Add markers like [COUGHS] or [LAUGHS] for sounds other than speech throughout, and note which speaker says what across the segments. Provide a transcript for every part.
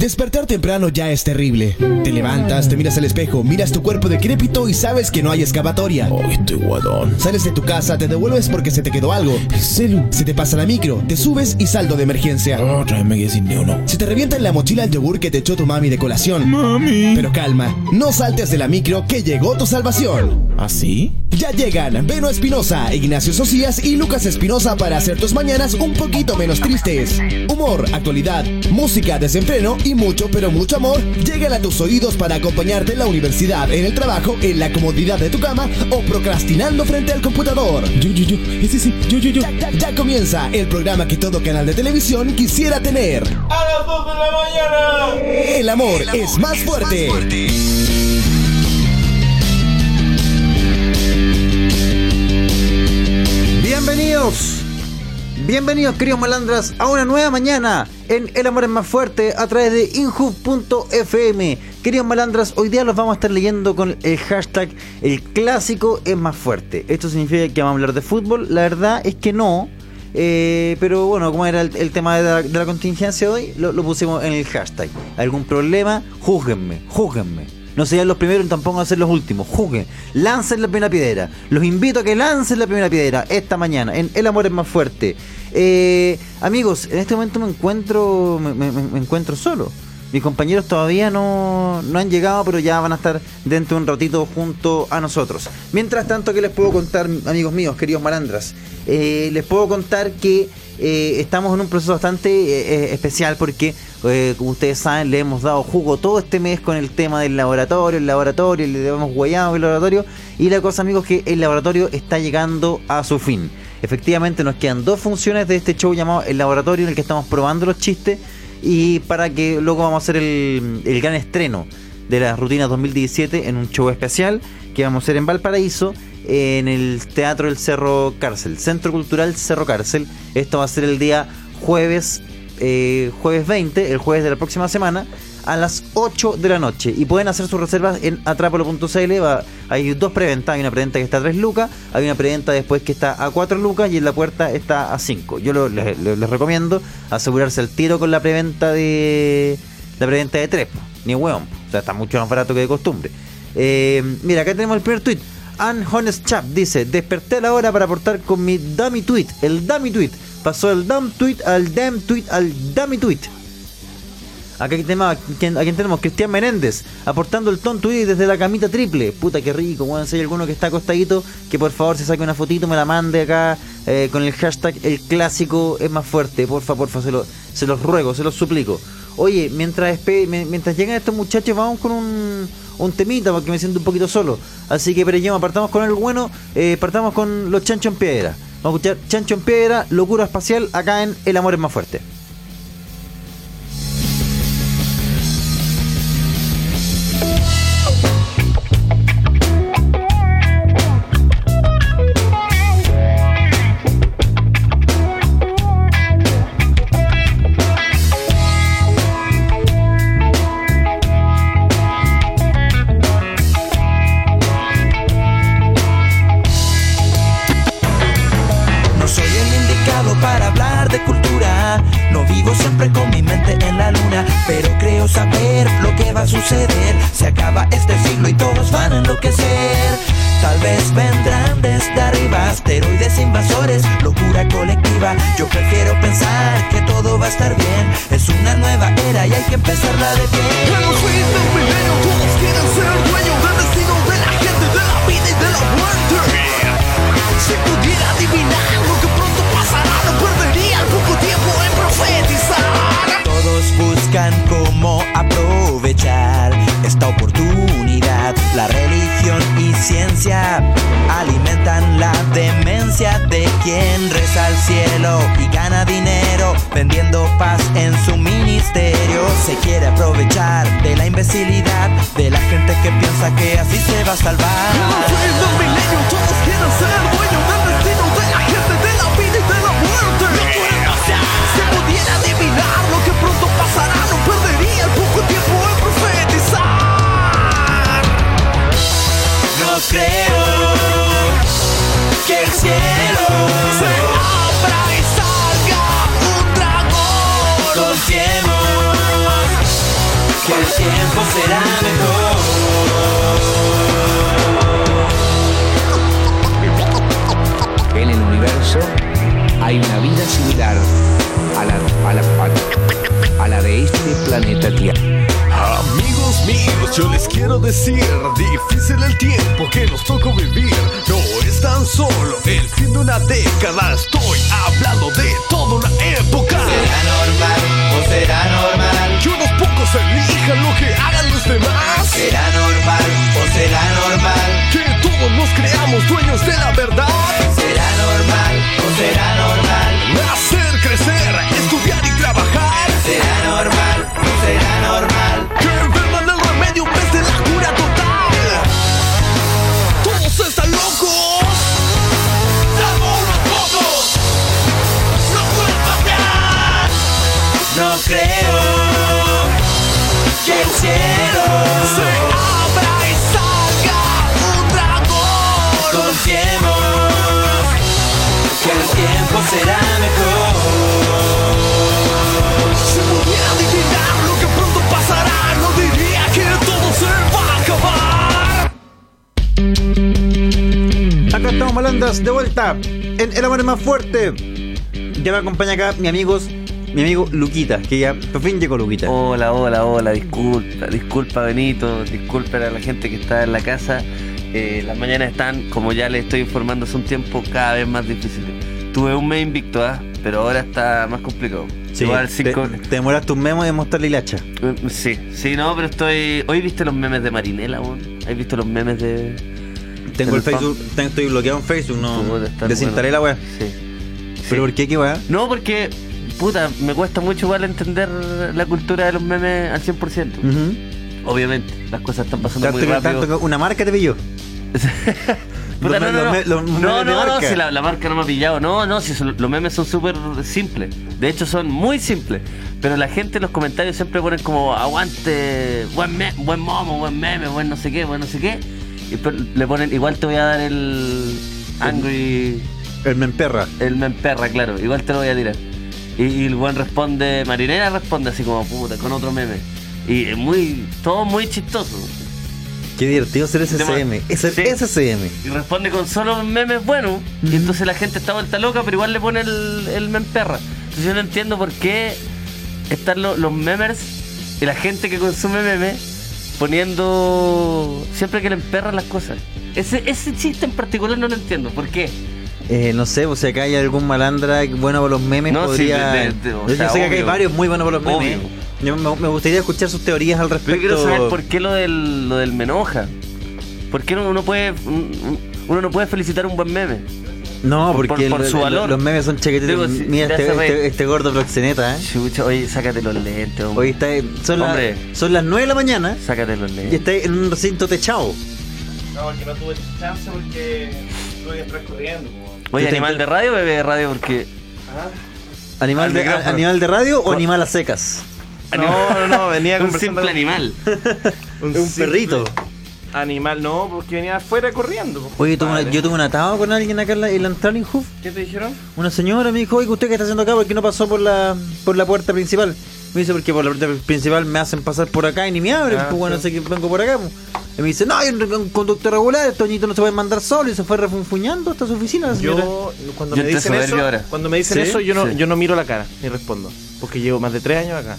Speaker 1: Despertar temprano ya es terrible. Te levantas, te miras al espejo, miras tu cuerpo decrépito y sabes que no hay excavatoria.
Speaker 2: Ay, estoy Oh, este guadón.
Speaker 1: Sales de tu casa, te devuelves porque se te quedó algo.
Speaker 2: El celu.
Speaker 1: Se te pasa la micro, te subes y saldo de emergencia.
Speaker 2: Oh, tráeme que sin ni uno.
Speaker 1: Se te revienta en la mochila el yogur que te echó tu mami de colación.
Speaker 2: Mami.
Speaker 1: Pero calma, no saltes de la micro que llegó tu salvación.
Speaker 3: ¿Ah,
Speaker 2: ¿Así?
Speaker 1: Ya llegan Beno Espinosa, Ignacio Socias y Lucas Espinosa para hacer tus mañanas un poquito menos tristes. Humor, actualidad, música, desenfreno y mucho, pero mucho amor llegan a tus oídos para acompañarte en la universidad, en el trabajo, en la comodidad de tu cama o procrastinando frente al computador.
Speaker 2: Yo, yo, yo. Ese sí. Yo, yo, yo.
Speaker 1: Ya, ya- ya comienza el programa que todo canal de televisión quisiera tener.
Speaker 4: a las 2 de la mañana.
Speaker 1: El amor, es más fuerte.
Speaker 5: Bienvenidos, bienvenidos queridos malandras a una nueva mañana en El Amor es Más Fuerte a través de inhub.fm. Queridos malandras, hoy día los vamos a estar leyendo con el hashtag El Clásico es Más Fuerte. Esto significa que vamos a hablar de fútbol, la verdad es que no, eh, pero bueno, como era el, el tema de la, de la contingencia hoy, lo, lo pusimos en el hashtag. ¿Algún problema? Júzguenme, júzguenme. No sean los primeros y tampoco van a ser los últimos. Juzguen. Lancen la primera piedra. Los invito a que lancen la primera piedra esta mañana en El Amor es Más Fuerte. Eh, amigos, en este momento me encuentro, me, me- me encuentro solo. Mis compañeros todavía no, no han llegado, pero ya van a estar dentro de un ratito junto a nosotros. Mientras tanto, ¿qué les puedo contar, amigos míos, queridos malandras? Eh, les puedo contar que eh, estamos en un proceso bastante eh, eh, especial porque, eh, como ustedes saben, le hemos dado jugo todo este mes con el tema del laboratorio, el laboratorio, le hemos guayado el laboratorio. Y la cosa, amigos, que el laboratorio está llegando a su fin. Efectivamente, nos quedan dos funciones de este show llamado El Laboratorio, en el que estamos probando los chistes. Y para que luego vamos a hacer el, el gran estreno de las rutinas 2017 en un show especial que vamos a hacer en Valparaíso, en el Teatro del Cerro Cárcel, Centro Cultural Cerro Cárcel. Esto va a ser el día jueves, eh, jueves 20, el jueves de la próxima semana, a las 8 de la noche. Y pueden hacer sus reservas en atrapalo.cl. va- Hay dos preventas, hay una preventa que está a 3 lucas, hay una preventa después que está a 4 lucas y en la puerta está a 5. Yo lo- les, les- les recomiendo asegurarse el tiro con la preventa de la preventa de 3 ni hueón. O sea, está mucho más barato que de costumbre. Eh, mira, acá tenemos el primer tweet. An Honest Chap dice: Desperté a la hora para aportar con mi dummy tweet. El dummy tweet. Pasó el dumb tweet al damn tweet al dummy tweet. Acá aquí tenemos, a quien, a quien tenemos Cristian Menéndez aportando el ton tweet desde la camita triple. Puta que rico, weón. Si hay alguno que está acostadito, que por favor se saque una fotito, me la mande acá eh, con el hashtag el clásico es más fuerte. Porfa, porfa, se, lo- se los ruego, se los suplico. Oye, mientras, espe- mi- mientras llegan estos muchachos, vamos con un, un temita porque me siento un poquito solo. Así que, pero ya, partamos con algo bueno, eh, partamos con los chancho en piedra. Vamos a escuchar chancho en piedra, locura espacial, acá en El amor es más fuerte.
Speaker 6: No soy el indicado para hablar de cultura. No vivo siempre con mi mente en la luna, pero creo saber lo que va a suceder. Se acaba este siglo y todos van a enloquecer. Tal vez vendrán desde arriba asteroides invasores, locura colectiva. Yo prefiero pensar que todo va a estar bien. Es una nueva era y hay que empezarla de bien.
Speaker 7: Yo no soy este milenio, todos quieren ser el dueño del destino de la gente, de la vida y de la muerte. Si pudiera adivinar lo que pronto pasará, no perdería el poco tiempo en profetizar.
Speaker 6: Todos buscan cómo aprovechar esta oportunidad. La religión y ciencia alimentan la demencia de quien reza al cielo y gana dinero vendiendo paz en su ministerio. Se quiere aprovechar de la imbecilidad de la gente que piensa que así se va a
Speaker 7: Yo no
Speaker 6: salvar.
Speaker 7: soy este milenio, todos quieren ser el dueño del destino de la gente, de la vida y de la muerte. No puede pasar. Si pudiera adivinar lo que pronto pasará, no perdería el poco tiempo en profetizar.
Speaker 6: No creo que el cielo
Speaker 7: Se abra y salga un dragón.
Speaker 6: confiemos será mejor.
Speaker 8: En el universo hay una vida similar a la, a la, a la de este planeta Tierra.
Speaker 7: Amigos míos, yo les quiero decir, difícil el tiempo que nos tocó vivir. No es tan solo el fin de una década, estoy hablando de toda una época.
Speaker 6: Será normal o será normal.
Speaker 7: Que unos pocos elijan lo que hagan los demás.
Speaker 6: Será normal o será normal.
Speaker 7: Que todos nos creamos dueños de la verdad.
Speaker 6: Será normal o será normal.
Speaker 7: Hacer crecer, estudiar y trabajar.
Speaker 6: Será normal o será normal.
Speaker 7: Que enferman el remedio en vez de la cura total. Todos están locos.
Speaker 6: unos pocos! ¡No puede pasar! No creo que el cielo
Speaker 7: Se abra y salga un dragón.
Speaker 6: confiemos que el tiempo será mejor.
Speaker 7: Si pudiera adivinar lo que pronto pasará, no diría que todo se va a acabar.
Speaker 5: Acá estamos, malandras, de vuelta en El Amor es Más Fuerte. Ya me acompaña acá mi amigos, mi amigo Luquita, que ya por fin llegó Luquita.
Speaker 9: Hola, hola, hola, disculpa, disculpa Benito, disculpen a la gente que está en la casa. Eh, las mañanas están, como ya les estoy informando hace un tiempo, cada vez más difíciles. Tuve un mes invicto, ¿ah? pero ahora está más complicado.
Speaker 5: Sí,
Speaker 9: Igual cinco-
Speaker 5: te, te demoraste un memo de mostrarle la hacha.
Speaker 9: Eh, Sí, sí, no, pero estoy... Hoy viste los memes de Marinela, weón. ¿Has visto los memes de...
Speaker 5: Tengo el
Speaker 9: El fan.
Speaker 5: Facebook, tengo- estoy bloqueado en Facebook, no.
Speaker 9: Puta, están
Speaker 5: Desinstalé la
Speaker 9: buenos.
Speaker 5: weá.
Speaker 9: Sí.
Speaker 5: ¿Pero
Speaker 9: Sí.
Speaker 5: por qué qué weá?
Speaker 9: No, porque, puta, me cuesta mucho igual entender la cultura de los memes al 100%.
Speaker 5: Ujú.
Speaker 9: Obviamente, las cosas están pasando
Speaker 5: Tanto
Speaker 9: muy
Speaker 5: que-
Speaker 9: rápido.
Speaker 5: tanto que una marca te pilló. Los
Speaker 9: Puta, no,
Speaker 5: me-
Speaker 9: no, no.
Speaker 5: los me- los
Speaker 9: no,
Speaker 5: memes de
Speaker 9: no, no,
Speaker 5: marca.
Speaker 9: si la, la marca no me ha pillado. No, no, si son- los memes son súper simples. De hecho, son muy simples. Pero la gente en los comentarios siempre ponen como aguante, buen, me- buen momo, buen meme, buen no sé qué, buen no sé qué. Y pe- le ponen, igual te voy a dar el angry,
Speaker 5: El memperra.
Speaker 9: el meme perra, claro, igual te lo voy a tirar. Y, y el buen responde, Marinera responde así como puta, con otro meme. Y es muy, todo muy chistoso.
Speaker 5: Qué divertido ser SCM. Es el
Speaker 9: Sí.
Speaker 5: SCM.
Speaker 9: Y responde con solo memes buenos. Y entonces la gente está vuelta loca, pero igual le pone el, el mem perra. Entonces yo no entiendo por qué están lo- los memers y la gente que consume memes poniendo siempre que le emperran las cosas. Ese, ese chiste en particular no lo entiendo. ¿Por qué?
Speaker 5: Eh, no sé, o sea, acá hay algún malandra bueno para los memes.
Speaker 9: No, sí,
Speaker 5: podría...
Speaker 9: de- de- de- o
Speaker 5: Yo
Speaker 9: sea,
Speaker 5: sé que acá hay
Speaker 9: obvio.
Speaker 5: varios muy buenos para los memes.
Speaker 9: Obvio.
Speaker 5: Yo me, me gustaría escuchar sus teorías al
Speaker 9: Pero
Speaker 5: respecto.
Speaker 9: yo quiero saber por qué lo del, lo del me enoja. ¿Por qué uno no puede, uno no puede felicitar un buen meme?
Speaker 5: No,
Speaker 9: por-
Speaker 5: porque
Speaker 9: por- por
Speaker 5: el-
Speaker 9: su
Speaker 5: el-
Speaker 9: valor.
Speaker 5: los memes son chaqueteros.
Speaker 9: Digo, si-
Speaker 5: Mira
Speaker 9: si te
Speaker 5: este,
Speaker 9: hace reír.
Speaker 5: este- este gordo proxeneta, ¿eh?
Speaker 9: Chucha, oye, sácate los lentes, hombre.
Speaker 5: Hoy está, son, las-
Speaker 9: Hombre.
Speaker 5: son las 9 de la mañana
Speaker 9: Sácate los lentes.
Speaker 5: y está en un recinto techado.
Speaker 4: No, porque no tuve chance porque tuve que estar corriendo. po.
Speaker 9: Oye,
Speaker 5: Yo te-
Speaker 9: animal de radio, bebé de radio, porque.
Speaker 5: ¿Animal,
Speaker 4: Al
Speaker 5: de,
Speaker 4: micrófono.
Speaker 5: ¿Animal de radio o animal a secas?
Speaker 4: No, no, no, venía
Speaker 9: Un
Speaker 4: conversando
Speaker 9: simple
Speaker 4: con-
Speaker 9: animal.
Speaker 5: Es un
Speaker 4: simple
Speaker 5: perrito.
Speaker 4: Animal, no, porque venía afuera corriendo. po.
Speaker 5: Oye, tuve una-
Speaker 4: Vale.
Speaker 5: yo tuve un atado con alguien acá en la, en la entrada en Hoof.
Speaker 4: ¿Qué te dijeron?
Speaker 5: Una señora me dijo, oye, ¿usted qué está haciendo acá? ¿Por qué no pasó por la, por la puerta principal? Me dice, porque por la puerta principal me hacen pasar por acá y ni me abren.
Speaker 4: Ah,
Speaker 5: pues bueno,
Speaker 4: sí.
Speaker 5: sé que vengo por acá. pues". Y me dice, no, hay un, un conductor regular, estos niños no se pueden mandar solo. Y se fue refunfuñando hasta su oficina. la señora.
Speaker 4: Yo, cuando
Speaker 9: Yo
Speaker 4: me
Speaker 9: te
Speaker 4: dicen eso,
Speaker 9: soberbio ahora.
Speaker 4: cuando me dicen
Speaker 5: ¿Sí?
Speaker 4: eso, yo no,
Speaker 9: Sí.
Speaker 4: yo no miro la cara ni respondo. Porque llevo más de tres años acá.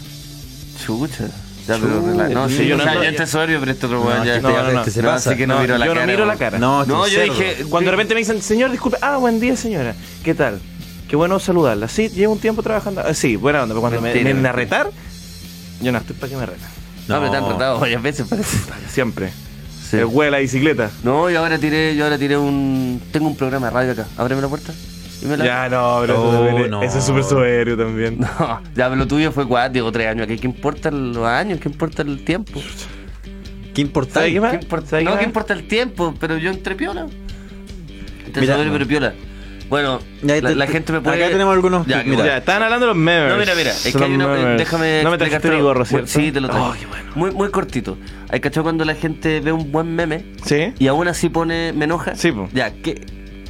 Speaker 9: Chucha. Ya, pero rela- no,
Speaker 4: Yo
Speaker 9: sí, yo
Speaker 4: no
Speaker 9: o sea,
Speaker 4: ando-
Speaker 9: ya este soberbio, pero este otro weón ya
Speaker 5: este
Speaker 9: está-
Speaker 4: ya- este
Speaker 9: no,
Speaker 5: se pasa.
Speaker 9: Así que no,
Speaker 4: No,
Speaker 9: miro la
Speaker 4: yo no
Speaker 9: cara.
Speaker 4: miro la
Speaker 9: weón.
Speaker 4: cara.
Speaker 5: No,
Speaker 9: No,
Speaker 5: este
Speaker 9: yo
Speaker 5: cerdo.
Speaker 9: dije.
Speaker 4: Cuando de repente me dicen, señor, disculpe, ah, buen día, señora, ¿qué tal? Qué bueno saludarla. Sí, llevo un tiempo trabajando. Ah, sí, buena onda, pero cuando me
Speaker 9: Mentira,
Speaker 4: vienen a
Speaker 9: mentira.
Speaker 4: retar, yo no estoy para que me retan.
Speaker 9: No, me te han
Speaker 5: No.
Speaker 9: retado varias veces, [LAUGHS] parece.
Speaker 4: Siempre.
Speaker 9: Sí.
Speaker 4: El hueá de la bicicleta.
Speaker 9: No, yo ahora tiré, yo ahora tiré un. Tengo un programa de radio acá. Ábreme la puerta. Y me la-
Speaker 4: Ya, no, pero
Speaker 5: Oh,
Speaker 4: eso, también es-
Speaker 5: no.
Speaker 4: eso es súper soberbio también.
Speaker 9: [LAUGHS] No, ya, pero lo tuyo fue cuático, tres años. aquí. ¿Qué importa los años? ¿Qué importa el tiempo?
Speaker 5: Qué importante.
Speaker 4: ¿Sabe qué más?
Speaker 9: ¿Qué importa?
Speaker 4: ¿Sabe qué
Speaker 9: No,
Speaker 4: más?
Speaker 9: ¿qué importa el tiempo? Pero yo entre piola. Entre
Speaker 5: Mira,
Speaker 9: soberbio, pero piola. Bueno,
Speaker 5: Ya, te-
Speaker 9: la, la
Speaker 5: te-
Speaker 9: gente me puede.
Speaker 5: acá tenemos algunos-
Speaker 9: Ya, que-
Speaker 5: mira.
Speaker 10: Ah,
Speaker 4: Ya, estaban hablando de los memes.
Speaker 9: No, mira, mira, es que hay una- eh, déjame
Speaker 4: No me trajiste
Speaker 9: explicarte-
Speaker 4: mi gorro,
Speaker 9: Muy-
Speaker 4: ¿cierto?
Speaker 9: Sí, te lo traigo.
Speaker 4: Oh, qué bueno.
Speaker 9: muy, muy cortito. Hay cachado cuando la gente ve un buen meme
Speaker 4: ¿Sí?
Speaker 9: y aún así pone me enoja.
Speaker 4: Sí, po.
Speaker 9: Ya, ¿qué,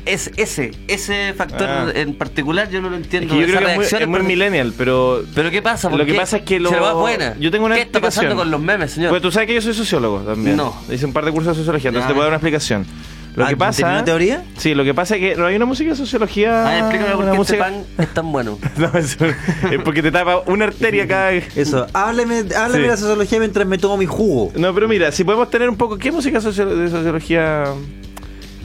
Speaker 9: es ese, ese factor
Speaker 10: Ah.
Speaker 9: en particular yo no lo
Speaker 10: Es
Speaker 9: entiendo.
Speaker 10: que yo creo
Speaker 9: Esa
Speaker 10: que es muy- es
Speaker 9: reacción
Speaker 10: muy,
Speaker 9: es por-
Speaker 10: millennial, pero.
Speaker 9: Pero ¿qué pasa? ¿Por
Speaker 10: Lo que
Speaker 9: qué?
Speaker 10: pasa es que lo.
Speaker 9: Se la va buena.
Speaker 10: Yo tengo una
Speaker 9: ¿Qué está pasando
Speaker 10: explicación.
Speaker 9: con los memes, señor?
Speaker 10: Pues tú sabes que yo soy sociólogo también.
Speaker 9: No.
Speaker 10: Hice un par de cursos de sociología, entonces
Speaker 9: Ya.
Speaker 10: te puedo dar una explicación. Lo
Speaker 5: Ah,
Speaker 10: que pasa.
Speaker 5: ¿tenía una teoría?
Speaker 10: Sí, lo que pasa es que no hay una música de sociología.
Speaker 9: A ver, Ah, explícame por
Speaker 10: una
Speaker 9: qué
Speaker 10: música-
Speaker 9: este pan es tan bueno.
Speaker 10: [LAUGHS] No, eso- es porque te tapa una arteria cada.
Speaker 5: Eso,
Speaker 4: [LAUGHS]
Speaker 5: hábleme, hábleme
Speaker 10: Sí.
Speaker 5: de la sociología mientras me tomo mi jugo.
Speaker 10: No, pero mira, si podemos tener un poco. ¿Qué música socio- de sociología?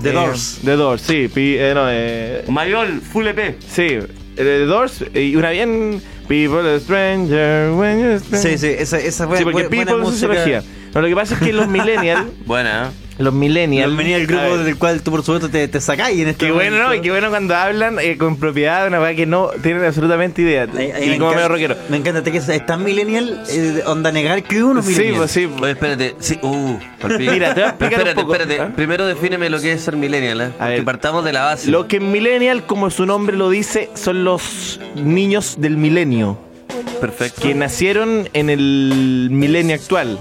Speaker 5: The
Speaker 10: Eh,
Speaker 5: Doors.
Speaker 10: The Doors, sí. pi- eh, no, eh,
Speaker 9: Mayol, full EP.
Speaker 10: sí. eh, The Doors y una bien. People are stranger when you're stranger.
Speaker 5: Sí, sí, esa, esa fue
Speaker 10: Sí, porque People es sociología. No, lo que pasa es que los millennials.
Speaker 9: Buena, ¿eh?
Speaker 10: [LAUGHS] los millennials.
Speaker 5: Bienvenido al
Speaker 10: a
Speaker 5: grupo
Speaker 10: ver,
Speaker 5: del cual tú por supuesto te, te sacáis en este
Speaker 10: Qué bueno, ¿no? Y qué bueno cuando hablan eh, con propiedad de una weá que no tienen absolutamente idea. y como medio rockero.
Speaker 5: Me encanta, te que es tan millennial, eh, onda negar que uno es
Speaker 10: Sí,
Speaker 5: millennial.
Speaker 10: pues sí.
Speaker 9: Oye, espérate, sí, uh, palpico.
Speaker 10: Mira, te
Speaker 9: [LAUGHS]
Speaker 10: voy a explicar un
Speaker 9: Espérate,
Speaker 10: poco,
Speaker 9: espérate.
Speaker 10: ¿eh?
Speaker 9: Primero defíneme lo que es ser millennial, ¿eh?
Speaker 10: A ver.
Speaker 9: Que partamos de la base.
Speaker 10: Lo que en millennial, como su nombre lo dice, son los niños del milenio.
Speaker 9: Perfecto.
Speaker 10: que nacieron en el milenio actual.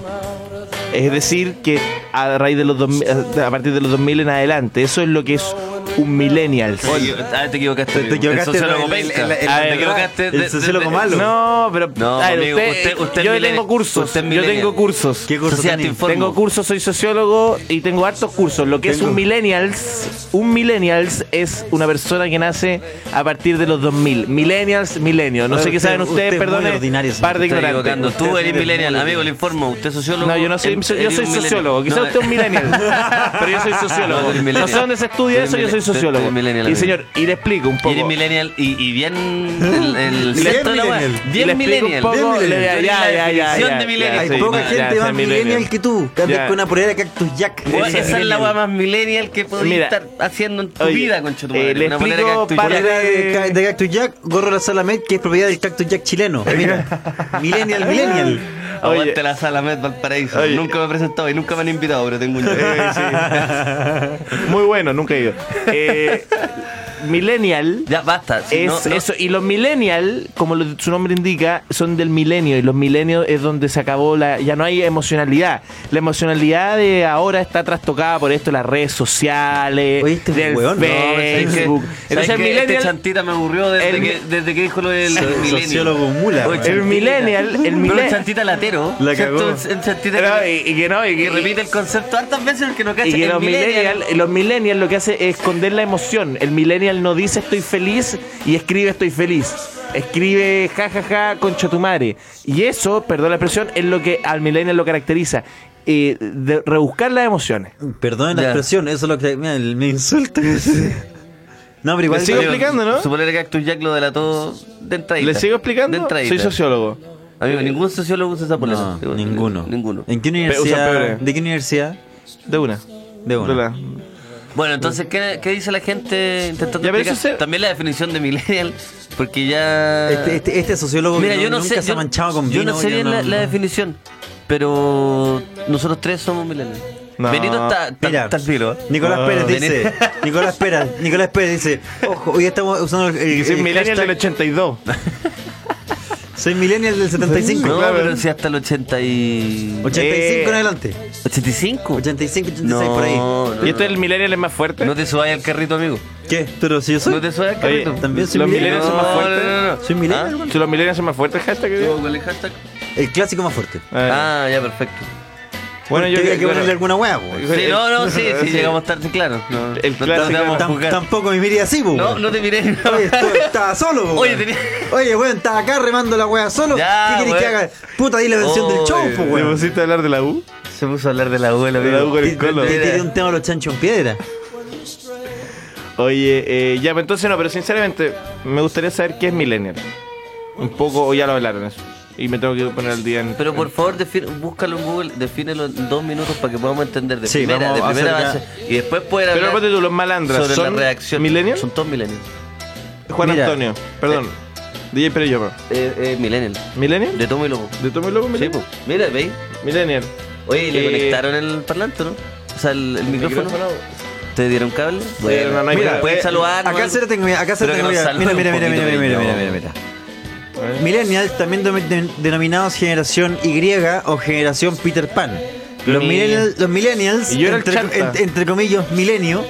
Speaker 10: Es decir, que a raíz de los 2000 a partir de los 2000 en adelante, eso es lo que es un millennial.
Speaker 9: Oye, ah, te equivocaste.
Speaker 5: Te- te equivocaste,
Speaker 9: El sociólogo
Speaker 5: el- el-
Speaker 9: penca.
Speaker 5: el- el-
Speaker 9: Ah, te
Speaker 10: el-
Speaker 9: equivocaste.
Speaker 5: el sociólogo malo.
Speaker 10: No, pero
Speaker 9: No,
Speaker 10: a ver,
Speaker 9: amigo, usted- usted es
Speaker 10: yo
Speaker 9: millennial.
Speaker 10: tengo cursos,
Speaker 9: Usted es
Speaker 10: yo
Speaker 9: millennial.
Speaker 10: tengo cursos.
Speaker 5: ¿Qué curso
Speaker 9: Sociedad
Speaker 5: tenés?
Speaker 9: te informa. Formo.
Speaker 10: Tengo cursos, soy sociólogo y tengo hartos cursos. Lo que es
Speaker 5: Tengo-
Speaker 10: un millennials, un millennials es una persona que nace a partir de los 2000. Millennials, millenio. No
Speaker 5: Oye,
Speaker 10: sé qué
Speaker 5: usted-
Speaker 10: saben
Speaker 5: usted es
Speaker 10: ustedes,
Speaker 5: muy
Speaker 10: perdone,
Speaker 5: ordinario, señor.
Speaker 10: par de
Speaker 9: Te estás
Speaker 10: ignorantes.
Speaker 9: equivocando. Tú
Speaker 10: [LAUGHS]
Speaker 9: eres millennial, amigo, le informo. Usted es sociólogo.
Speaker 10: No, yo no soy,
Speaker 9: Él-
Speaker 10: yo
Speaker 9: él es
Speaker 10: soy
Speaker 9: un
Speaker 10: sociólogo.
Speaker 9: millennial.
Speaker 10: Quizá
Speaker 9: No, eh.
Speaker 10: usted es un millennial.
Speaker 9: [LAUGHS]
Speaker 10: pero yo soy
Speaker 9: No, tú
Speaker 10: sociólogo.
Speaker 9: eres
Speaker 10: No,
Speaker 9: millennial.
Speaker 10: sé dónde se estudia
Speaker 9: Tú
Speaker 10: eso, yo
Speaker 9: eres
Speaker 10: soy
Speaker 9: mil- tú-
Speaker 10: sociólogo.
Speaker 9: tú eres
Speaker 10: y
Speaker 9: millennial, amigo.
Speaker 10: señor, y le explico un poco.
Speaker 9: Y eres millennial y, y bien el, el
Speaker 5: Bien
Speaker 9: centro de la
Speaker 5: millennial.
Speaker 10: Y le
Speaker 9: weá. Bien
Speaker 10: explico un
Speaker 9: millennial.
Speaker 10: poco-
Speaker 5: Bien millennial.
Speaker 10: le- ya, ya,
Speaker 9: Tú eres la
Speaker 10: ya, ya,
Speaker 9: definición
Speaker 10: ya,
Speaker 9: de millennial.
Speaker 10: ya,
Speaker 5: Hay
Speaker 10: sí,
Speaker 5: poca
Speaker 10: ya,
Speaker 5: gente
Speaker 10: ya,
Speaker 5: más
Speaker 10: sí,
Speaker 5: millennial, que tú, que andas
Speaker 10: Ya.
Speaker 5: con una polera de Cactus Jack. Ese
Speaker 9: Weá, Esa es la
Speaker 5: millennial.
Speaker 9: weá más millennial que podéis
Speaker 10: Mira.
Speaker 9: estar haciendo en tu
Speaker 10: Oye,
Speaker 9: vida, concha tu
Speaker 10: eh,
Speaker 9: madre.
Speaker 10: le
Speaker 9: Una polera
Speaker 10: explico
Speaker 9: que actúe.
Speaker 10: para-
Speaker 5: Polera de, ca- de Cactus Jack, gorro de la Salamed, que es propiedad del Cactus Jack chileno.
Speaker 10: [LAUGHS]
Speaker 5: Mira, millennial,
Speaker 9: [LAUGHS]
Speaker 5: millennial.
Speaker 9: Aguante la sala Met Valparaíso.
Speaker 10: Oye.
Speaker 9: Nunca me he presentado y nunca me han invitado,
Speaker 10: [LAUGHS]
Speaker 9: pero tengo un
Speaker 10: Muy bueno, nunca he ido. Eh, millennial.
Speaker 9: Ya basta. si
Speaker 10: es
Speaker 9: no- no-
Speaker 10: eso. Y los millennial, como lo- su nombre indica, son del milenio. Y los milenios es donde se acabó la. Ya no hay emocionalidad. La emocionalidad de ahora está trastocada por esto, las redes sociales,
Speaker 5: Oye, este
Speaker 10: del
Speaker 5: weón, no,
Speaker 9: ¿sabes qué?
Speaker 10: Facebook.
Speaker 9: ¿Sabes
Speaker 10: Entonces el
Speaker 9: qué? Este
Speaker 10: millennial.
Speaker 9: chantita me aburrió desde,
Speaker 10: el-
Speaker 9: que, desde que dijo lo del
Speaker 5: So-
Speaker 9: millennial.
Speaker 5: sociólogo mula,
Speaker 9: Oye,
Speaker 5: man.
Speaker 10: El
Speaker 9: chantita.
Speaker 10: millennial, el
Speaker 9: Pero un
Speaker 10: millennial.
Speaker 9: chantita latero.
Speaker 5: La
Speaker 9: ¿cierto?
Speaker 5: cagó.
Speaker 9: Un- un chantita
Speaker 10: No,
Speaker 9: que,
Speaker 10: y, y que no, y
Speaker 9: que
Speaker 10: que
Speaker 9: repite el concepto hartas veces el que no cacha.
Speaker 10: Y que
Speaker 9: El
Speaker 10: los
Speaker 9: millennial-
Speaker 10: millennials los millennial lo que hace es esconder la emoción. El millennial no dice estoy feliz y escribe estoy feliz. Escribe jajaja ja, ja, concha tu madre. Y eso, perdón la expresión, es lo que al millennial lo caracteriza. Eh, de rebuscar las emociones.
Speaker 5: Perdón la
Speaker 9: Ya.
Speaker 5: expresión, eso es lo que mira, el- me [LAUGHS] insulta. No, pero igual.
Speaker 10: Le sigo
Speaker 5: Oye,
Speaker 10: explicando, ¿no?
Speaker 9: Su polera Cactus Jack lo delató de entradita.
Speaker 10: ¿Le sigo explicando?
Speaker 9: De entradita.
Speaker 10: Soy sociólogo.
Speaker 9: Amigo, ningún sociólogo usa esa polera.
Speaker 5: No,
Speaker 9: Digo,
Speaker 5: ninguno.
Speaker 9: Ninguno.
Speaker 5: ¿En qué
Speaker 10: Pero usa
Speaker 5: universidad?
Speaker 10: pebre.
Speaker 5: ¿De qué universidad?
Speaker 10: De una.
Speaker 5: De
Speaker 10: De
Speaker 5: una.
Speaker 10: la-
Speaker 9: Bueno, entonces, ¿qué, qué dice la gente intentando
Speaker 10: Ya, pero
Speaker 9: explicar?
Speaker 10: eso se-
Speaker 9: También la definición de millennial, porque ya...
Speaker 5: Este, este, este sociólogo
Speaker 9: Mira,
Speaker 5: que
Speaker 9: yo no
Speaker 5: nunca
Speaker 9: sé...
Speaker 5: se
Speaker 9: yo-
Speaker 5: ha manchado con
Speaker 9: yo
Speaker 5: vino.
Speaker 9: no sé bien
Speaker 5: no-
Speaker 9: la, la
Speaker 5: no.
Speaker 9: definición, pero nosotros tres somos millennials.
Speaker 10: No.
Speaker 9: Benito está, está,
Speaker 5: Mira,
Speaker 9: está al filo.
Speaker 5: Nicolás
Speaker 10: No,
Speaker 5: Pérez
Speaker 9: Benito. [LAUGHS]
Speaker 5: dice, Nicolás Pérez, Nicolás Pérez dice, ojo, hoy estamos usando el, el-
Speaker 10: Yo soy
Speaker 5: el
Speaker 10: millennial
Speaker 5: hashtag,
Speaker 10: del 82.
Speaker 5: soy millennial del 75.
Speaker 9: No,
Speaker 10: claro.
Speaker 9: pero si hasta el 80 y...
Speaker 5: 85
Speaker 10: Eh,
Speaker 5: en adelante.
Speaker 9: 85.
Speaker 5: 85, 86
Speaker 9: no,
Speaker 5: por ahí. este
Speaker 9: No, no.
Speaker 10: ¿Y esto es el millennial es más fuerte?
Speaker 9: No te subáis al carrito, amigo.
Speaker 5: ¿Qué? Pero si yo soy
Speaker 9: No te subáis al
Speaker 10: Oye,
Speaker 9: carrito.
Speaker 5: también soy
Speaker 10: los
Speaker 5: millennial.
Speaker 10: millennials son más fuertes.
Speaker 9: No, no, Ah. no.
Speaker 5: Soy millennial.
Speaker 10: ¿Ah? Si los millennials son más fuertes, hashtag. que
Speaker 9: ¿Ah?
Speaker 10: digo.
Speaker 9: ¿Cuál es el hashtag?
Speaker 5: el clásico más fuerte.
Speaker 10: Ah,
Speaker 9: Ah, ya, perfecto.
Speaker 10: Bueno, yo
Speaker 5: Tenía
Speaker 10: creo
Speaker 5: que ponerle alguna hueá, po.
Speaker 9: Sí, no, no,
Speaker 5: [LAUGHS]
Speaker 9: sí, sí, llegamos tarde, claro. No,
Speaker 10: El
Speaker 9: no te
Speaker 10: clásico.
Speaker 9: vamos a
Speaker 5: Tam-
Speaker 9: juzgar.
Speaker 5: tampoco me miré así, po.
Speaker 9: No, no te miré. no. [LAUGHS]
Speaker 5: Oye, esto- estaba solo, po,
Speaker 9: Oye,
Speaker 5: weón.
Speaker 9: tenía-
Speaker 5: Oye, weón, estaba acá remando la weá solo.
Speaker 9: Ya,
Speaker 5: ¿Qué querés que
Speaker 9: weón.
Speaker 5: haga? Puta, di la versión del
Speaker 9: Oye,
Speaker 5: show, po,
Speaker 10: ¿Te
Speaker 5: weón.
Speaker 10: pusiste a hablar de la U?
Speaker 9: Se puso a hablar de la abuela,
Speaker 10: De la
Speaker 9: amigo.
Speaker 10: abuela. con el
Speaker 5: Te-
Speaker 10: colo.
Speaker 5: Te te tiré un tema a los chanchos en piedra.
Speaker 10: Oye, eh, ya, pero entonces no, pero sinceramente me gustaría saber qué es Millennial. Un poco, o ya lo hablaron eso. Y me tengo que poner al día en...
Speaker 9: Pero por favor, defi- búscalo en Google, defínelo en dos minutos para que podamos entender de
Speaker 5: Sí,
Speaker 9: primera,
Speaker 5: vamos
Speaker 9: de
Speaker 5: a
Speaker 9: primera
Speaker 5: hacer
Speaker 9: base. Y después poder
Speaker 10: Pero
Speaker 9: hablar
Speaker 10: aparte tú, los malandras,
Speaker 9: sobre
Speaker 10: ¿son
Speaker 9: la reacción.
Speaker 10: millennials?
Speaker 9: Son todos millennials.
Speaker 10: Juan
Speaker 5: Mira.
Speaker 10: Antonio, perdón. DJ Pérez yo,
Speaker 9: Eh, eh, millennials.
Speaker 10: ¿Millennial?
Speaker 9: De tomo y loco.
Speaker 10: ¿De Tomo y Lobo
Speaker 9: Sí,
Speaker 10: Millennial?
Speaker 9: pues. Mira, veis.
Speaker 10: Millennial.
Speaker 9: Oye, le
Speaker 10: Eh,
Speaker 9: conectaron el parlante, ¿no? O sea, el, el micrófono. ¿Te dieron cable?
Speaker 10: no, no hay
Speaker 9: mira,
Speaker 10: cable.
Speaker 9: pueden
Speaker 10: Eh,
Speaker 9: saludar.
Speaker 5: Acá se la tengo, mira, acá se la tengo.
Speaker 9: Pero que
Speaker 5: Mira, mira,
Speaker 9: nos salude
Speaker 5: mira,
Speaker 9: un
Speaker 5: mira, mira,
Speaker 9: poquito,
Speaker 5: mira, mira,
Speaker 9: niño.
Speaker 5: mira, mira. Millennials, también dom- de- denominados generación Y o generación Peter Pan. Los
Speaker 10: Mira.
Speaker 5: millennials, los millennials
Speaker 10: Y yo era el
Speaker 5: entre,
Speaker 10: chanta.
Speaker 5: en- entre comillas, milenio,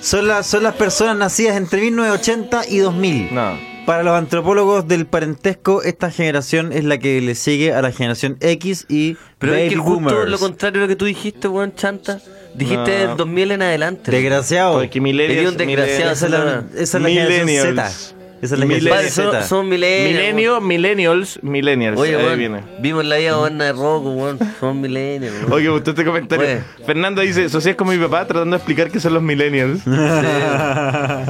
Speaker 5: Son las, son las personas nacidas entre 1980 y 2000.
Speaker 4: No.
Speaker 5: Para los antropólogos del parentesco, esta generación es la que le sigue a la generación X y
Speaker 9: Pero es
Speaker 5: Baby
Speaker 9: que el justo
Speaker 5: Boomers.
Speaker 9: lo contrario de lo que tú dijiste, weón, chanta. Dijiste
Speaker 4: No.
Speaker 9: del 2000 en adelante.
Speaker 5: Desgraciado.
Speaker 4: Porque millennials-
Speaker 9: Sería un desgraciado,
Speaker 5: Esa es la, esa es la generación Z.
Speaker 4: Millennials.
Speaker 5: Esa es la
Speaker 9: Vale,
Speaker 5: generación
Speaker 4: Millennials.
Speaker 9: son,
Speaker 5: Z.
Speaker 9: son millennials.
Speaker 4: Milenio, millennials, millennials.
Speaker 9: weón. Oye,
Speaker 4: ahí
Speaker 9: weón,
Speaker 4: viene.
Speaker 9: vimos la vida buena de Rocco, weón. Son millennials, weón.
Speaker 4: Oye, gustó este comentario.
Speaker 9: Oye.
Speaker 4: Fernanda dice, Socias es como mi papá tratando de explicar que son los millennials. [LAUGHS]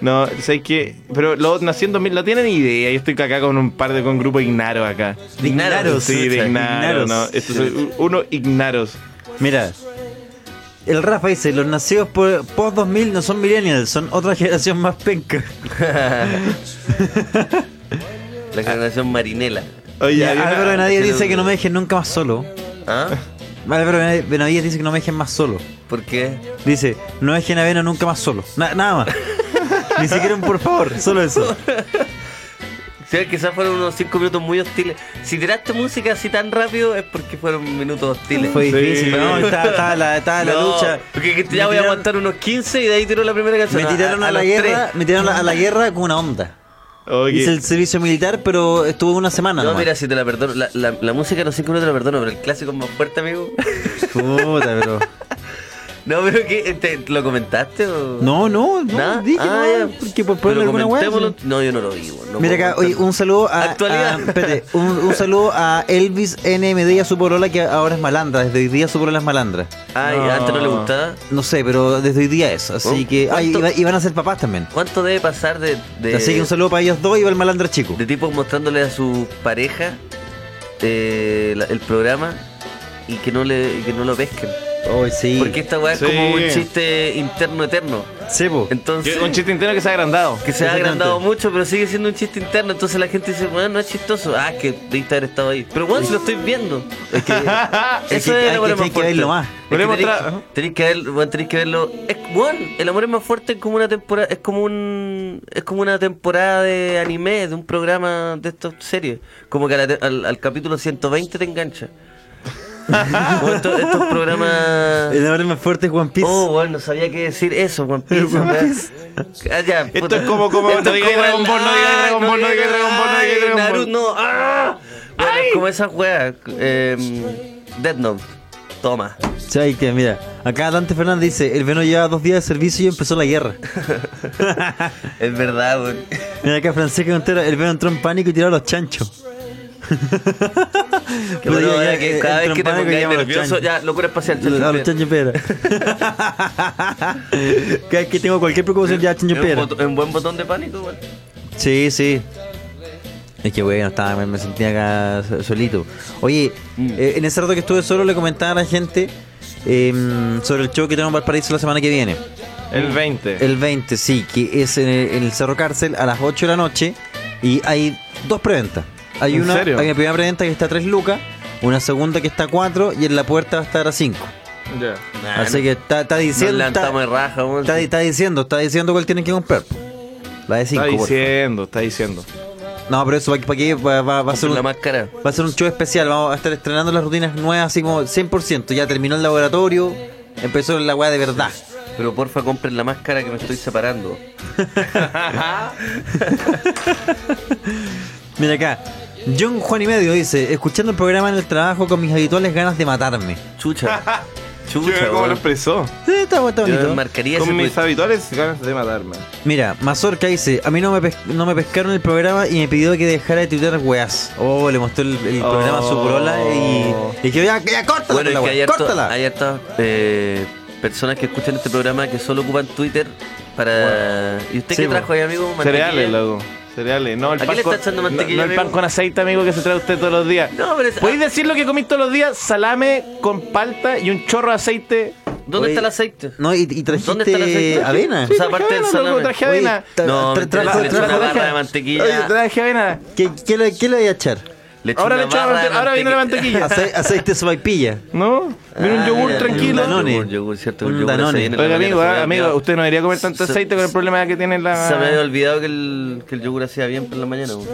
Speaker 4: no, sé que... Pero los nací en 2000, no tienen idea. Yo estoy acá con un par de... con grupo Ignaro acá.
Speaker 5: Dignaros.
Speaker 4: Sí, de Ignaro,
Speaker 5: Dignaros.
Speaker 4: no. Estos son- uno Ignaros.
Speaker 5: Mira. El Rafa dice, los nacidos por- post 2000 no son millennials, son otra generación más penca.
Speaker 9: La generación marinela.
Speaker 4: Oye,
Speaker 5: Ya,
Speaker 4: había una-
Speaker 5: Álvaro Benavides
Speaker 9: pero-
Speaker 5: dice que no me dejen nunca más solo.
Speaker 9: ¿Ah?
Speaker 5: Álvaro Benavide- Benavides dice que no me dejen más solo.
Speaker 9: ¿Por qué?
Speaker 5: Dice, no dejen a Veno nunca más solo. Na- nada más. [LAUGHS] Ni siquiera un por favor, solo eso.
Speaker 9: Sí, quizás fueron unos 5 minutos muy hostiles. Si tiraste música así tan rápido es porque fueron minutos hostiles.
Speaker 5: Fue
Speaker 4: Sí.
Speaker 5: difícil,
Speaker 9: [LAUGHS]
Speaker 5: ¿no? Estaba, estaba la, estaba la
Speaker 9: No,
Speaker 5: lucha.
Speaker 9: Porque que
Speaker 5: Me
Speaker 9: ya voy a
Speaker 5: tiraron-
Speaker 9: aguantar unos 15 y de ahí tiró la primera canción.
Speaker 5: Me tiraron a, la
Speaker 9: los
Speaker 5: guerra,
Speaker 9: tres.
Speaker 5: me tiraron a la guerra con una onda.
Speaker 4: Oye,
Speaker 5: Hice el servicio militar, pero estuve una semana.
Speaker 9: No,
Speaker 5: nomás.
Speaker 9: mira, si te la perdono. La, la, la música de los 5 minutos te la perdono, pero el clásico es más fuerte, amigo.
Speaker 5: Puta, pero.
Speaker 9: [LAUGHS] No, pero que lo comentaste o.
Speaker 5: No, no, no.
Speaker 9: ¿Nada?
Speaker 5: Dije,
Speaker 9: Ah,
Speaker 5: no,
Speaker 9: ya.
Speaker 5: porque por poner
Speaker 9: Pero
Speaker 5: alguna weá.
Speaker 9: comentémoslo. No, yo no lo vi, weón. No
Speaker 5: Mira acá,
Speaker 9: puedo
Speaker 5: oye,
Speaker 9: comentarlo.
Speaker 5: un saludo a.
Speaker 9: Actualidad.
Speaker 5: a- espérate, un, un saludo a Elvis N. Medella, su polola, que ahora es malandra. Desde hoy día su polola es malandra.
Speaker 9: Ay,
Speaker 4: No.
Speaker 9: antes no le gustaba.
Speaker 5: No sé, pero desde hoy día es. Así
Speaker 9: Oh,
Speaker 5: que. Ay,
Speaker 9: ¿cuánto?
Speaker 5: iba- y van a ser papás también.
Speaker 9: ¿Cuánto debe pasar de. de
Speaker 5: Así que un saludo para ellos dos y va el malandra chico.
Speaker 9: de tipos mostrándole a su pareja eh, la- el programa y que no le y que no lo pesquen.
Speaker 5: Oh, sí.
Speaker 9: Porque esta weá
Speaker 4: Sí.
Speaker 9: es como un chiste interno eterno.
Speaker 5: Sebo.
Speaker 9: Entonces,
Speaker 4: Un chiste interno que se ha agrandado.
Speaker 9: que se ha
Speaker 5: Exactamente.
Speaker 9: agrandado mucho, pero sigue siendo un chiste interno. Entonces la gente dice, bueno, no es chistoso. Ah, que debiste haber estado ahí. Pero bueno, si lo estoy viendo.
Speaker 5: Es
Speaker 9: [LAUGHS]
Speaker 5: que. es
Speaker 9: Eso
Speaker 5: que-
Speaker 9: es
Speaker 5: hay
Speaker 9: el
Speaker 5: que-
Speaker 9: amor es
Speaker 5: hay
Speaker 9: más
Speaker 5: que
Speaker 9: fuerte.
Speaker 5: verlo más.
Speaker 9: Es que
Speaker 4: Volvemos
Speaker 9: tenéis-
Speaker 4: atrás.
Speaker 9: tenéis que ver- bueno, tenéis que verlo. Es, bueno, el amor es más fuerte es como una temporada, es como un, es como una temporada de anime, de un programa de estas series. Como que a la te- al, al capítulo 120 te [LAUGHS] engancha. Como estos, estos programas.
Speaker 5: El nombre más fuerte es One Piece.
Speaker 9: Oh, bueno, sabía qué decir eso, One Piece. weón. Ah, ya,
Speaker 4: Esto
Speaker 9: puta.
Speaker 4: es como- como-
Speaker 9: Esto
Speaker 4: no
Speaker 9: es
Speaker 4: digáis
Speaker 9: como
Speaker 4: Dragon
Speaker 9: el-
Speaker 4: Ball, no digáis
Speaker 9: ay,
Speaker 4: Dragon Ball, no digáis Dragon Ball, no digáis
Speaker 9: ay,
Speaker 4: Dragon Ball.
Speaker 9: Naruto, no. ah. Bueno, es como esa wea. Eh, Dead Note. Toma.
Speaker 5: Sí, ahí que mira, acá Dante Fernández dice, el Veno lleva dos días de servicio y empezó la guerra.
Speaker 9: Es verdad, weón.
Speaker 5: Mira acá Francisca Contreras, el Veno entró en pánico y tiró a los
Speaker 9: [LAUGHS]
Speaker 5: chanchos.
Speaker 9: Que bueno,
Speaker 5: Pero ya,
Speaker 9: ya que
Speaker 5: eh,
Speaker 9: cada vez
Speaker 5: entró
Speaker 9: que
Speaker 5: en
Speaker 9: te
Speaker 5: pánico y
Speaker 9: pongáis
Speaker 5: llama a los
Speaker 9: nervioso,
Speaker 5: chanchos.
Speaker 9: ya, locura espacial.
Speaker 5: A los chanchos
Speaker 9: [LAUGHS]
Speaker 5: piedra. Cada vez que tengo cualquier preocupación ya chancho
Speaker 9: Es un
Speaker 5: piedra.
Speaker 9: bot- es un buen botón de pánico, weón.
Speaker 5: Sí, sí. Es que bueno, estaba, me, me sentía acá so- solito. Oye,
Speaker 9: Mm.
Speaker 5: eh, en ese rato que estuve solo le comentaba a la gente eh, sobre el show que tenemos en Valparaíso la semana que viene.
Speaker 4: El 20.
Speaker 5: El 20, sí, que es en el, en el Cerro Cárcel a las 8 de la noche y hay dos preventas. Hay
Speaker 4: ¿En
Speaker 5: una,
Speaker 4: serio?
Speaker 5: hay una primera preventa que está a 3 lucas, una segunda que está a 4 y en la puerta va a estar a 5.
Speaker 9: Eh,
Speaker 4: Ya.
Speaker 9: Nah,
Speaker 5: Así
Speaker 9: no-
Speaker 5: que está, está
Speaker 9: Nos
Speaker 5: diciendo está,
Speaker 9: levantamos de raja, weón.
Speaker 5: está- está diciendo, está diciendo cuál tienen que comprar. po. La de 5.
Speaker 4: Está diciendo, está diciendo.
Speaker 5: No, pero eso para que va, va- va a ser
Speaker 9: Con
Speaker 5: un,
Speaker 9: la máscara.
Speaker 5: va a ser un show especial, vamos a estar estrenando las rutinas nuevas así como 100%, ya terminó el laboratorio, empezó la weá de verdad.
Speaker 9: Pero porfa, compren la máscara que me estoy
Speaker 5: [LAUGHS]
Speaker 9: separando. [LAUGHS]
Speaker 5: Mira acá. John Juan y Medio dice, escuchando el programa en el trabajo con mis habituales ganas de matarme.
Speaker 9: Chucha.
Speaker 4: Chuta,
Speaker 9: Chucha,
Speaker 4: ¿Cómo lo
Speaker 9: weón.
Speaker 4: expresó?
Speaker 5: Sí, está, está
Speaker 9: Yo
Speaker 5: bonito.
Speaker 9: marcaría ese
Speaker 4: Con mis
Speaker 9: tweet.
Speaker 4: habituales ganas de matarme.
Speaker 5: Mira, Mazorca dice, a mí no me, pes- no me pescaron el programa y me pidió que dejara de tuitear weas. Oh, le mostró el, el
Speaker 4: Oh.
Speaker 5: programa a su polola y, y dije, ya, ya, córtala,
Speaker 9: Bueno,
Speaker 5: con
Speaker 9: es
Speaker 5: la
Speaker 9: que
Speaker 5: wea,
Speaker 9: hay harto-
Speaker 5: córtala.
Speaker 9: hay hartas eh, personas que escuchan este programa que solo ocupan Twitter para. ¿Y usted
Speaker 5: Sí,
Speaker 9: qué
Speaker 5: bueno.
Speaker 9: trajo ahí, amigo?
Speaker 10: pues.
Speaker 9: ¿Mantequilla?
Speaker 4: Cereales, loco. Cereales. No, el
Speaker 9: ¿A qué
Speaker 4: pan
Speaker 9: le
Speaker 4: con-
Speaker 9: está echando
Speaker 4: no-
Speaker 9: mantequilla,
Speaker 4: no el pan
Speaker 9: amigo?
Speaker 4: con aceite, amigo, que se trae usted todos los días.
Speaker 9: No, pero es-
Speaker 4: ¿Podéis decir lo que comís todos los días? Salame con palta y un chorro de aceite.
Speaker 9: ¿Dónde
Speaker 5: Oye,
Speaker 9: está el aceite?
Speaker 5: No, y, y trajiste
Speaker 9: ¿Dónde está el aceite?
Speaker 5: avena.
Speaker 9: Sí. O sea,
Speaker 4: traje
Speaker 9: aparte del
Speaker 4: avena, loco,
Speaker 9: salame.
Speaker 4: Traje
Speaker 5: Oye,
Speaker 4: avena.
Speaker 5: tra-
Speaker 9: No,
Speaker 5: tra-
Speaker 9: mentira,
Speaker 5: trajo-
Speaker 9: le echó
Speaker 5: trajo
Speaker 9: una
Speaker 5: avena.
Speaker 9: barra de mantequilla.
Speaker 4: Oye, traje avena.
Speaker 5: ¿Qué, qué le, qué le voy a echar?
Speaker 9: Le echó
Speaker 4: Ahora le
Speaker 9: una
Speaker 4: echo la
Speaker 9: barra de
Speaker 4: mantequilla. Ahora viene la mantequilla.
Speaker 5: Ace- aceite de sopaipilla.
Speaker 4: ¿No? Viene un
Speaker 9: Ah,
Speaker 4: yogur
Speaker 10: [LAUGHS]
Speaker 9: ya,
Speaker 4: tranquilo.
Speaker 9: Un
Speaker 5: Danone.
Speaker 9: yogur, yogur, cierto,
Speaker 5: Un
Speaker 9: yogur,
Speaker 5: Danone.
Speaker 9: se viene la
Speaker 4: Oiga,
Speaker 9: mañana,
Speaker 4: amigo,
Speaker 9: se
Speaker 4: ah,
Speaker 9: me había
Speaker 4: amigo,
Speaker 9: olvidado.
Speaker 4: usted no debería comer tanto
Speaker 9: Se-
Speaker 4: aceite con el problema que tiene
Speaker 9: Se me había
Speaker 4: la.
Speaker 9: olvidado que el, que el yogur hacía bien por la mañana. güey.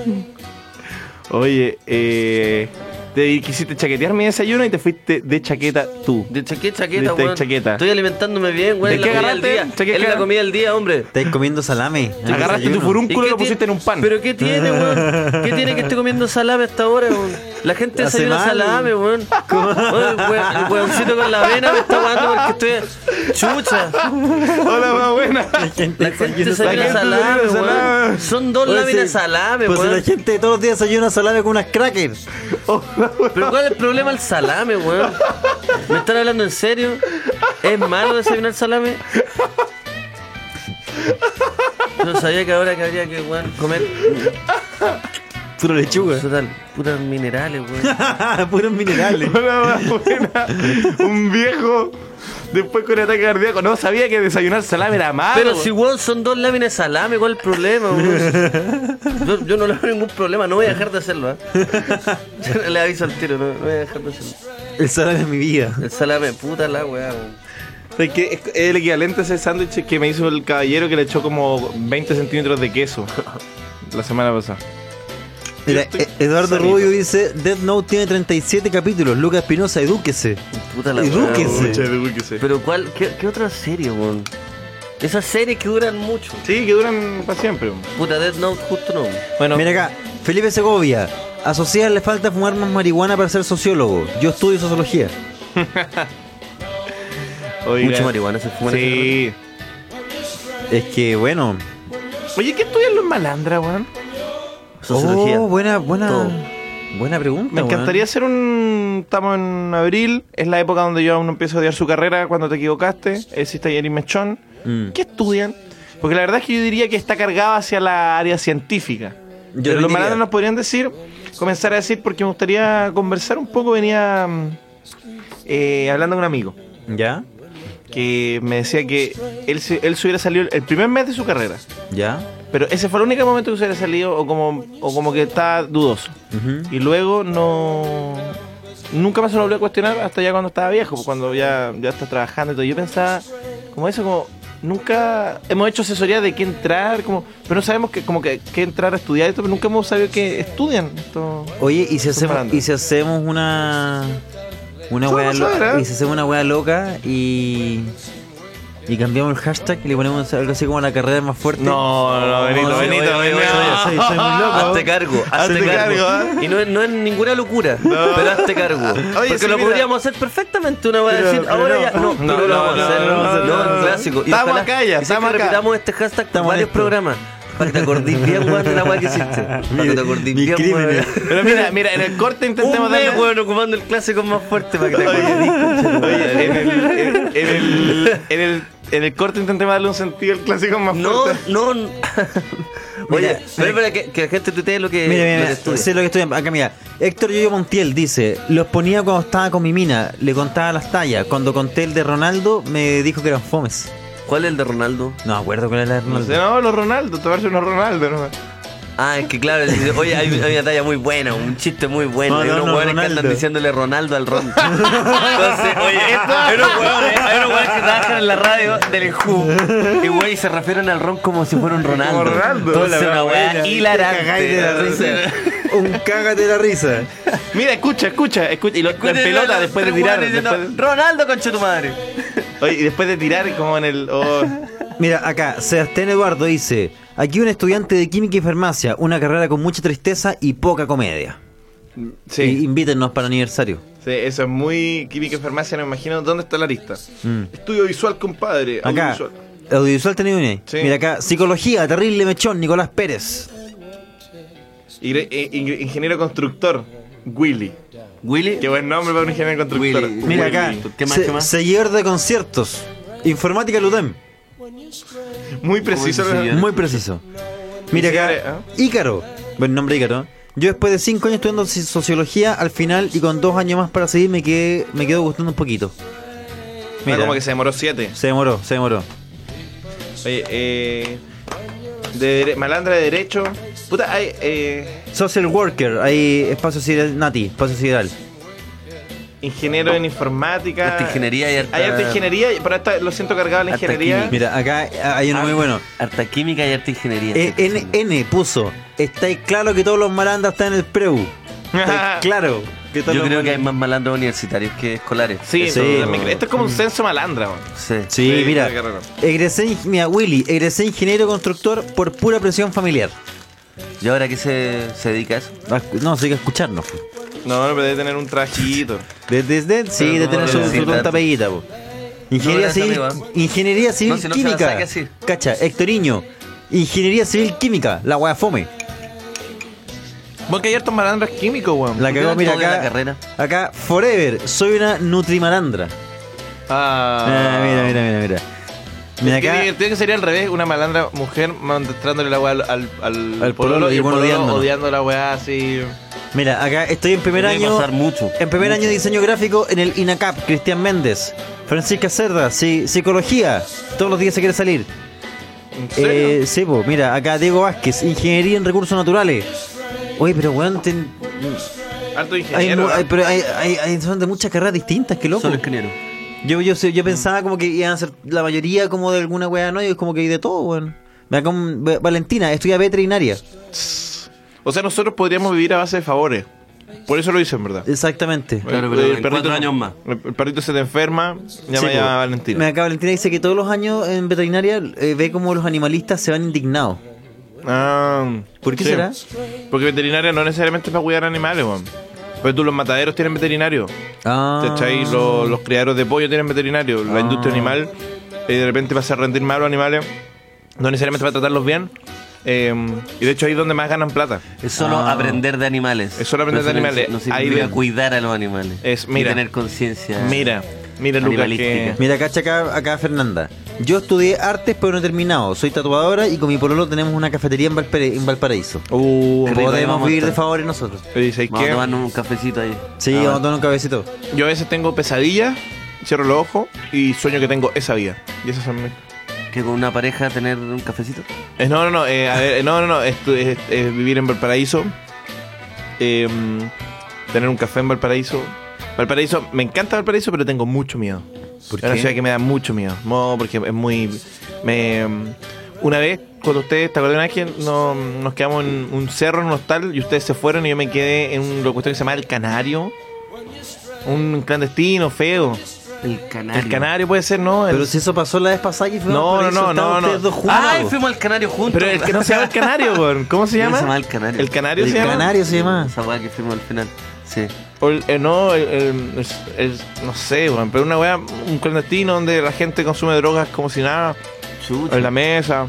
Speaker 4: Oye, eh.
Speaker 10: Te quisiste chaquetear mi desayuno y te fuiste de chaqueta tú.
Speaker 9: De chaqueta, chaqueta,
Speaker 10: De
Speaker 9: weón.
Speaker 10: chaqueta.
Speaker 9: Estoy alimentándome bien, weón.
Speaker 10: ¿De
Speaker 9: es la
Speaker 10: qué
Speaker 9: comida del
Speaker 10: agarraste?
Speaker 9: día.
Speaker 10: Chaqueta.
Speaker 9: Es la comida del día, hombre.
Speaker 5: Estáis comiendo salame. al
Speaker 10: Agarraste tu
Speaker 5: desayuno. [LAUGHS]
Speaker 10: furúnculo y lo
Speaker 9: qué
Speaker 10: pusiste en
Speaker 9: tiene-
Speaker 10: un pan.
Speaker 9: ¿Pero qué tiene, weón? ¿Qué tiene que esté comiendo salame hasta ahora, weón? La gente
Speaker 5: Hace
Speaker 9: desayuna
Speaker 5: mal,
Speaker 9: salame, weón. Weón, El weón- el weoncito con la avena me está jugando porque estoy... Chucha.
Speaker 10: Hola, más buena.
Speaker 9: La gente desayuna
Speaker 10: gente
Speaker 9: salame,
Speaker 10: desayuna salame.
Speaker 9: weón. Son dos
Speaker 5: Oye,
Speaker 9: láminas de
Speaker 5: sí.
Speaker 9: salame,
Speaker 5: Pues la
Speaker 9: weón.
Speaker 5: gente todos los días desayuna salame con unas crackers.
Speaker 9: Pero ¿cuál es el problema del salame, weón? ¿Me están hablando en serio? ¿Es malo desayunar salame? No sabía que ahora que habría que weón, comer
Speaker 5: Puro lechuga.
Speaker 9: total, putas minerales,
Speaker 5: [LAUGHS]
Speaker 9: weón.
Speaker 4: [LAUGHS]
Speaker 5: Puros minerales.
Speaker 10: Hola, más buena. Un viejo. Después con ataque cardíaco. No sabía que desayunar salame era
Speaker 5: Ah,
Speaker 10: malo.
Speaker 9: Pero si weón son dos láminas de salame, ¿cuál es el problema, weón? Yo, yo no le veo ningún problema, no voy a dejar de hacerlo, ¿ah? Yo [LAUGHS] Le aviso al tiro, no, no voy a dejar de hacerlo.
Speaker 5: El salame es mi vida.
Speaker 9: El salame, puta la weá, weón.
Speaker 10: Es que es el equivalente a ese sándwich que me hizo el caballero que le echó como 20 centímetros de queso [LAUGHS] la semana pasada.
Speaker 5: Mira,
Speaker 10: estoy
Speaker 5: eh, Eduardo
Speaker 10: sanito.
Speaker 5: Rubio dice: Death Note tiene 37 capítulos. Lucas Espinosa, edúquese.
Speaker 9: Puta la weá,
Speaker 5: Edúquese.
Speaker 9: weón.
Speaker 5: Sí.
Speaker 10: Edúquese.
Speaker 9: Pero cuál, qué, qué otra serie, weón? Esas series que duran mucho.
Speaker 10: Sí, que duran para siempre.
Speaker 9: Puta, Death Note justo no.
Speaker 10: Bueno,
Speaker 5: Mira acá, Felipe Segovia. A Sociedad le falta fumar más marihuana para ser sociólogo. Yo estudio
Speaker 9: [LAUGHS]
Speaker 5: sociología.
Speaker 10: oiga.
Speaker 9: Mucha marihuana se fuma en ese
Speaker 10: Sí.
Speaker 5: Es que, bueno.
Speaker 10: Oye, ¿qué estudian los malandras, weón?
Speaker 9: Sociología.
Speaker 5: Oh, buena, buena.
Speaker 9: Todo.
Speaker 5: Buena pregunta.
Speaker 10: Me
Speaker 5: weón.
Speaker 10: encantaría hacer un... Estamos en abril, es la época donde yo aún no empiezo a odiar su carrera cuando te equivocaste. Existe Jerry Mechón.
Speaker 5: Mm.
Speaker 10: ¿Qué estudian? Porque la verdad es que yo diría que está cargada hacia la área científica.
Speaker 5: Yo
Speaker 10: Pero los
Speaker 5: diría-
Speaker 10: malandros nos podrían decir, comenzar a decir, porque me gustaría conversar un poco, venía mm, eh, hablando con un amigo
Speaker 5: ¿Ya?
Speaker 10: que me decía que él, se- él se hubiera salido el primer mes de su carrera,
Speaker 5: ¿Ya?
Speaker 10: pero ese fue el único momento que se hubiera salido o como, o como que está dudoso.
Speaker 5: Ujú.
Speaker 10: Y luego no. Nunca más se lo volví a cuestionar hasta ya cuando estaba viejo, cuando ya, ya estás trabajando y todo. Yo pensaba, como eso, como. Nunca hemos hecho asesoría de qué entrar, como, pero no sabemos que, como que, qué entrar a estudiar esto, pero nunca hemos sabido que estudian esto.
Speaker 5: Oye, ¿y si hacemos,
Speaker 10: Comparando.
Speaker 5: ¿y si hacemos una. Una
Speaker 10: Vamos
Speaker 5: wea
Speaker 10: a ver,
Speaker 5: loca.
Speaker 10: ¿eh?
Speaker 5: Y si hacemos una wea loca y. Y cambiamos el hashtag y le ponemos algo así como la carrera más fuerte.
Speaker 10: no,
Speaker 5: Benito, Benito, Benito.
Speaker 10: Soy, muy
Speaker 9: Hazte cargo, hazte,
Speaker 10: Hazte
Speaker 9: cargo. ¿eh? ¿ah?
Speaker 10: cargo,
Speaker 9: Y no es, no es ninguna locura, pero hazte cargo. Porque
Speaker 10: sí,
Speaker 9: lo
Speaker 10: mira.
Speaker 9: podríamos hacer perfectamente una vez
Speaker 10: Pero-
Speaker 9: decir,
Speaker 10: pero
Speaker 9: ahora
Speaker 10: no.
Speaker 9: ya no,
Speaker 10: No,
Speaker 9: pero no, lo vamos
Speaker 10: no,
Speaker 9: a hacer.
Speaker 10: no, no,
Speaker 9: No,
Speaker 10: no,
Speaker 9: es
Speaker 10: no.
Speaker 9: un clásico. Y
Speaker 10: Estamos
Speaker 9: ojalá-
Speaker 10: acá ya,
Speaker 9: y sé
Speaker 10: estamos
Speaker 9: que
Speaker 10: acá.
Speaker 9: repitamos este hashtag en
Speaker 5: Estamos
Speaker 9: varios
Speaker 5: listos.
Speaker 9: programas. Para que te acordís bien, weón, de la weá que hiciste. Para que te acordís bien, weón.
Speaker 10: Pero mira, mira, en el corte intentemos
Speaker 9: Un mes,
Speaker 10: darle-
Speaker 9: weón, ocupando el clásico más fuerte para que te acuerdes.
Speaker 10: Oye, en el, en, en el, en el, en el corte intentemos darle un sentido al clásico más
Speaker 9: No,
Speaker 10: fuerte. [LAUGHS]
Speaker 9: no. n- Oye,
Speaker 5: Mira,
Speaker 9: pero
Speaker 5: mira.
Speaker 9: para que, que la gente tutee lo
Speaker 5: Mira,
Speaker 9: que. lo que
Speaker 5: mira, mira,
Speaker 9: estudia.
Speaker 5: sé lo que estoy acá, mira. Héctor Yoyo Montiel dice, los ponía cuando estaba con mi mina, le contaba las tallas. Cuando conté el de Ronaldo, me dijo que eran fomes.
Speaker 9: ¿Cuál es el de Ronaldo?
Speaker 5: No me acuerdo cuál era el de
Speaker 10: No,
Speaker 5: Ronaldo.
Speaker 10: sé, no, los Ronaldo, tomarse unos Ronaldo. ¿no?
Speaker 9: Ah, es que claro, él dice, oye, hay, hay una talla muy buena, un chiste muy bueno.
Speaker 5: No,
Speaker 9: hay
Speaker 5: no,
Speaker 9: unos
Speaker 5: no,
Speaker 9: hueones que
Speaker 5: Ronaldo.
Speaker 9: andan diciéndole Ronaldo
Speaker 10: [LAUGHS]
Speaker 9: al Ron. Entonces, oye, hay unos hueones, hay unos hueones que trabajan en la radio del Who. Y güey, se refieren al Ron como si fuera un Ronaldo.
Speaker 10: Como Ronaldo.
Speaker 9: Entonces,
Speaker 10: La
Speaker 9: una hueá
Speaker 10: buena.
Speaker 9: hilarante.
Speaker 5: Cagáis de la risa. Un cágate de la risa.
Speaker 10: Mira, escucha, escucha, escucha. Y lo, la pelota después de tirar. Después, de-
Speaker 9: Ronaldo, concha tu madre.
Speaker 10: oye, y después de tirar, como en el. oh,
Speaker 9: [LAUGHS]
Speaker 5: Mira, acá, Sebastián Eduardo dice, aquí un estudiante de química y farmacia, una carrera con mucha tristeza y poca comedia. Y
Speaker 10: sí,
Speaker 5: invítennos para el aniversario.
Speaker 10: sí, eso es muy química y farmacia, no me imagino. ¿Dónde está la lista?
Speaker 5: Mm.
Speaker 10: Estudio visual, compadre.
Speaker 5: Acá,
Speaker 10: audiovisual.
Speaker 5: audiovisual tenía una.
Speaker 10: Sí.
Speaker 5: Mira acá, psicología, terrible mechón, Nicolás Pérez.
Speaker 10: Ingre- eh, ingre- ingeniero constructor, Willy.
Speaker 9: Willy.
Speaker 10: Qué buen nombre para un ingeniero constructor.
Speaker 9: Willy.
Speaker 5: Mira acá,
Speaker 9: ¿Qué más,
Speaker 5: se-
Speaker 9: qué más?
Speaker 5: seguidor de conciertos. Informática Ludem.
Speaker 10: Muy preciso.
Speaker 9: Buen señor.
Speaker 5: Muy preciso. Mira acá, Ícaro. Buen nombre, Ícaro. ¿eh? Yo después de cinco años estudiando si- sociología, al final y con dos años más para seguir, me quedé, me quedo gustando un poquito.
Speaker 10: Mira,
Speaker 5: Mira,
Speaker 10: como que se demoró siete.
Speaker 5: se demoró, se demoró.
Speaker 10: Oye, eh, de dere- malandra de derecho. Puta, hay, eh,
Speaker 5: Social worker, hay espacio sideral, Nati, espacio sideral.
Speaker 10: ingeniero en informática.
Speaker 9: Arte ingeniería y harta-
Speaker 10: Hay arte ingeniería, pero esta lo siento cargado a la
Speaker 9: Harta
Speaker 10: ingeniería.
Speaker 9: química.
Speaker 5: Mira, acá hay uno muy bueno.
Speaker 9: Ah, Harta química
Speaker 10: Eh,
Speaker 9: y arte ingeniería.
Speaker 5: Eh, N, N puso, estáis claro que todos los malandras están en el preu.
Speaker 9: [LAUGHS]
Speaker 5: claro. ¿Qué tal
Speaker 9: Yo
Speaker 5: los
Speaker 9: creo que hay
Speaker 5: buenos?
Speaker 9: más malandros universitarios que escolares.
Speaker 10: Sí,
Speaker 5: Sí,
Speaker 10: no,
Speaker 5: bueno.
Speaker 10: esto es como un censo malandra, weón.
Speaker 9: Sí.
Speaker 5: Sí,
Speaker 10: Sí,
Speaker 5: mira.
Speaker 10: la carrera.
Speaker 5: Egresé, ing- mira, Willy, egresé ingeniero constructor por pura presión familiar.
Speaker 9: ¿Y ahora qué se, se dedica a eso?
Speaker 5: Ah, No, sí que escucharnos. po.
Speaker 10: No, no, pero debe tener un trajito.
Speaker 5: De- Desde, sí,
Speaker 9: Pero
Speaker 5: de
Speaker 9: no
Speaker 5: tener
Speaker 9: lo
Speaker 5: su, su
Speaker 9: necesitas.
Speaker 5: tonta peguita, po. Ingeniería
Speaker 9: No,
Speaker 5: civil,
Speaker 9: gracias, amigo, ¿eh?
Speaker 5: ingeniería civil
Speaker 9: No, si no se la
Speaker 5: química.
Speaker 9: saque así.
Speaker 5: Cacha, Hectoriño. Ingeniería civil química, la wea fome.
Speaker 10: Bueno, que hay hartos malandros químicos, weón.
Speaker 5: La cagó,
Speaker 9: qué
Speaker 5: mira
Speaker 9: todo de
Speaker 5: acá.
Speaker 9: la carrera?
Speaker 5: Acá, forever. Soy una nutrimalandra. Ah,
Speaker 10: Ah,
Speaker 5: mira, mira, mira, mira. Mira
Speaker 10: Qué
Speaker 5: acá.
Speaker 10: divertido que sería al revés, una malandra mujer mostrándole la weá al, al, al,
Speaker 5: Al pololo y
Speaker 10: el
Speaker 5: bueno,
Speaker 10: pololo
Speaker 5: odiándonos.
Speaker 10: odiando la weá así.
Speaker 5: Mira, acá estoy en primer
Speaker 9: Debe
Speaker 5: año.
Speaker 9: pasar mucho.
Speaker 5: En primer año de diseño gráfico en el INACAP, Cristian Méndez. Francisca Cerda, sí, psicología. Todos los días se quiere salir.
Speaker 10: ¿En serio?
Speaker 5: Eh, sí, po, mira, acá Diego Vázquez, ingeniería en recursos naturales. Oye, pero weón, ten-
Speaker 10: Harto
Speaker 5: hay,
Speaker 10: ingeniero.
Speaker 5: mu- hay-
Speaker 10: ¿eh?
Speaker 5: pero hay, hay- hay- son de muchas carreras distintas, qué loco.
Speaker 9: Solo ingeniero.
Speaker 5: Yo, yo, sé- yo pensaba como que iban a ser la mayoría como de alguna weá, no, y es como que hay de todo, weón. Mira, con Ve- Valentina, estudia veterinaria.
Speaker 10: O sea, nosotros podríamos vivir a base de favores. Por eso lo hice, en verdad.
Speaker 5: Exactamente.
Speaker 9: Claro, pero en cuatro años más.
Speaker 10: El el perrito se te enferma, llama
Speaker 5: Sí,
Speaker 10: ya
Speaker 5: po.
Speaker 10: a Valentina.
Speaker 5: Mira, acá Valentina dice que todos los años en veterinaria eh, ve como los animalistas se van indignados.
Speaker 10: Ah,
Speaker 5: ¿Por qué será?
Speaker 10: Porque veterinaria no necesariamente es para cuidar animales, weón. Pero tú, los mataderos tienen veterinario.
Speaker 5: Ah.
Speaker 10: ¿Cachai? Los, los criaderos de pollo tienen veterinario. La
Speaker 9: Ah.
Speaker 10: industria animal, eh, de repente vas a rendir mal a los animales, no necesariamente para tratarlos bien. eh, y de hecho ahí es donde más ganan plata.
Speaker 9: Es solo aprender de animales.
Speaker 10: Ah. Es solo aprender
Speaker 9: Pero
Speaker 10: de
Speaker 9: eso no-
Speaker 10: animales.
Speaker 9: No
Speaker 10: Ahí
Speaker 9: significa
Speaker 10: ven.
Speaker 9: cuidar a los animales.
Speaker 10: Es-
Speaker 9: Y
Speaker 10: mira.
Speaker 9: tener conciencia.
Speaker 10: Mira, mira Lucas que...
Speaker 9: Animalística.
Speaker 5: Mira, cacha acá, acá Fernanda. Yo estudié artes pero no he terminado. Soy tatuadora y con mi pololo tenemos una cafetería en, Valpare- en Valparaíso.
Speaker 10: Uh,
Speaker 9: rico, ahí
Speaker 5: Podemos
Speaker 9: vamos a
Speaker 5: vivir de
Speaker 9: estar.
Speaker 5: favores nosotros.
Speaker 10: y ¿sabes
Speaker 9: Vamos
Speaker 10: qué?
Speaker 9: a tomarnos un cafecito ahí.
Speaker 5: Sí,
Speaker 9: Ah,
Speaker 5: vamos a tomar un cabecito.
Speaker 10: Yo a veces tengo pesadillas, cierro los ojos y sueño que tengo esa vida. Y esas son mis...
Speaker 9: Que con una pareja tener un cafecito.
Speaker 10: Eh, no, no, no, eh, a ver, eh, no, no, no, esto es, es vivir en Valparaíso, eh, tener un café en Valparaíso. Valparaíso, me encanta Valparaíso, pero tengo mucho miedo.
Speaker 5: ¿Por
Speaker 10: es una
Speaker 5: qué?
Speaker 10: ciudad que me da mucho miedo, no, porque es muy... me- em, una vez, cuando ustedes, ¿te acuerdas que no, nos quedamos en un cerro, en un hostal, y ustedes se fueron y yo me quedé en un locutor que se llama El Canario? Un clandestino, feo.
Speaker 9: El canario.
Speaker 10: El Canario puede ser, ¿no? El-
Speaker 5: Pero si eso pasó la vez pasada y fue
Speaker 10: No, no, no, no, no.
Speaker 5: ustedes dos juntos.
Speaker 9: ¡Ay! Ah, Fuimos al canario juntos.
Speaker 10: Pero el que no se llama el [LAUGHS] canario, weón. ¿Cómo se
Speaker 9: [LAUGHS] ¿Cómo
Speaker 10: llama?
Speaker 9: se llama el canario?
Speaker 10: ¿El canario
Speaker 5: El
Speaker 10: se llama?
Speaker 5: canario se llama.
Speaker 9: Esa weá que fuimos al final. Sí.
Speaker 10: O el- eh, no, el, el- el- el- no sé, weón. Pero una weá, un clandestino donde la gente consume drogas como si nada.
Speaker 9: Chuta.
Speaker 10: En la mesa.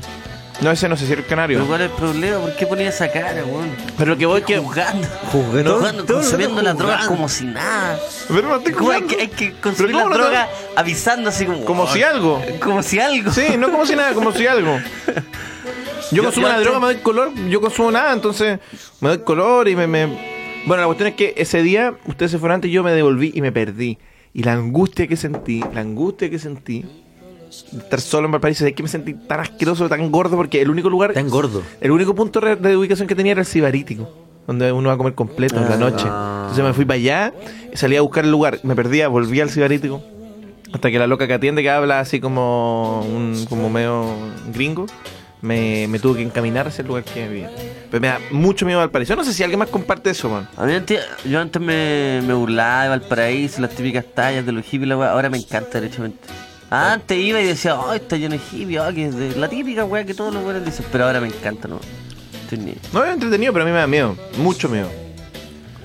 Speaker 10: No, ese no sé si era el
Speaker 9: Pero
Speaker 10: canario.
Speaker 9: ¿cuál es el problema? ¿Por qué ponía esa cara, weón?
Speaker 10: Pero lo que voy que.
Speaker 9: Jugando.
Speaker 5: Juzgué- todo-
Speaker 9: Jugando,
Speaker 5: todo el
Speaker 9: consumiendo
Speaker 5: rato
Speaker 9: las drogas
Speaker 5: juzgando.
Speaker 9: como si nada.
Speaker 10: Pero no estoy
Speaker 9: Como hay,
Speaker 10: jugando.
Speaker 9: que, hay que consumir
Speaker 10: ¿cómo
Speaker 9: las
Speaker 10: no te-
Speaker 9: drogas avisando así como.
Speaker 10: Como si algo.
Speaker 9: Como si algo.
Speaker 10: Sí, no como si nada, como si algo. Yo,
Speaker 9: Yo-
Speaker 10: consumo
Speaker 9: yo
Speaker 10: la
Speaker 9: antes-
Speaker 10: droga, me doy color, yo consumo nada, entonces me doy color y me, me- Bueno, la cuestión es que ese día ustedes se fueron antes y yo me devolví y me perdí. Y la angustia que sentí, la angustia que sentí de estar solo en Valparaíso, es que me sentí tan asqueroso, tan gordo, porque el único lugar,
Speaker 5: Tan gordo.
Speaker 10: el único punto re- de ubicación que tenía era el Cibarítico, donde uno va a comer completo
Speaker 5: Ah.
Speaker 10: en la noche. Entonces me fui para allá, salí a buscar el lugar, me perdía, volví al Cibarítico. Hasta que la loca que atiende, que habla así como un como medio gringo, me, me tuvo que encaminar hacia el lugar que vivía. Pero me da mucho miedo al paraíso. No sé si alguien más comparte eso, man.
Speaker 9: A mí antes, yo antes me, me burlaba de Valparaíso, las típicas tallas de los hippies, y la weá. Ahora me encanta, derechamente. Antes iba y decía, oh, está lleno de hippies, oh, que es de- la típica weá que todos los weones dicen. Pero ahora me encanta, ¿no? Estoy ni-
Speaker 10: No es entretenido, pero a mí me da miedo. Mucho miedo.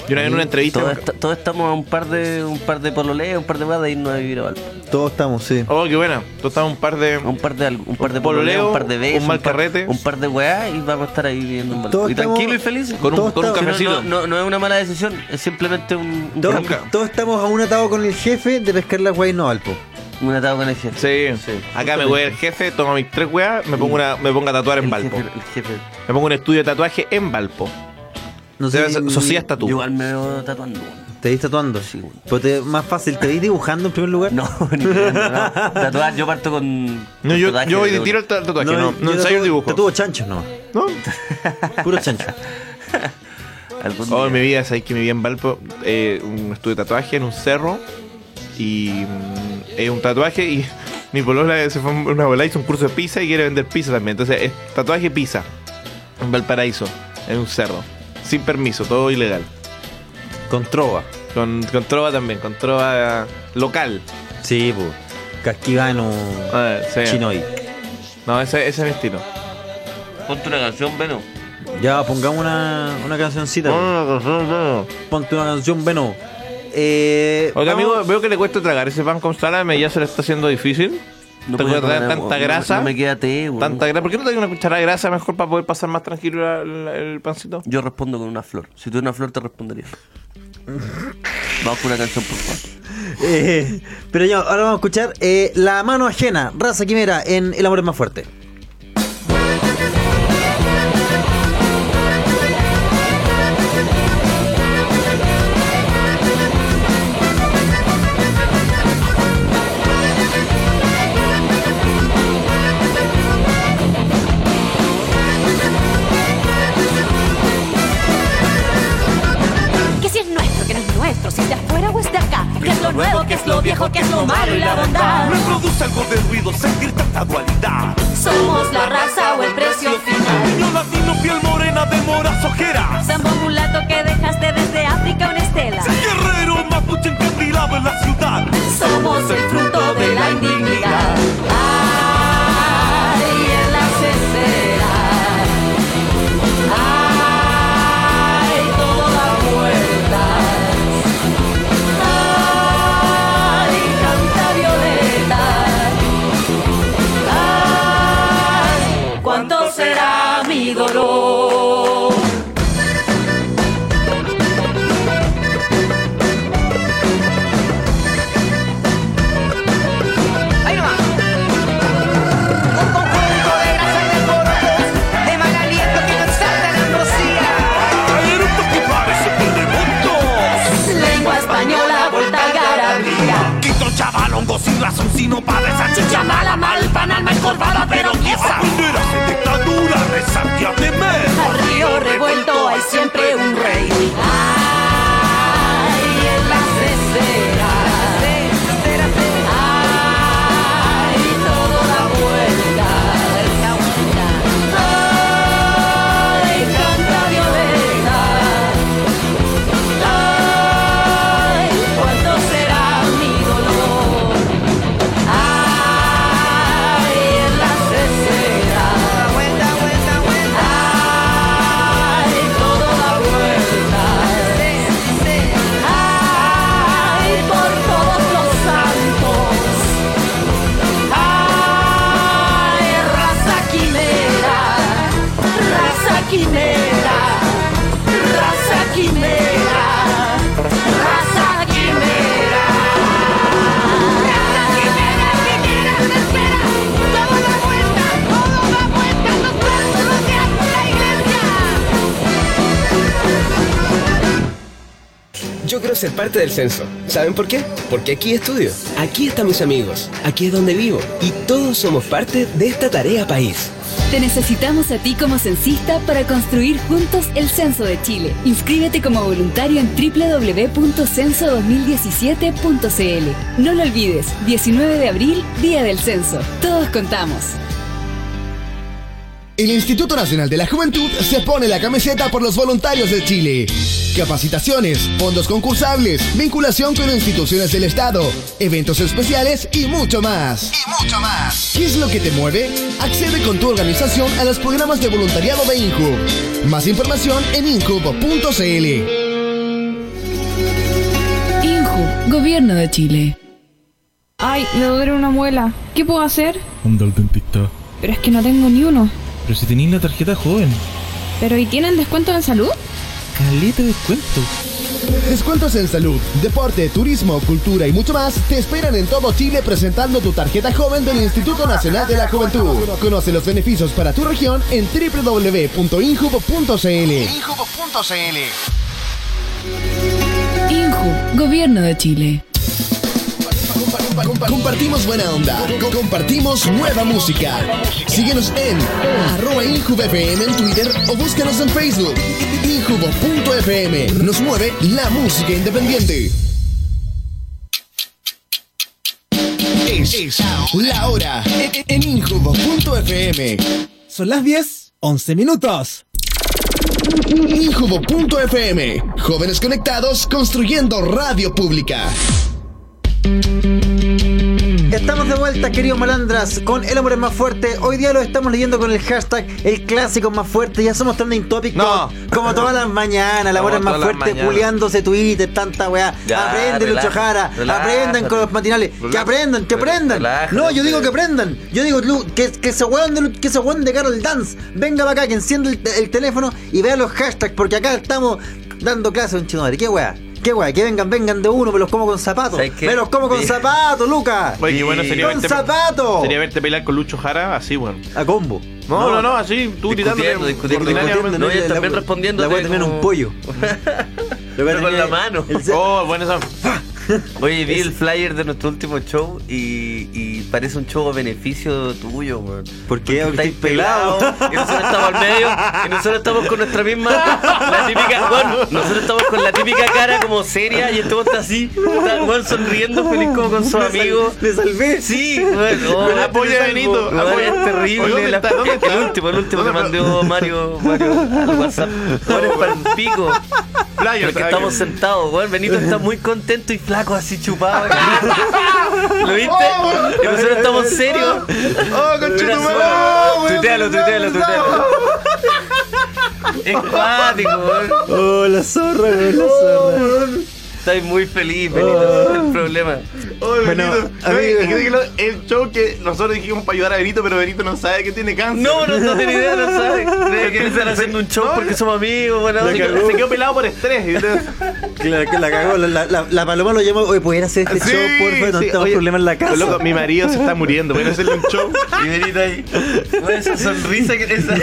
Speaker 10: Yo una vez en una entrevista.
Speaker 9: Todos, esta- todos estamos a un par de un par de pololeos, un par de weas de irnos a vivir a Valpo.
Speaker 5: Todos estamos, sí.
Speaker 10: Oh, qué buena. Tú estabas un par de.
Speaker 9: A Un par de al- un par de
Speaker 10: Un pololeo,
Speaker 9: pololeos, un par de besos,
Speaker 10: un mal
Speaker 9: par-
Speaker 10: carrete.
Speaker 9: un par de weas y vamos a estar ahí viviendo en Valpo.
Speaker 5: Todos
Speaker 9: Y
Speaker 5: estamos-
Speaker 9: tranquilo y feliz.
Speaker 10: Con un,
Speaker 5: todos
Speaker 10: con un
Speaker 5: estamos-
Speaker 10: cafecito.
Speaker 9: No, no, no es una mala decisión, es simplemente un, un
Speaker 5: Todos,
Speaker 9: cambio.
Speaker 5: todos estamos a un atado con el jefe de pescar las guay no alpo.
Speaker 9: Un atado con el jefe.
Speaker 10: Sí.
Speaker 9: Sí.
Speaker 10: Acá me voy el jefe, tomo mis tres weas, me pongo una, me pongo a tatuar en
Speaker 9: El
Speaker 10: Valpo.
Speaker 9: jefe- el jefe.
Speaker 10: Me pongo un estudio de tatuaje en Valpo.
Speaker 5: No
Speaker 10: Debe ser-
Speaker 5: ni-
Speaker 10: Socias
Speaker 9: Yo
Speaker 10: Tatu.
Speaker 9: Igual me veo tatuando. weón.
Speaker 5: ¿Te viste tatuando?
Speaker 9: Sí, güey.
Speaker 5: Pero Pues te- más fácil, ¿te viste dibujando en primer lugar?
Speaker 9: No, [LAUGHS] ni cagando, no. Tatuar, yo parto con.
Speaker 10: No,
Speaker 9: con
Speaker 10: yo,
Speaker 9: tatuaje
Speaker 10: yo voy
Speaker 9: de
Speaker 10: de tiro el
Speaker 9: una.
Speaker 10: tatuaje, no, no,
Speaker 5: yo
Speaker 10: ensayo el
Speaker 5: tatuo-
Speaker 10: dibujo.
Speaker 5: Tatuo chanchos nomás.
Speaker 10: ¿No?
Speaker 9: [LAUGHS]
Speaker 5: Puro chancho.
Speaker 9: Algún
Speaker 10: Oh, en mi
Speaker 9: día.
Speaker 10: vida, sabéis que mi vida en Valpo, eh, un estudio de tatuaje en un cerro y mm, eh, un tatuaje y [LAUGHS] mi polola se fue a una bola, hizo un curso de pizza y quiere vender pizza también. Entonces, es tatuaje pizza en Valparaíso, en un cerro, sin permiso, todo ilegal.
Speaker 5: Con trova.
Speaker 10: Con, con trova también, con trova eh, local.
Speaker 5: Sí, pues. Casquivano.
Speaker 10: Ah, sí.
Speaker 5: Chinoy.
Speaker 10: No, ese, ese es mi estilo.
Speaker 9: Ponte una canción, Beno.
Speaker 5: Ya, pongamos una, una cancioncita.
Speaker 10: Ah.
Speaker 5: po. Ponte una canción, Beno. Eh,
Speaker 10: Oiga,
Speaker 5: vamos-
Speaker 10: amigo, veo que le cuesta tragar ese pan con salame, ya se le está haciendo difícil.
Speaker 9: No
Speaker 10: Tengo
Speaker 9: puedo
Speaker 10: que traer
Speaker 9: comer,
Speaker 10: tanta
Speaker 9: no-
Speaker 10: grasa.
Speaker 9: No me queda té, weón.
Speaker 10: Tanta grasa. ¿Por qué no te doy una cucharada de grasa mejor para poder pasar más tranquilo la- la- el pancito?
Speaker 9: Yo respondo con una flor. Si tuviera una flor, te respondería. Vamos con una canción, por favor.
Speaker 5: Eh, pero ya, ahora vamos a escuchar eh, La mano ajena, raza quimera, en El amor es más fuerte.
Speaker 11: Que si es nuestro, que no es nuestro, si es de afuera o es de acá. Que es lo nuevo, que es lo viejo, que es lo malo y la bondad.
Speaker 7: Me produce algo de ruido sentir tanta dualidad.
Speaker 11: Somos la raza o el precio final.
Speaker 7: Niño latino, piel morena de moras ojeras.
Speaker 11: Sambo mulato que dejaste desde África una estela.
Speaker 7: Guerrero mapuche encandilado en la ciudad.
Speaker 11: Somos el fruto de la indignidad. Ay, en la cesera. Ay, todo da vueltas. Ay, canta Violeta. Ay, Ah, cuánto será mi dolor.
Speaker 12: Un conjunto de grasa y de cortes, de mal aliento que nos salta la ambrosía.
Speaker 7: Eructos que parecen terremotos.
Speaker 11: Lengua española, vuelta al garabía.
Speaker 7: Quito chaval, hongo sin razón, sino para esa chucha mala, mal, panal, encorvada, pero esa. Banderas de dictadura, resarquia de mes.
Speaker 11: Al río revuelto hay siempre un rey. Ay, en la cesera. Ay, todo da vuelta. Ay, canta Violeta. Ay, cuánto será mi dolor. Ay, en la cesera.
Speaker 12: Vuelta, vuelta, vuelta.
Speaker 11: Ay, todo da vueltas. Ay, por todos los santos. Ay, raza quimera, raza quimera, raza quimera, raza quimera.
Speaker 6: Yo quiero ser parte del censo. ¿Saben por qué? Porque aquí estudio. Aquí están mis amigos. Aquí es donde vivo. Y todos somos parte de esta tarea país.
Speaker 13: Te necesitamos a ti como censista para construir juntos el censo de Chile. Inscríbete como voluntario en www.censo2017.cl. No lo olvides, 19 de abril, Día del Censo. Todos contamos.
Speaker 1: El Instituto Nacional de la Juventud se pone la camiseta por los voluntarios de Chile. Capacitaciones, fondos concursables, vinculación con instituciones del Estado, eventos especiales y mucho más. Y mucho más. ¿Qué es lo que te mueve? Accede con tu organización a los programas de voluntariado de INJUB. Más información en injub.cl.
Speaker 13: INJU, Gobierno de Chile.
Speaker 11: Ay, me duele una muela. ¿Qué puedo hacer?
Speaker 3: Anda al dentista.
Speaker 11: Pero es que no tengo ni uno.
Speaker 3: Pero si tenéis la tarjeta joven.
Speaker 11: ¿Pero y tienen descuento en salud?
Speaker 3: Caleta de descuento.
Speaker 1: Descuentos en salud, deporte, turismo, cultura y mucho más te esperan en todo Chile presentando tu tarjeta joven del Instituto Nacional de la Juventud. Conoce los beneficios para tu región en www.injubo.cl.
Speaker 13: INJU, Gobierno de Chile.
Speaker 1: Compartimos buena onda, co- compartimos nueva música. Síguenos en arroba InjuboFM en Twitter o búscanos en Facebook. Injubo.fm nos mueve la música independiente. Es, es la hora en- en Injubo.fm.
Speaker 6: Son las 10, 11 minutos.
Speaker 1: Injubo.fm. Jóvenes conectados construyendo radio pública.
Speaker 5: Estamos de vuelta, queridos malandras, con El Hombre Más Fuerte. Hoy día lo estamos leyendo con el hashtag El Clásico Más Fuerte. Ya somos trending topic
Speaker 4: No.
Speaker 5: como, como todas las mañanas. La
Speaker 4: Como
Speaker 5: hora más
Speaker 4: todas las
Speaker 5: fuerte,
Speaker 4: mañanas.
Speaker 5: puliándose Twitter, tanta weá.
Speaker 4: Ya,
Speaker 5: Aprende, Lucho
Speaker 4: relájate,
Speaker 5: Jara.
Speaker 4: relájate.
Speaker 5: Aprendan con los matinales. Que aprendan, que aprendan. no, yo digo que aprendan. Yo digo Lu, que, que se weón de, Lu- que se weón de Carol Dance. Venga para acá, que encienda el, el teléfono y vea los hashtags, porque acá estamos dando clases, un chino madre. Qué weá. Qué weá, que vengan, vengan de uno, me los como con zapatos.
Speaker 10: ¿Sabes qué?
Speaker 5: Me los como con
Speaker 10: Sí.
Speaker 5: zapatos, Lucas.
Speaker 10: Oye, qué bueno sería
Speaker 5: ¡Con
Speaker 10: verte.
Speaker 5: zapato!
Speaker 10: Sería verte pelear con Lucho Jara así, weón.
Speaker 5: A combo.
Speaker 10: No, no, no, así, tú
Speaker 9: Discutiendo,
Speaker 10: tirándole.
Speaker 9: discutiendo,
Speaker 10: ordinariamente.
Speaker 9: discutiendo, No, y él también
Speaker 10: La-
Speaker 9: respondiéndote
Speaker 10: la voy a tener
Speaker 9: como-
Speaker 10: un
Speaker 9: [LAUGHS]
Speaker 10: pollo.
Speaker 9: Pero con la mano.
Speaker 10: Oh, bueno, esa.
Speaker 9: Oye, vi el flyer de nuestro último show y, y parece un show a beneficio tuyo, weón.
Speaker 5: ¿Por qué?
Speaker 9: Porque estáis pelados. Y nosotros estamos al medio. Y nosotros estamos con nuestra misma. La típica. weón, nosotros estamos con la típica cara como seria y este weón está así. Está weón, sonriendo, feliz como con sus
Speaker 10: Le sal-
Speaker 9: amigos.
Speaker 5: Le salvé.
Speaker 9: Sí, weón. oh,
Speaker 10: Me la apoya
Speaker 9: te salvo,
Speaker 10: Benito,
Speaker 9: weón,
Speaker 10: apoya.
Speaker 9: es terrible.
Speaker 10: Oye, ¿dónde
Speaker 9: la-
Speaker 10: está? ¿Dónde está?
Speaker 9: El último, el último que
Speaker 10: ¿Dónde está?
Speaker 9: mandó Mario, Mario al WhatsApp.
Speaker 10: [LAUGHS]
Speaker 9: Weón, es para el pico. Porque
Speaker 10: está
Speaker 9: estamos
Speaker 10: bien.
Speaker 9: sentados, weón. Benito está muy contento y flaco, así chupado. ¿Lo viste? Y nosotros estamos serios.
Speaker 10: [LAUGHS] Oh,
Speaker 9: conchetumare. Tuitealo, tuitealo, tuitealo. Es cuático, weón.
Speaker 5: Oh, la zorra, weón, la zorra. Oh.
Speaker 9: Estáis muy feliz, Benito. ese es el problema.
Speaker 10: bueno,
Speaker 9: amigo.
Speaker 10: el show que nosotros dijimos para ayudar a Benito, pero Benito no sabe que tiene cáncer.
Speaker 9: No, no, no tiene idea, no sabe. Cree que están haciendo un show porque somos amigos, bueno.
Speaker 10: Se quedó, se quedó pelado por estrés. y todo.
Speaker 5: La, la cagó, la, la, la- la paloma lo llamó. Oye, ¿puedes hacer este
Speaker 10: Sí,
Speaker 5: show, por favor? No
Speaker 10: sí,
Speaker 5: tenemos
Speaker 10: oye,
Speaker 5: problema en la casa.
Speaker 10: loco, mi marido se está muriendo. Voy a hacerle un [LAUGHS] show.
Speaker 9: Y Benito ahí. Con esa sonrisa que esa.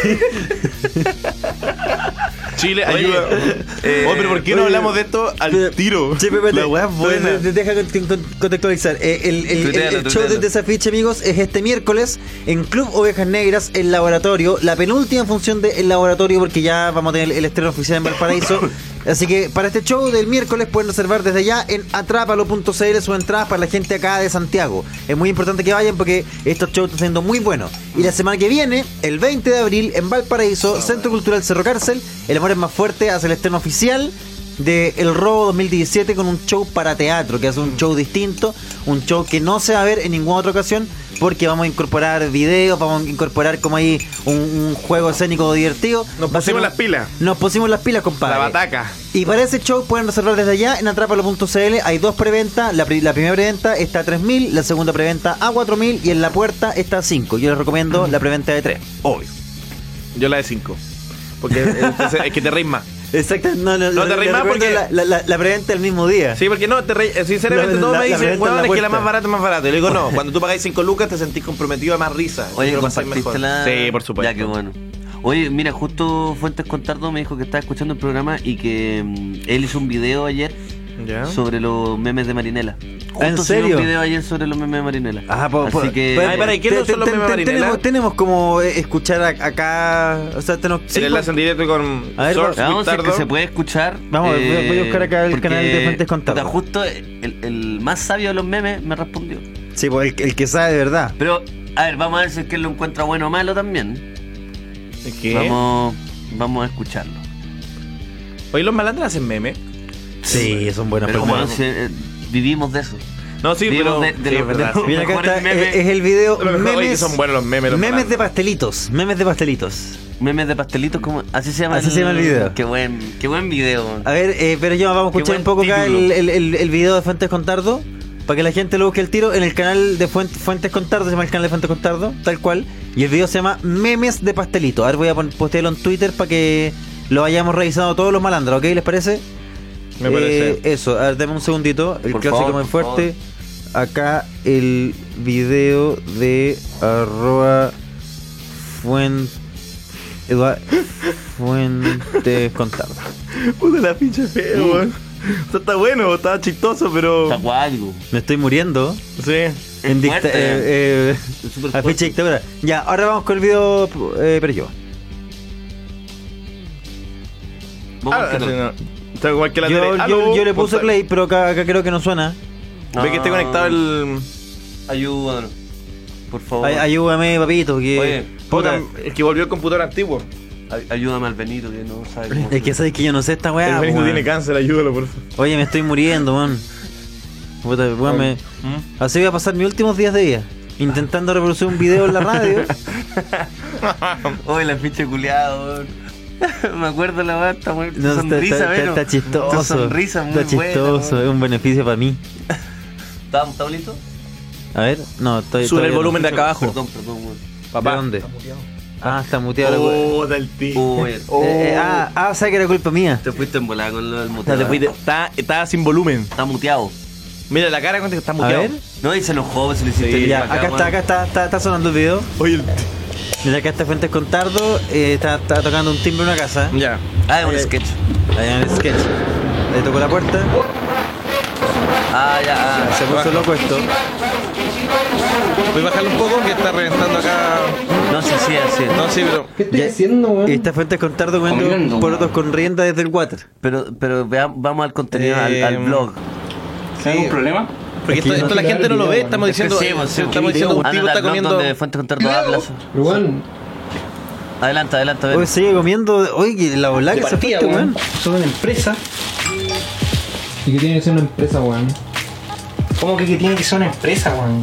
Speaker 10: Chile, ayuda. oh, pero ¿por qué no hablamos de esto al tiro?
Speaker 5: Sí, Pepe,
Speaker 10: la weá es buena.
Speaker 5: Te, te deja con- con- contextualizar. Eh, El, el- el-
Speaker 10: Tuitealo,
Speaker 5: el show de
Speaker 10: tuitealo.
Speaker 5: Desafiche, amigos, es este miércoles en Club Ovejas Negras, el laboratorio. La penúltima función del laboratorio, porque ya vamos a tener el estreno oficial en
Speaker 10: [LAUGHS]
Speaker 5: Valparaíso. Así que para este show del miércoles pueden reservar desde ya en atrápalo.cl su entrada para la gente acá de Santiago. Es muy importante que vayan porque estos shows están siendo muy buenos. Y la semana que viene, el 20 de abril, en
Speaker 10: Ah,
Speaker 5: Valparaíso, Centro Cultural Cerro Cárcel, El Amor es Más Fuerte hace el estreno oficial de El Robo 2017 con un show para teatro, que hace
Speaker 10: Mm.
Speaker 5: un show distinto, un show que no se va a ver en ninguna otra ocasión, porque vamos a incorporar videos, vamos a incorporar como ahí un, un juego escénico divertido. Nos
Speaker 10: pusimos las pilas.
Speaker 5: Nos pusimos las pilas, compadre.
Speaker 10: La bataca.
Speaker 5: Y para ese show pueden reservar desde allá en atrapalo.cl. Hay dos preventas. La, pri- la primera preventa está a 3.000, la segunda preventa a 4.000 y en la puerta está a 5. Yo les recomiendo
Speaker 10: Mm.
Speaker 5: la preventa de 3, obvio.
Speaker 10: Yo la de 5. Porque entonces, es que te reís más.
Speaker 5: Exacto, no,
Speaker 10: No te
Speaker 5: les-
Speaker 10: reís
Speaker 5: les
Speaker 10: más
Speaker 5: recomiendo
Speaker 10: porque-
Speaker 5: La, la- la- la preventa el mismo día.
Speaker 10: Sí, porque no, te reí- eh, sinceramente
Speaker 5: La-
Speaker 10: todos
Speaker 5: la-
Speaker 10: me
Speaker 5: la
Speaker 10: dicen,
Speaker 5: reventa en
Speaker 10: weón,
Speaker 5: la
Speaker 10: es que
Speaker 5: puerta".
Speaker 10: la más barata es más barata. Y le digo, no, cuando tú pagáis 5 lucas te sentís comprometido a más risa.
Speaker 9: Oye,
Speaker 10: Lo pasáis mejor.
Speaker 9: compartiste la...
Speaker 10: Sí, por supuesto.
Speaker 9: Ya, qué bueno. Oye, mira, justo Fuentes Contardo me dijo que estaba escuchando el programa y que mm, él hizo un video ayer
Speaker 10: Ya.
Speaker 9: sobre los memes de Marinela. Justo
Speaker 5: ¿En
Speaker 9: subió
Speaker 5: serio?
Speaker 9: un video ayer sobre los memes de Marinela.
Speaker 5: Ah, po-
Speaker 9: Así
Speaker 5: po-
Speaker 9: que...
Speaker 5: pues, te-
Speaker 10: no
Speaker 5: te-
Speaker 10: son los
Speaker 5: te-
Speaker 10: memes
Speaker 5: te-
Speaker 10: Marinela?
Speaker 5: Tenemos, tenemos como eh, escuchar a- acá. O sea, tenemos. sí,
Speaker 10: el enlace en directo con
Speaker 5: A ver,
Speaker 10: Source
Speaker 9: Vamos a ver
Speaker 10: Guitardo.
Speaker 9: que se puede escuchar. eh,
Speaker 5: Vamos, voy a- voy a buscar acá el
Speaker 9: porque,
Speaker 5: canal de Fuentes Contardo.
Speaker 9: puta, Justo el, el más sabio de los memes me respondió.
Speaker 5: Sí, pues el, el que sabe de verdad.
Speaker 9: Pero, a ver, vamos a ver si es que él lo encuentra bueno o malo también. Vamos, vamos a escucharlo.
Speaker 10: Oye, los malandras hacen meme.
Speaker 5: Sí, son buenas
Speaker 9: Pero bueno,
Speaker 5: personas.
Speaker 9: si, eh, vivimos de eso.
Speaker 10: No, sí,
Speaker 9: vivimos
Speaker 10: pero.
Speaker 9: de, de
Speaker 10: sí,
Speaker 9: los-
Speaker 10: es verdad.
Speaker 9: de los
Speaker 5: Mira, acá
Speaker 9: mejores
Speaker 5: está. eh,
Speaker 9: memes.
Speaker 5: Es, es el video.
Speaker 10: Lo mejor, oye, que
Speaker 5: Memes,
Speaker 10: son buenos los memes. Los
Speaker 5: memes
Speaker 10: malandros.
Speaker 5: de pastelitos. Memes de pastelitos.
Speaker 9: Memes de pastelitos, como así se llama.
Speaker 5: eh. Así se llama el video.
Speaker 9: Qué buen, qué buen video.
Speaker 5: A ver, eh, pero ya vamos a
Speaker 9: Qué
Speaker 5: escuchar
Speaker 9: buen
Speaker 5: un poco acá
Speaker 9: título.
Speaker 5: el, el- el- el video de Fuentes Contardo. Para que la gente lo busque el tiro en el canal de Fuentes, Fuentes Contardo, se llama el canal de Fuentes Contardo, tal cual. Y el video se llama Memes de Pastelito. A ver, voy a pon- postearlo en Twitter para que lo hayamos revisado todos los malandros, ¿ok? ¿Les parece? Eh,
Speaker 10: Me parece.
Speaker 5: Eso, a ver, dame un segundito. El
Speaker 9: Por
Speaker 5: clásico
Speaker 9: favor,
Speaker 5: más
Speaker 9: por
Speaker 5: fuerte. Acá el video de arroba Fuentes. Fuentes Contardo.
Speaker 10: [LAUGHS] Puta la pinche feo, weón. O sea, está bueno, Mm. está chistoso, pero.
Speaker 9: Está guayo.
Speaker 5: Me estoy muriendo.
Speaker 10: Sí.
Speaker 5: En dicta
Speaker 9: fuerte.
Speaker 5: eh, eh,
Speaker 9: Es súper
Speaker 5: a
Speaker 9: fuerte.
Speaker 5: fecha de dictadura. Ya, ahora vamos con el video, eh, pero yo.
Speaker 9: Vamos a
Speaker 10: Ah,
Speaker 9: ver qué
Speaker 10: sí,
Speaker 9: tal.
Speaker 10: no. Está igual que la
Speaker 5: Yo,
Speaker 10: tele.
Speaker 9: ah,
Speaker 5: yo-
Speaker 10: Aló,
Speaker 5: yo le puse
Speaker 10: Gonzalo.
Speaker 5: play, pero acá, acá creo que no suena.
Speaker 10: Ve que está
Speaker 9: Ah.
Speaker 10: conectado el.
Speaker 9: Ayúdanos. Por favor.
Speaker 5: Ay- ayúdame, papito. Que,
Speaker 9: Oh. Oye,
Speaker 5: puta,
Speaker 10: Puta, es que volvió el computador antiguo.
Speaker 9: Ay- Ayúdame al Benito que no sabe cómo.
Speaker 5: Es que sabes que yo no sé esta
Speaker 10: Ah,
Speaker 5: weá.
Speaker 9: El Benito tiene
Speaker 5: cáncer, ayúdalo, por favor. Oye, me estoy muriendo, man. Puta, weón, me-
Speaker 9: ¿Mm?
Speaker 5: Así voy a pasar mis últimos días de vida. Intentando reproducir un video en la
Speaker 9: [LAUGHS]
Speaker 5: radio.
Speaker 9: Oye, la pinche culiado, [LAUGHS] Me acuerdo la weá, está muy. tu
Speaker 5: No, está-
Speaker 9: sonrisa,
Speaker 5: está, está-
Speaker 9: Vero.
Speaker 5: está chistoso.
Speaker 9: Tu sonrisa muy
Speaker 5: Está chistoso, es un beneficio para mí.
Speaker 9: buena. weón. ¿Está bonito?
Speaker 5: A ver, no, estoy.
Speaker 9: Sube el volumen
Speaker 5: de acá abajo.
Speaker 9: Perdón, perdón, weón.
Speaker 5: ¿De dónde? ah, está muteado la weá.
Speaker 9: Oh, del Oh. tío.
Speaker 5: Eh, eh, ah, ah, sabes que era culpa mía.
Speaker 9: Te fuiste embolada con lo del
Speaker 5: O sea,
Speaker 9: muteado.
Speaker 5: te fuiste-
Speaker 9: está, sin volumen. Está muteado. Mira la cara cuando está
Speaker 5: muteado. ver.
Speaker 9: No, y se enojó, se lo hiciste.
Speaker 5: Sí,
Speaker 9: ir
Speaker 5: ya,
Speaker 9: para
Speaker 5: acá está,
Speaker 9: weón.
Speaker 5: acá está, está, está sonando el video. Oye, Mira, acá está Fuentes Contardo, eh, está, está tocando un timbre en una casa. Ya.
Speaker 9: Ah, es un sketch.
Speaker 5: Ahí en el sketch. Le tocó la puerta.
Speaker 9: Ah, ya,
Speaker 5: Se puso loco esto.
Speaker 10: Voy a bajarlo un poco que está reventando acá.
Speaker 9: No sé si así.
Speaker 10: No, sí, pero.
Speaker 5: ¿Qué estoy haciendo, weón? Está Fuentes Contardo comiendo porotos con rienda desde el water.
Speaker 9: Pero, pero vea- vamos al contenido, al, al
Speaker 5: Eh,
Speaker 9: blog.
Speaker 10: ¿Hay un problema? Porque esto, esto la gente no lo ve, estamos diciendo.
Speaker 9: Sí, pues, sí,
Speaker 10: estamos
Speaker 9: pues.
Speaker 10: diciendo un tipo
Speaker 9: Ándate
Speaker 10: está
Speaker 9: al blog
Speaker 10: comiendo.
Speaker 9: donde Fuentes Contardo habla. Adelante, adelante,
Speaker 5: Oye,
Speaker 9: adelante.
Speaker 5: sigue comiendo. Oye, que la volá que se fuiste, weón.
Speaker 14: Son una empresa. Y que tiene que ser una empresa, weón. ¿Cómo que, que tiene que ser una empresa, weón?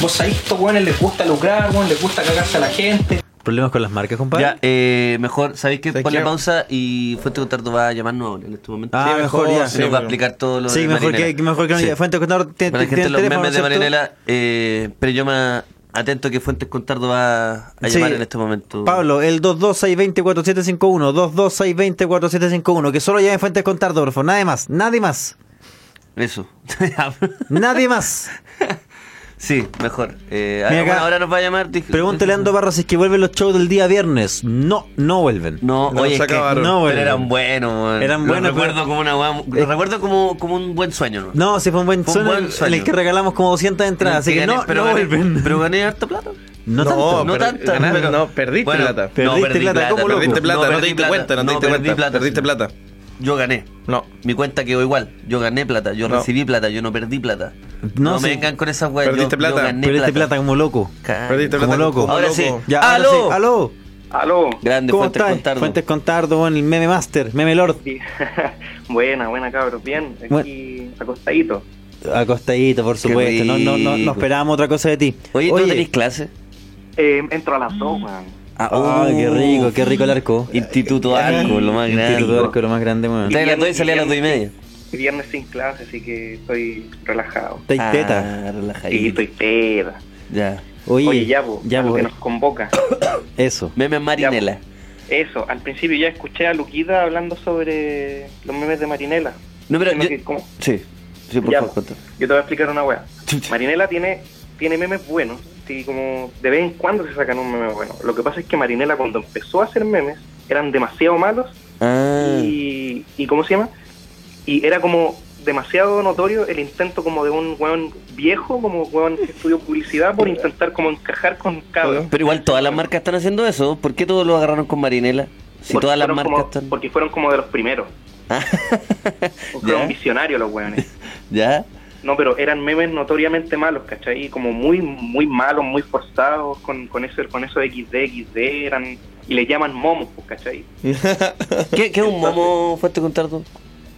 Speaker 14: Vos sabés, estos weones les gusta lucrar, weón, les gusta cagarse a la gente.
Speaker 5: Problemas con las marcas, compadre.
Speaker 9: Ya, eh, mejor, ¿sabéis qué? Ponle
Speaker 5: qué?
Speaker 9: pausa y Fuente Contardo va a llamarnos ahora en este momento.
Speaker 5: Ah, mejor, ya.
Speaker 9: Se nos va a explicar todo lo
Speaker 5: Sí,
Speaker 9: de
Speaker 5: mejor
Speaker 9: Marinela.
Speaker 5: que, que mejor que no.
Speaker 9: Sí.
Speaker 5: ya, Fuentes Contardo tiene
Speaker 9: Para la gente,
Speaker 5: tiene
Speaker 9: los
Speaker 5: teléfono,
Speaker 9: memes de
Speaker 5: ¿cierto?
Speaker 9: Marinela, eh, pero yo más atento que Fuentes Contardo va a
Speaker 5: Sí.
Speaker 9: llamar en este momento.
Speaker 5: Pablo, el 226204751, 226204751, que solo llame Fuentes Contardo, por favor, nadie más, nadie más,
Speaker 9: Eso. [LAUGHS]
Speaker 5: nadie más.
Speaker 9: sí, mejor. Eh,
Speaker 5: Mira acá.
Speaker 9: bueno, ahora nos va a llamar. dije-
Speaker 5: Pregúntale a Ando Barra si es que vuelven los shows del día viernes. No, no vuelven.
Speaker 9: No, oye, es que-
Speaker 5: no
Speaker 9: pero
Speaker 5: vuelven.
Speaker 9: eran buenos, man.
Speaker 5: Eran
Speaker 9: Los
Speaker 5: buenos,
Speaker 9: recuerdo
Speaker 5: pero-
Speaker 9: como una weá- los
Speaker 5: Eh.
Speaker 9: recuerdo como, como un buen sueño, ¿no?
Speaker 5: No, sí fue un buen,
Speaker 9: Fue un
Speaker 5: sueño
Speaker 9: buen sueño.
Speaker 5: en el que regalamos como 200 entradas, así que
Speaker 9: gané,
Speaker 5: no,
Speaker 9: pero
Speaker 5: no
Speaker 9: gané-
Speaker 5: vuelven.
Speaker 9: Pero gané harta plata.
Speaker 5: No, tanto,
Speaker 9: no
Speaker 5: pero-
Speaker 9: tanta.
Speaker 5: ganaste,
Speaker 9: pero-
Speaker 5: no, perdiste plata.
Speaker 9: no,
Speaker 5: Perdiste
Speaker 9: perdí
Speaker 5: plata, ¿cómo loco?
Speaker 10: Perdiste plata, no,
Speaker 9: perdí
Speaker 10: te diste
Speaker 9: plata,
Speaker 10: cuenta, no te diste
Speaker 9: perdí
Speaker 10: cuenta.
Speaker 9: plata.
Speaker 10: Perdiste plata.
Speaker 9: Yo gané. No. Mi cuenta quedó igual. Yo gané plata, yo
Speaker 10: No.
Speaker 9: recibí plata, yo no perdí plata.
Speaker 5: No,
Speaker 9: No,
Speaker 5: sí.
Speaker 9: me vengan con esas weas.
Speaker 5: Perdiste
Speaker 9: yo,
Speaker 5: plata.
Speaker 9: Yo gané
Speaker 5: Perdiste este plata como loco.
Speaker 9: Perdiste
Speaker 5: como
Speaker 9: plata
Speaker 5: loco.
Speaker 9: como Ahora loco. sí.
Speaker 5: Ya, ahora
Speaker 9: ¡Aló!
Speaker 5: sí, Aló.
Speaker 15: Aló. [LAUGHS]
Speaker 9: Grande,
Speaker 5: ¿Cómo
Speaker 9: Fuentes
Speaker 5: estás?
Speaker 9: Contardo.
Speaker 5: Fuentes Contardo, bueno, el meme master, meme lord.
Speaker 15: buena, buena cabros, bien, aquí acostadito.
Speaker 5: Acostadito, por supuesto. No, no, no, no
Speaker 15: rico.
Speaker 5: esperábamos otra cosa de ti.
Speaker 15: Oye, ¿no tenés
Speaker 9: clase? Uh.
Speaker 15: Eh, entro a las dos, weón.
Speaker 5: Ah, oh, qué rico, qué rico el arco.
Speaker 9: Instituto
Speaker 15: Arco, lo más grande.
Speaker 5: Instituto Arco, lo más grande, weón.
Speaker 15: Ustedes a las dos y
Speaker 9: salía
Speaker 15: salía
Speaker 9: a las dos y media.
Speaker 15: Y Viernes sin clase, así que estoy relajado.
Speaker 5: Estoy
Speaker 9: Ah,
Speaker 5: teta.
Speaker 9: relajadito.
Speaker 15: Sí, estoy peda.
Speaker 9: Ya.
Speaker 5: Oye,
Speaker 15: ya, po,
Speaker 5: ya,
Speaker 15: a lo
Speaker 5: po.
Speaker 9: eh.
Speaker 15: que nos
Speaker 9: [COUGHS]
Speaker 15: convoca.
Speaker 5: Eso.
Speaker 9: Meme Marinela.
Speaker 15: Eso, al principio ya escuché a Luquita hablando sobre los memes de Marinela.
Speaker 9: No, pero
Speaker 15: Sino
Speaker 9: yo-
Speaker 15: que como-
Speaker 9: Sí. Sí, por
Speaker 15: Ya,
Speaker 9: favor, Contardo.
Speaker 15: Yo te voy a explicar una wea. Marinela tiene, tiene memes buenos. Y como de vez en cuando se sacan un meme bueno. Lo que pasa es que Marinela cuando empezó a hacer memes eran demasiado malos
Speaker 9: Ah.
Speaker 15: y, y ¿cómo se llama? Y era como demasiado notorio el intento como de un weón viejo, como weón que estudió publicidad por intentar como encajar con cabros.
Speaker 9: Pero igual todas las marcas están haciendo eso. ¿Por qué todos lo agarraron con Marinela? Si
Speaker 15: Porque
Speaker 9: todas las
Speaker 15: fueron
Speaker 9: marcas
Speaker 15: como-
Speaker 9: están. Ah.
Speaker 15: Porque fueron como de los primeros.
Speaker 9: ¿Ya?
Speaker 15: [LAUGHS] Fueron visionarios los weones.
Speaker 9: ¿Ya?
Speaker 15: No, pero eran memes notoriamente malos, ¿cachai? Como muy, muy malos, muy forzados, con, con eso, con eso de XD, XD, eran, y le llaman momos, pues, ¿cachai?
Speaker 9: ¿Qué, ¿Qué es un momo fuerte contardo?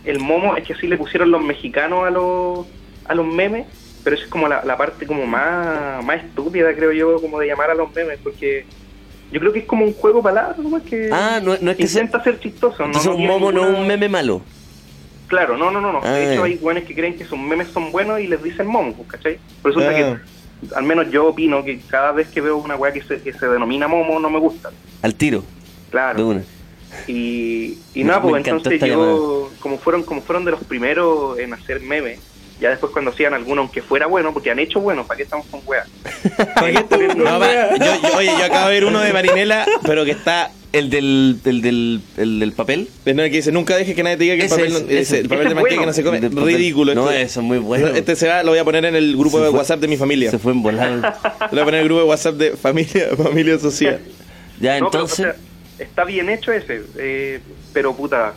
Speaker 15: El momo es que así le pusieron los mexicanos a los, a los memes, pero eso es como la, la parte como más, más estúpida, creo yo, como de llamar a los memes, porque yo creo que es como un juego de palabras, ¿no? Es que
Speaker 9: Ah, no, no es que sea.
Speaker 15: intenta ser chistoso, ¿no?
Speaker 9: Entonces
Speaker 15: no
Speaker 9: un
Speaker 15: tiene
Speaker 9: momo no es
Speaker 15: ninguna-
Speaker 9: un meme malo.
Speaker 15: Claro, no, no, no, no.
Speaker 9: Ah,
Speaker 15: De hecho,
Speaker 9: ya.
Speaker 15: hay buenos que creen que sus memes son buenos y les dicen momo, pues, ¿cachai? Por eso
Speaker 9: Ah.
Speaker 15: que, al menos yo opino que cada vez que veo una weá que se, que se denomina momo, no me gusta.
Speaker 9: Al tiro. De
Speaker 15: Claro.
Speaker 9: una.
Speaker 15: Y,
Speaker 9: Me-
Speaker 15: y nada,
Speaker 9: me
Speaker 15: pues
Speaker 9: encantó
Speaker 15: entonces
Speaker 9: esta
Speaker 15: yo, como fueron, como fueron de los primeros en hacer memes, ya después cuando hacían alguno, aunque fuera bueno, porque han hecho bueno, ¿para qué estamos con
Speaker 9: [LAUGHS]
Speaker 15: weá?
Speaker 10: No, va, yo, yo- oye, yo acabo de ver uno de Marinela, pero que está.
Speaker 9: El del, el del, el del papel.
Speaker 10: No, que dice, nunca dejes que nadie te diga que el
Speaker 9: Ese
Speaker 10: papel, no-
Speaker 9: es-
Speaker 10: ese,
Speaker 9: ese.
Speaker 10: el
Speaker 15: Este
Speaker 10: papel de
Speaker 9: Ese es
Speaker 10: manteca
Speaker 9: bueno.
Speaker 10: no se come.
Speaker 9: Del papel.
Speaker 10: Ridículo.
Speaker 9: No,
Speaker 10: esto.
Speaker 9: eso es muy bueno.
Speaker 10: Este se va, lo voy a poner en el grupo
Speaker 9: Se
Speaker 10: de
Speaker 9: fue-
Speaker 10: WhatsApp de mi familia.
Speaker 9: se fue en
Speaker 15: [LAUGHS]
Speaker 9: volar.
Speaker 10: Lo voy a poner en el grupo de WhatsApp de familia, [LAUGHS] familia
Speaker 9: [LAUGHS]
Speaker 10: social.
Speaker 9: Ya,
Speaker 15: No, pero, o sea, está bien hecho ese, eh, pero puta,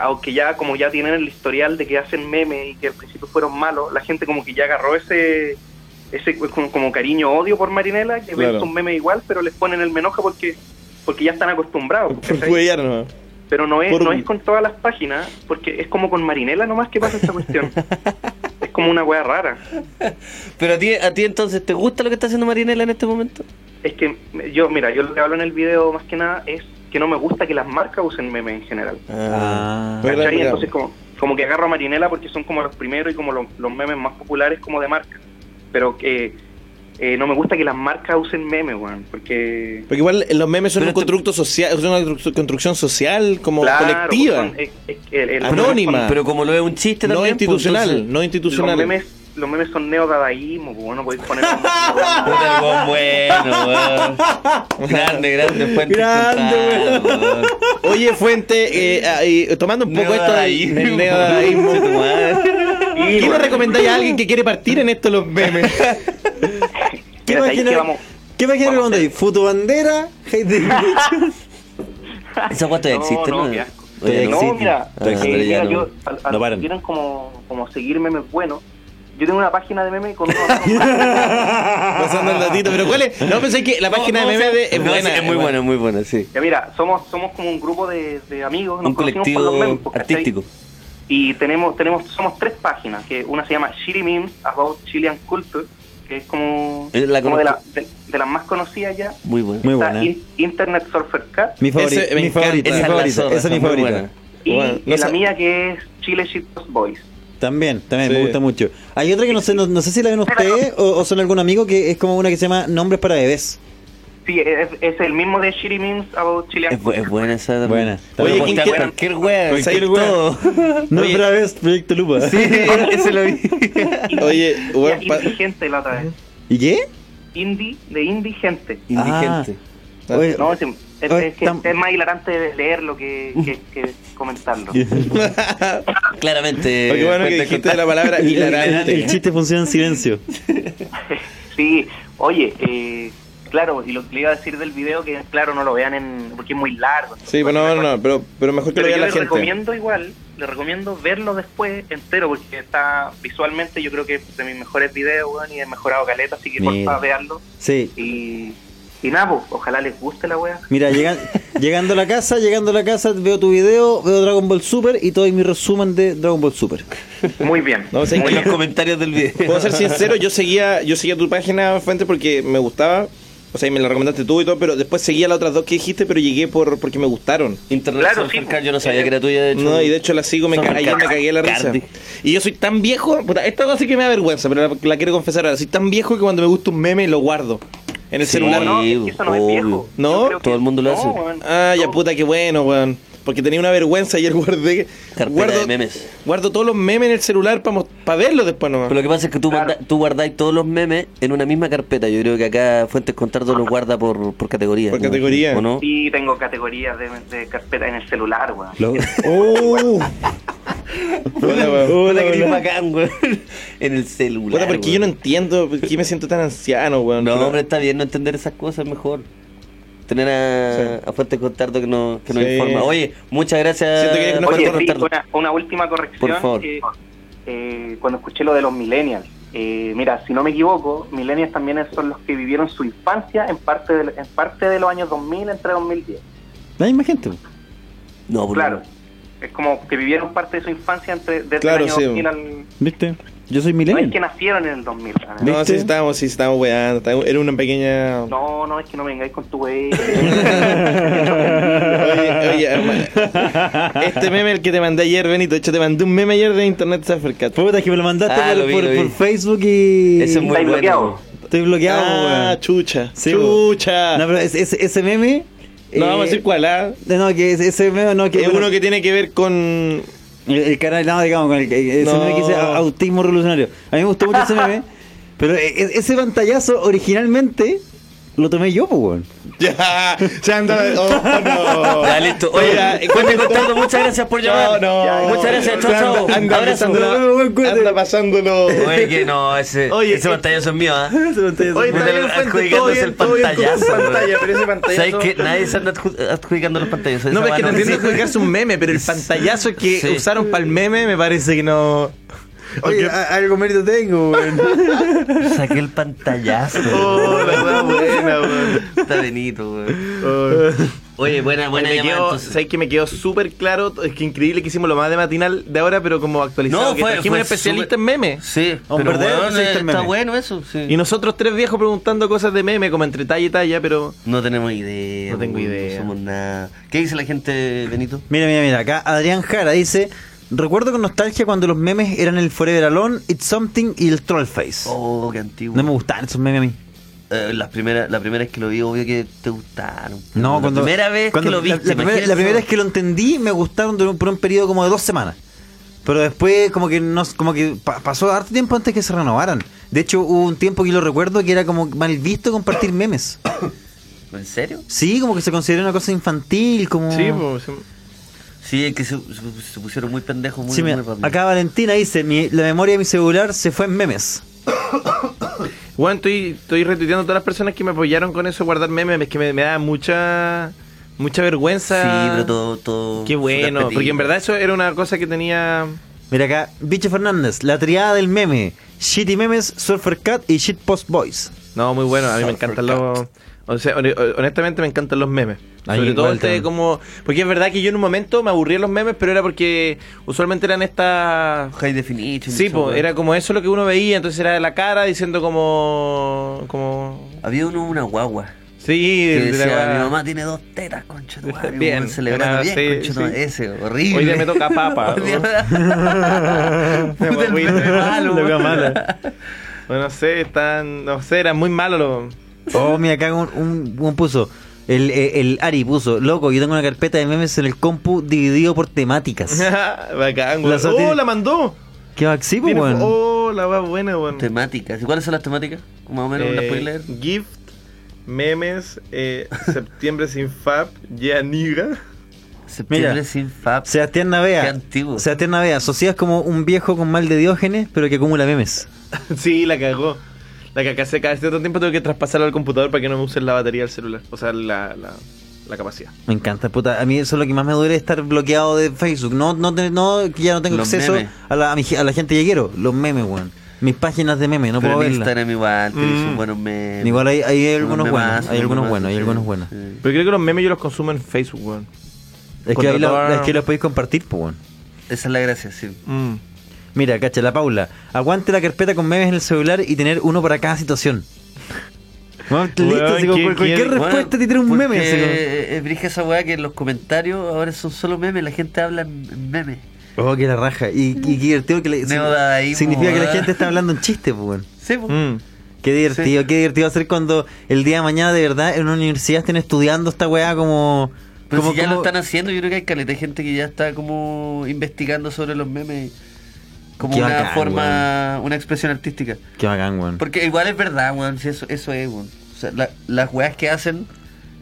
Speaker 15: aunque ya como ya tienen el historial de que hacen memes y que al principio fueron malos, la gente como que ya agarró ese ese cu- como, como cariño odio por Marinela, que
Speaker 10: Claro.
Speaker 15: ven sus memes igual, pero les ponen el menoja porque porque ya están acostumbrados.
Speaker 10: Por
Speaker 15: ¿cachai?
Speaker 10: huevear nomás.
Speaker 15: Pero no es,
Speaker 10: Por-
Speaker 15: no es con todas las páginas, porque es como con Marinela nomás que pasa esta cuestión. es como una wea rara.
Speaker 9: Pero a ti, a ti entonces, ¿te gusta lo que está haciendo Marinela en este momento?
Speaker 15: Es que me- yo, mira, yo lo que hablo en el video más que nada es que no me gusta que las marcas usen memes en general.
Speaker 10: Ah,
Speaker 15: ¿Cachai? Entonces como, como que agarro a Marinela porque son como los primeros y como los, los memes más populares como de marca. Pero que eh, no me gusta que las marcas usen memes, weón. Porque...
Speaker 10: Porque igual eh, los memes son un constructo social, son una constru- construcción social como
Speaker 15: este- Claro,
Speaker 10: colectiva.
Speaker 15: pues, son- es- es que el- el-
Speaker 10: Anónima.
Speaker 15: Pero
Speaker 9: como lo es un chiste
Speaker 10: No
Speaker 15: también, pues,
Speaker 10: institucional,
Speaker 15: entonces,
Speaker 10: no institucional.
Speaker 15: Los memes, los memes son neodadaísmo, pues, no podéis
Speaker 10: [LAUGHS]
Speaker 15: poner...
Speaker 9: bueno, Grande, grande fuente.
Speaker 10: Grande, weón. Oye, Fuente, eh, ah, y tomando un poco esto del del neodadaísmo. ¿Qué le recomendáis a alguien que quiere partir en esto de los
Speaker 15: [LAUGHS]
Speaker 10: memes?
Speaker 5: ¿Qué
Speaker 10: Mira, ¿sabéis
Speaker 5: página,
Speaker 10: qué vamos-
Speaker 5: ¿qué página recomendáis? ¿Futo Bandera? ¿Hate the
Speaker 15: [LAUGHS]
Speaker 5: Rich?
Speaker 9: Esa guata
Speaker 5: todavía
Speaker 15: No,
Speaker 5: existe,
Speaker 15: no,
Speaker 5: ¿no?
Speaker 15: qué
Speaker 5: Todavía existe.
Speaker 9: Ah,
Speaker 15: asco. No, mira,
Speaker 5: Todavía
Speaker 15: eh,
Speaker 5: existe, pero ya
Speaker 15: mira,
Speaker 5: no-
Speaker 15: yo, al, al-
Speaker 5: no paran.
Speaker 15: ¿Quieren como, como seguir memes buenos? Yo tengo una página de memes con unos...
Speaker 10: Pasando
Speaker 15: [LAUGHS]
Speaker 10: el datito, pero ¿cuál es? No pensé que la página de memes de- es buena.
Speaker 9: Es muy buena, es muy buena, sí.
Speaker 15: Ya mira, somos somos como un grupo de, de amigos, nos
Speaker 9: Un
Speaker 15: conocimos por los memes,
Speaker 9: colectivo
Speaker 15: pues, ¿cachai?
Speaker 9: artístico.
Speaker 15: Y tenemos tenemos somos tres páginas, que una se llama Shitty Memes About Chilean Culture, que es como,
Speaker 9: Eh, la
Speaker 15: como de, la,
Speaker 9: conozco.
Speaker 15: de, de las más conocidas ya.
Speaker 9: Muy buena.
Speaker 15: Está In- Internet Surfer Cat.
Speaker 5: Mi favorita,
Speaker 9: Ese- me
Speaker 5: mi
Speaker 9: encanta,
Speaker 5: favorita,
Speaker 9: esa
Speaker 5: mi
Speaker 9: es la
Speaker 5: favorita,
Speaker 9: zorra,
Speaker 5: esa es mi
Speaker 9: muy buena.
Speaker 5: favorita.
Speaker 15: Y,
Speaker 5: Bueno,
Speaker 15: y
Speaker 5: no
Speaker 15: la
Speaker 5: sé-
Speaker 15: mía que es Chile Shitpost Boys.
Speaker 5: También, también, me
Speaker 15: Sí.
Speaker 5: gusta mucho. Hay otra que no sé, no, no sé si la ven ustedes o, o son algún amigo que es como una que se llama Nombres para Bebés.
Speaker 15: Sí, es, es el mismo de Shitty Memes About Chilean
Speaker 9: Es, bu- es buena esa también.
Speaker 5: Buena.
Speaker 9: Oye,
Speaker 5: También.
Speaker 9: ¿quién quiere? Cualquier wea,
Speaker 10: Cualquier
Speaker 9: ¿sabes
Speaker 10: wea. [LAUGHS]
Speaker 9: todo?
Speaker 5: Nombres para Bebés, Proyecto Lupa.
Speaker 9: Sí, ese lo vi. [LAUGHS]
Speaker 10: Oye, weón, pa-
Speaker 15: Indigente la otra vez.
Speaker 5: ¿Y qué?
Speaker 15: Indie, de indigente.
Speaker 5: Ah. Oye,
Speaker 15: No, es, es-
Speaker 5: oye,
Speaker 15: es que
Speaker 5: tam-
Speaker 15: es más hilarante leerlo que, que- que comentarlo.
Speaker 9: Claramente.
Speaker 5: Oye, bueno que
Speaker 9: cuenta
Speaker 5: dijiste
Speaker 9: con-
Speaker 5: la palabra
Speaker 9: Eh, [LAUGHS] El-
Speaker 5: hilarante. El chiste funciona en silencio.
Speaker 15: Sí, oye, eh, claro, y lo que le iba a decir del video, que claro, no lo vean en, porque es muy largo.
Speaker 10: Sí,
Speaker 5: pues
Speaker 10: pero no, no, no, pero, pero mejor que
Speaker 15: Pero
Speaker 10: lo
Speaker 15: yo
Speaker 10: vea la
Speaker 15: les
Speaker 10: gente.
Speaker 15: recomiendo igual, les recomiendo verlo después entero, porque está visualmente, yo creo que es de mis mejores videos, weón, y he mejorado caleta, así que
Speaker 5: Mira.
Speaker 15: porfa, veanlo.
Speaker 5: Sí.
Speaker 15: Y, y nada, pues, ojalá les guste la wea.
Speaker 5: Mira, llegan- llegando a la casa, llegando a la casa, veo tu video, veo Dragon Ball Super y todo mi resumen de Dragon Ball Super.
Speaker 15: Muy bien.
Speaker 10: No, sé
Speaker 9: En
Speaker 10: que-
Speaker 9: los comentarios del video.
Speaker 10: Puedo ser sincero, yo seguía, yo seguía tu página, Fuente, porque me gustaba. O sea, y me la recomendaste tú y todo, pero después seguía las otras dos que dijiste, pero llegué por porque me gustaron.
Speaker 9: Internet Claro, Surfer sí, Cat, yo no sabía que era tuya, de hecho.
Speaker 10: No, y de hecho la sigo, me,
Speaker 9: Surfer
Speaker 10: ca- ayer
Speaker 9: Cat.
Speaker 10: me cagué la risa.
Speaker 9: Cardi.
Speaker 10: Y yo soy tan viejo, puta, esta cosa sí que me da vergüenza, pero la, la quiero confesar ahora. Soy tan viejo que cuando me gusta un meme lo guardo en el
Speaker 9: Sí,
Speaker 10: celular.
Speaker 9: no, es que eso no es obvio. viejo.
Speaker 10: ¿No?
Speaker 9: Todo el mundo lo hace.
Speaker 10: Ah, ya puta, qué bueno, weón. Porque tenía una vergüenza y ayer guardé. guardo,
Speaker 9: de memes.
Speaker 10: Guardo todos los memes en el celular para verlos después nomás.
Speaker 9: Pero lo que pasa es que tú, manda- tú guardáis todos los memes en una misma carpeta. Yo creo que acá Fuentes Contardo los guarda por, por categoría.
Speaker 10: Por
Speaker 9: ¿no?
Speaker 10: categoría.
Speaker 9: ¿O no?
Speaker 15: Sí, tengo categorías de, de carpeta en el celular, weón.
Speaker 10: ¡Oh! Hola, weón.
Speaker 9: Puta que
Speaker 10: Hola,
Speaker 9: eres
Speaker 10: hola.
Speaker 9: bacán, weón. En el celular.
Speaker 10: Puta, porque yo no entiendo, ¿por qué me siento tan anciano, weón?
Speaker 9: No,
Speaker 10: Pero-
Speaker 9: hombre, está bien no entender esas cosas, mejor. Tener a, a Fuentes Contardo que nos que nos
Speaker 10: Sí.
Speaker 9: informa. Oye, muchas gracias.
Speaker 10: Siento que es
Speaker 9: Fuentes
Speaker 15: Oye, sí,
Speaker 9: Contardo.
Speaker 15: una, una última corrección.
Speaker 9: Por favor.
Speaker 15: que, eh, cuando escuché lo de los millennials, eh, mira, si no me equivoco, millennials también son los que vivieron su infancia en parte de, en parte de los años 2000 entre 2010.
Speaker 5: La misma gente.
Speaker 9: No, por
Speaker 15: Claro. Es como que vivieron parte de su infancia entre desde
Speaker 10: Claro,
Speaker 15: el año
Speaker 10: sí.
Speaker 15: 2000 al...
Speaker 5: ¿Viste? Yo soy
Speaker 15: No es
Speaker 5: millennial.
Speaker 15: que nacieron en el 2000. ¿no?
Speaker 10: No, sí estábamos, sí estábamos weando. estábamos- Era una pequeña.
Speaker 15: No, no, es que no me vengáis con tu wey.
Speaker 10: Oye, oye, hermano. Este meme el que te mandé ayer, Benito. De hecho, te mandé un meme ayer de Internet Surfer Cat.
Speaker 5: [LAUGHS] Puta, que me lo mandaste
Speaker 10: Ah,
Speaker 5: por,
Speaker 10: lo vi,
Speaker 5: por-
Speaker 10: lo vi.
Speaker 5: por Facebook y.
Speaker 10: Ese es muy Estáis bueno. bloqueado.
Speaker 5: Estoy bloqueado,
Speaker 10: Ah,
Speaker 5: weón.
Speaker 10: chucha.
Speaker 5: Sí,
Speaker 10: chucha.
Speaker 5: weón. No, pero ese, ese- ese meme. eh,
Speaker 10: No vamos a decir cuál, ¿ah?
Speaker 5: No, que ese, ese meme no. Que,
Speaker 10: Es uno que tiene que ver con.
Speaker 5: El, el canal, no, digamos, con el, ese
Speaker 10: No.
Speaker 5: meme que dice au- autismo revolucionario. A mí me gustó mucho ese
Speaker 10: [LAUGHS]
Speaker 5: meme. Pero e- e- ese pantallazo originalmente lo tomé yo, pues, weón.
Speaker 10: [LAUGHS] Ya, se anda. Oh, no.
Speaker 9: Ya, listo. Oye, Fuentes Contardo, muchas gracias por llamar.
Speaker 10: No, no.
Speaker 9: muchas gracias. Chao, chao.
Speaker 10: Anda, anda
Speaker 9: Abrazo.
Speaker 10: pasándolo. Anda pasándolo.
Speaker 9: Oye, que no, ese,
Speaker 10: [LAUGHS] Oye,
Speaker 9: ese
Speaker 10: eh,
Speaker 9: pantallazo es mío, ¿ah? Ese
Speaker 10: pantallazo [LAUGHS] Oye, está bien, Fuente, todo bien,
Speaker 9: el
Speaker 10: todo bien con tu
Speaker 9: pantallazo. weón.
Speaker 10: pantalla, pero ese pantallazo-
Speaker 9: ¿Sabes que nadie se anda adju- adjudicando los pantallazos?
Speaker 10: No,
Speaker 9: Esa
Speaker 10: es que
Speaker 9: weá
Speaker 10: no entiendo
Speaker 9: existe.
Speaker 10: que es un meme, pero el pantallazo que
Speaker 9: Sí.
Speaker 10: usaron para el meme me parece que no.
Speaker 5: Oye, a- algo mérito tengo, weón.
Speaker 9: Saqué el pantallazo.
Speaker 10: [LAUGHS] Oh, la wea buena, Oh. weón.
Speaker 9: Está Benito,
Speaker 10: weón.
Speaker 9: Oye, buena, buena
Speaker 10: me
Speaker 9: llamada,
Speaker 10: quedó-
Speaker 9: entonces.
Speaker 10: ¿Sabes que me quedó súper claro? Es que increíble que hicimos lo más de matinal de ahora, pero como actualizado.
Speaker 9: No,
Speaker 10: que
Speaker 9: fue-
Speaker 10: trajimos
Speaker 9: fue
Speaker 10: un especialista
Speaker 9: súper-
Speaker 10: en memes.
Speaker 9: Sí, eh,
Speaker 10: pero weón,
Speaker 9: está
Speaker 10: está bueno.
Speaker 9: bueno eso. Sí.
Speaker 10: Y nosotros tres viejos preguntando cosas de meme, como entre talla y talla, pero.
Speaker 9: No tenemos idea.
Speaker 10: No tengo
Speaker 9: weón,
Speaker 10: idea.
Speaker 9: No somos nada. ¿Qué dice la gente, Benito?
Speaker 5: Mira, mira, mira, acá Adrián Jara dice, recuerdo con nostalgia cuando los memes eran el Forever Alone, It's Something y el Trollface.
Speaker 9: Oh, qué antiguo.
Speaker 5: No me gustaban esos memes a mí.
Speaker 9: Eh, las primeras, la primera vez que lo vi, obvio que te gustaron. pues,
Speaker 5: No,
Speaker 9: la
Speaker 5: cuando,
Speaker 9: primera vez
Speaker 5: cuando
Speaker 9: que lo
Speaker 5: la-
Speaker 9: viste.
Speaker 5: La, primera, la
Speaker 9: imagínate.
Speaker 5: primera vez que lo entendí me gustaron durante un- por un periodo como de dos semanas. Pero después como que no, como que pa- pasó harto tiempo antes que se renovaran. De hecho, hubo un tiempo que lo recuerdo que era como mal visto compartir memes.
Speaker 9: ¿En serio?
Speaker 5: Sí, como que se consideró una cosa infantil, como...
Speaker 10: Sí, pues.
Speaker 9: Sí, es que se, se- se pusieron muy pendejos, muy,
Speaker 5: Sí, mira,
Speaker 9: muy rápido.
Speaker 5: acá Valentina dice, "Mi- la memoria de mi celular se fue en memes.
Speaker 10: Bueno, estoy, estoy retuiteando a todas las personas que me apoyaron con eso, guardar memes. Es que me, me da mucha. Mucha vergüenza.
Speaker 9: Sí, pero todo, todo.
Speaker 10: Qué bueno, porque en verdad eso era una cosa que tenía.
Speaker 5: Mira acá, Bicho Fernández, la triada del meme. Shitty Memes, Surfer Cat y Shit Post Boys.
Speaker 10: No, muy bueno, a mí me encantan los... O sea, hon- honestamente me encantan los memes.
Speaker 5: Ay,
Speaker 10: Sobre
Speaker 5: igual
Speaker 10: todo este
Speaker 5: también.
Speaker 10: como... Porque es verdad que yo en un momento me aburría los memes, pero era porque usualmente eran estas...
Speaker 9: High definition.
Speaker 10: Sí,
Speaker 9: esa
Speaker 10: po,
Speaker 9: weá.
Speaker 10: era como eso lo que uno veía, entonces era la cara diciendo como... como...
Speaker 9: Había uno, una guagua.
Speaker 10: Sí,
Speaker 9: Que
Speaker 10: de la
Speaker 9: decía,
Speaker 10: guagua.
Speaker 9: mi
Speaker 10: [LAUGHS]
Speaker 9: mamá tiene dos tetas, concha tu madre.
Speaker 10: Bien,
Speaker 9: Bien,
Speaker 10: era-
Speaker 9: celebrando bien,
Speaker 10: sí,
Speaker 9: concha tu madre.
Speaker 10: sí.
Speaker 9: Ese, horrible.
Speaker 10: Hoy día me toca
Speaker 9: [LAUGHS]
Speaker 10: papa.
Speaker 9: Hoy día-
Speaker 10: Puta,
Speaker 9: [LAUGHS] el meme malo,
Speaker 10: Lo veo
Speaker 9: weón.
Speaker 10: malo. [LAUGHS] Bueno, no sé, están... No sé, eran muy malos los... [LAUGHS]
Speaker 5: Oh, mira acá un, un- un puso. El, el- el Ari puso, loco, yo tengo una carpeta de memes en el compu dividido por temáticas.
Speaker 10: [LAUGHS] Bacán,
Speaker 5: La
Speaker 10: weón.
Speaker 5: so-
Speaker 10: ¡Oh, la mandó!
Speaker 5: ¿Qué va? Sí, pues,
Speaker 10: Tiene-
Speaker 5: weón.
Speaker 10: ¡Oh, la va buena, weón!
Speaker 9: Temáticas. ¿Y cuáles son las temáticas? Más o menos, ¿las
Speaker 10: Eh,
Speaker 9: podéis leer?
Speaker 10: Gift, memes, [LAUGHS] eh, septiembre sin Fab, yeah nigga.
Speaker 5: Mira,
Speaker 9: Septiembre sin Fab.
Speaker 5: Sebastián
Speaker 9: Qué
Speaker 5: Navea.
Speaker 9: antiguo.
Speaker 5: Sebastián Navea, socias como un viejo con mal de diógenes, pero que acumula memes.
Speaker 10: [LAUGHS] sí, la cagó. La cagó hace cada cierto tiempo tengo que traspasarla al computador para que no me usen la batería del celular. O sea, la, la, la capacidad.
Speaker 5: Me encanta, puta. A mí eso es lo que más me duele estar bloqueado de Facebook. No, no, te- no que ya no tengo
Speaker 9: Los
Speaker 5: acceso
Speaker 9: memes.
Speaker 5: a la, a, mi ge- a la gente que quiero. Los memes, weón. Mis páginas de memes, no
Speaker 9: Pero
Speaker 5: puedo
Speaker 9: en
Speaker 5: verlas.
Speaker 9: Instagram igual, tenés
Speaker 5: Mm.
Speaker 9: un buenos memes.
Speaker 5: Igual hay, hay algunos
Speaker 9: Unos
Speaker 5: buenos,
Speaker 9: memazos,
Speaker 5: hay algunos
Speaker 9: unos
Speaker 5: buenos, hay
Speaker 9: memazos,
Speaker 5: algunos
Speaker 9: sí.
Speaker 5: buenos.
Speaker 10: Pero creo que los memes yo los consumo en Facebook, weón.
Speaker 5: Es que,
Speaker 10: Contra
Speaker 5: ahí la-
Speaker 10: toda-
Speaker 5: es que los podéis compartir, pues, weón.
Speaker 9: Esa es la gracia, sí.
Speaker 10: Mm.
Speaker 5: Mira, cacha, la Paula. Aguante la carpeta con memes en el celular y tener uno para cada situación. Weón, listo,
Speaker 10: Weón,
Speaker 5: así como
Speaker 10: ¿quién-
Speaker 5: cual- cualquier
Speaker 10: quién-
Speaker 5: respuesta
Speaker 9: Bueno,
Speaker 5: te tiene un
Speaker 9: porque,
Speaker 5: meme. así como-
Speaker 9: eh, eh, brija esa weá que en los comentarios ahora son solo memes, la gente habla en en memes.
Speaker 5: Oh, que la raja. Y, y qué divertido que le,
Speaker 9: Neodaísmo,
Speaker 5: significa que la
Speaker 9: ¿verdad?
Speaker 5: gente está hablando un chiste, pues, weón.
Speaker 9: Sí, po.
Speaker 5: Qué divertido, qué divertido hacer cuando el día de mañana de verdad en una universidad estén estudiando esta weá como.
Speaker 9: Pero
Speaker 5: como-
Speaker 9: si ya
Speaker 5: como-
Speaker 9: lo están haciendo, yo creo que hay caleta de gente que ya está como investigando sobre los memes como
Speaker 5: Qué
Speaker 9: una
Speaker 5: bacán,
Speaker 9: forma, una expresión artística.
Speaker 5: Qué bacán, weón.
Speaker 9: Porque igual es verdad, weón, si eso, eso es, weón. O sea, la- las weas que hacen,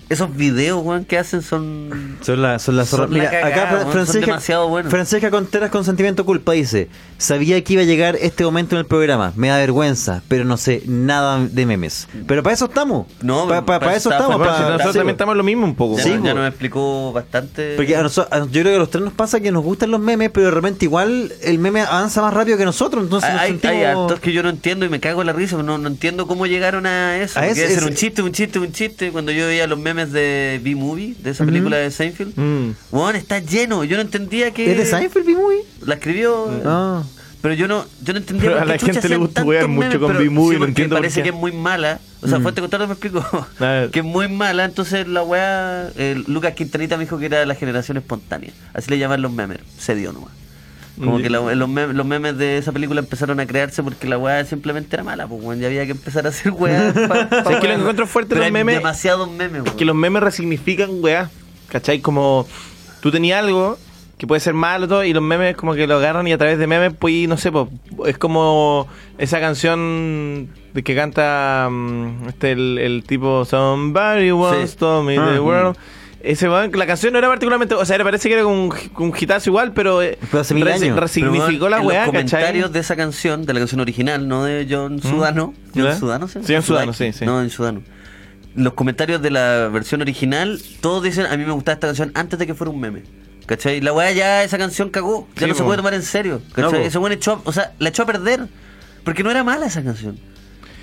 Speaker 9: esos videos, weón, que hacen son...
Speaker 5: Son la, son la zorra.
Speaker 9: Son la
Speaker 5: Mira,
Speaker 9: cagada,
Speaker 5: acá Fra-
Speaker 9: weón, son
Speaker 5: Francesca,
Speaker 9: demasiado buenos.
Speaker 5: Francesca Contreras con sentimiento culpa dice: Sabía que iba a llegar este momento en el programa. Me da vergüenza, pero no sé nada de memes. Pero para eso estamos.
Speaker 9: No,
Speaker 5: Pa- pa-
Speaker 9: para
Speaker 5: para eso
Speaker 9: esta-
Speaker 5: estamos.
Speaker 9: para
Speaker 5: pa-
Speaker 9: esta-
Speaker 10: Nosotros
Speaker 5: sí,
Speaker 10: también
Speaker 5: po.
Speaker 10: estamos lo mismo un poco,
Speaker 9: Ya,
Speaker 5: Sí,
Speaker 9: ya
Speaker 5: weón.
Speaker 9: nos explicó bastante...
Speaker 5: Porque a noso- a- yo creo que a los tres nos pasa que nos gustan los memes, pero de repente igual el meme avanza más rápido que nosotros. Entonces nos
Speaker 9: hay,
Speaker 5: sentimos-
Speaker 9: hay hartos que yo no entiendo y me cago en la risa, no, no entiendo cómo llegaron a eso.
Speaker 5: A
Speaker 9: porque
Speaker 5: ese-
Speaker 9: debe ser
Speaker 5: ese-
Speaker 9: un chiste, un chiste, un chiste. Cuando yo veía los memes de B-Movie, de esa película de Seinfeld, weón, está lleno. Yo no entendía que.
Speaker 5: Mm. ¿Es de Seinfeld, B-Movie?
Speaker 9: La escribió.
Speaker 5: Ah.
Speaker 9: Pero yo no, yo no entendía
Speaker 10: Pero
Speaker 9: por
Speaker 10: a
Speaker 9: qué
Speaker 10: la
Speaker 9: chucha
Speaker 10: gente le
Speaker 9: hacían
Speaker 10: gusta
Speaker 9: tantos
Speaker 10: wear mucho
Speaker 9: memes,
Speaker 10: con
Speaker 9: pero-
Speaker 10: B-Movie,
Speaker 9: sí,
Speaker 10: no
Speaker 9: porque
Speaker 10: entiendo por
Speaker 9: Parece
Speaker 10: qué.
Speaker 9: que es muy mala. O sea,
Speaker 10: Mm.
Speaker 9: Fuente Cotardo me explicó
Speaker 10: [LAUGHS] A ver.
Speaker 9: que es muy mala. Entonces la weá. eh, Lucas Quintanita me dijo que era la generación espontánea. Así le llaman los memes. Se dio nomás. Como
Speaker 10: Ya.
Speaker 9: que la- los, mem- los memes de esa película empezaron a crearse porque la weá simplemente era mala, pues weón, ya había que empezar
Speaker 10: [LAUGHS]
Speaker 9: a hacer weá. pa- pa-
Speaker 10: ¿Sabes que lo
Speaker 9: weá.
Speaker 10: encuentro fuerte
Speaker 9: Pero
Speaker 10: los
Speaker 9: hay
Speaker 10: memes?
Speaker 9: Demasiados memes, weón.
Speaker 10: que los memes resignifican, weá. ¿Cachai? Como tú tenías algo que puede ser malo todo, y los memes como que lo agarran y a través de memes, pues, no sé, pues, es como esa canción de que canta mm, este el, el tipo Somebody Once
Speaker 9: Sí.
Speaker 10: Told Me
Speaker 9: Ah,
Speaker 10: the
Speaker 9: mm.
Speaker 10: World. Ese weón, la canción no era particularmente, o sea, era- parece que era un, un hitazo igual, pero, eh,
Speaker 5: Pero hace mil
Speaker 10: resi-
Speaker 5: años.
Speaker 10: resignificó
Speaker 9: Pero,
Speaker 10: la
Speaker 9: en
Speaker 10: weá,
Speaker 9: Los comentarios
Speaker 10: ¿cachai? Mm.
Speaker 9: de esa canción, de la canción original, no de John Sudano.
Speaker 10: ¿Ya?
Speaker 9: ¿John Sudano?
Speaker 10: Sí, John Sudano,
Speaker 9: Sudaki.
Speaker 10: sí, sí.
Speaker 9: No, en Sudano. Los comentarios de la versión original, todos dicen, a mí me gustaba esta canción antes de que fuera un meme. ¿Cachai? La weá ya esa canción cagó. Ya
Speaker 5: Sí,
Speaker 9: no se
Speaker 5: po.
Speaker 9: puede tomar en serio.
Speaker 5: No,
Speaker 9: ¿Cachai?
Speaker 5: po.
Speaker 9: Ese weón echó, a- o sea, la echó a perder. Porque no era mala esa canción.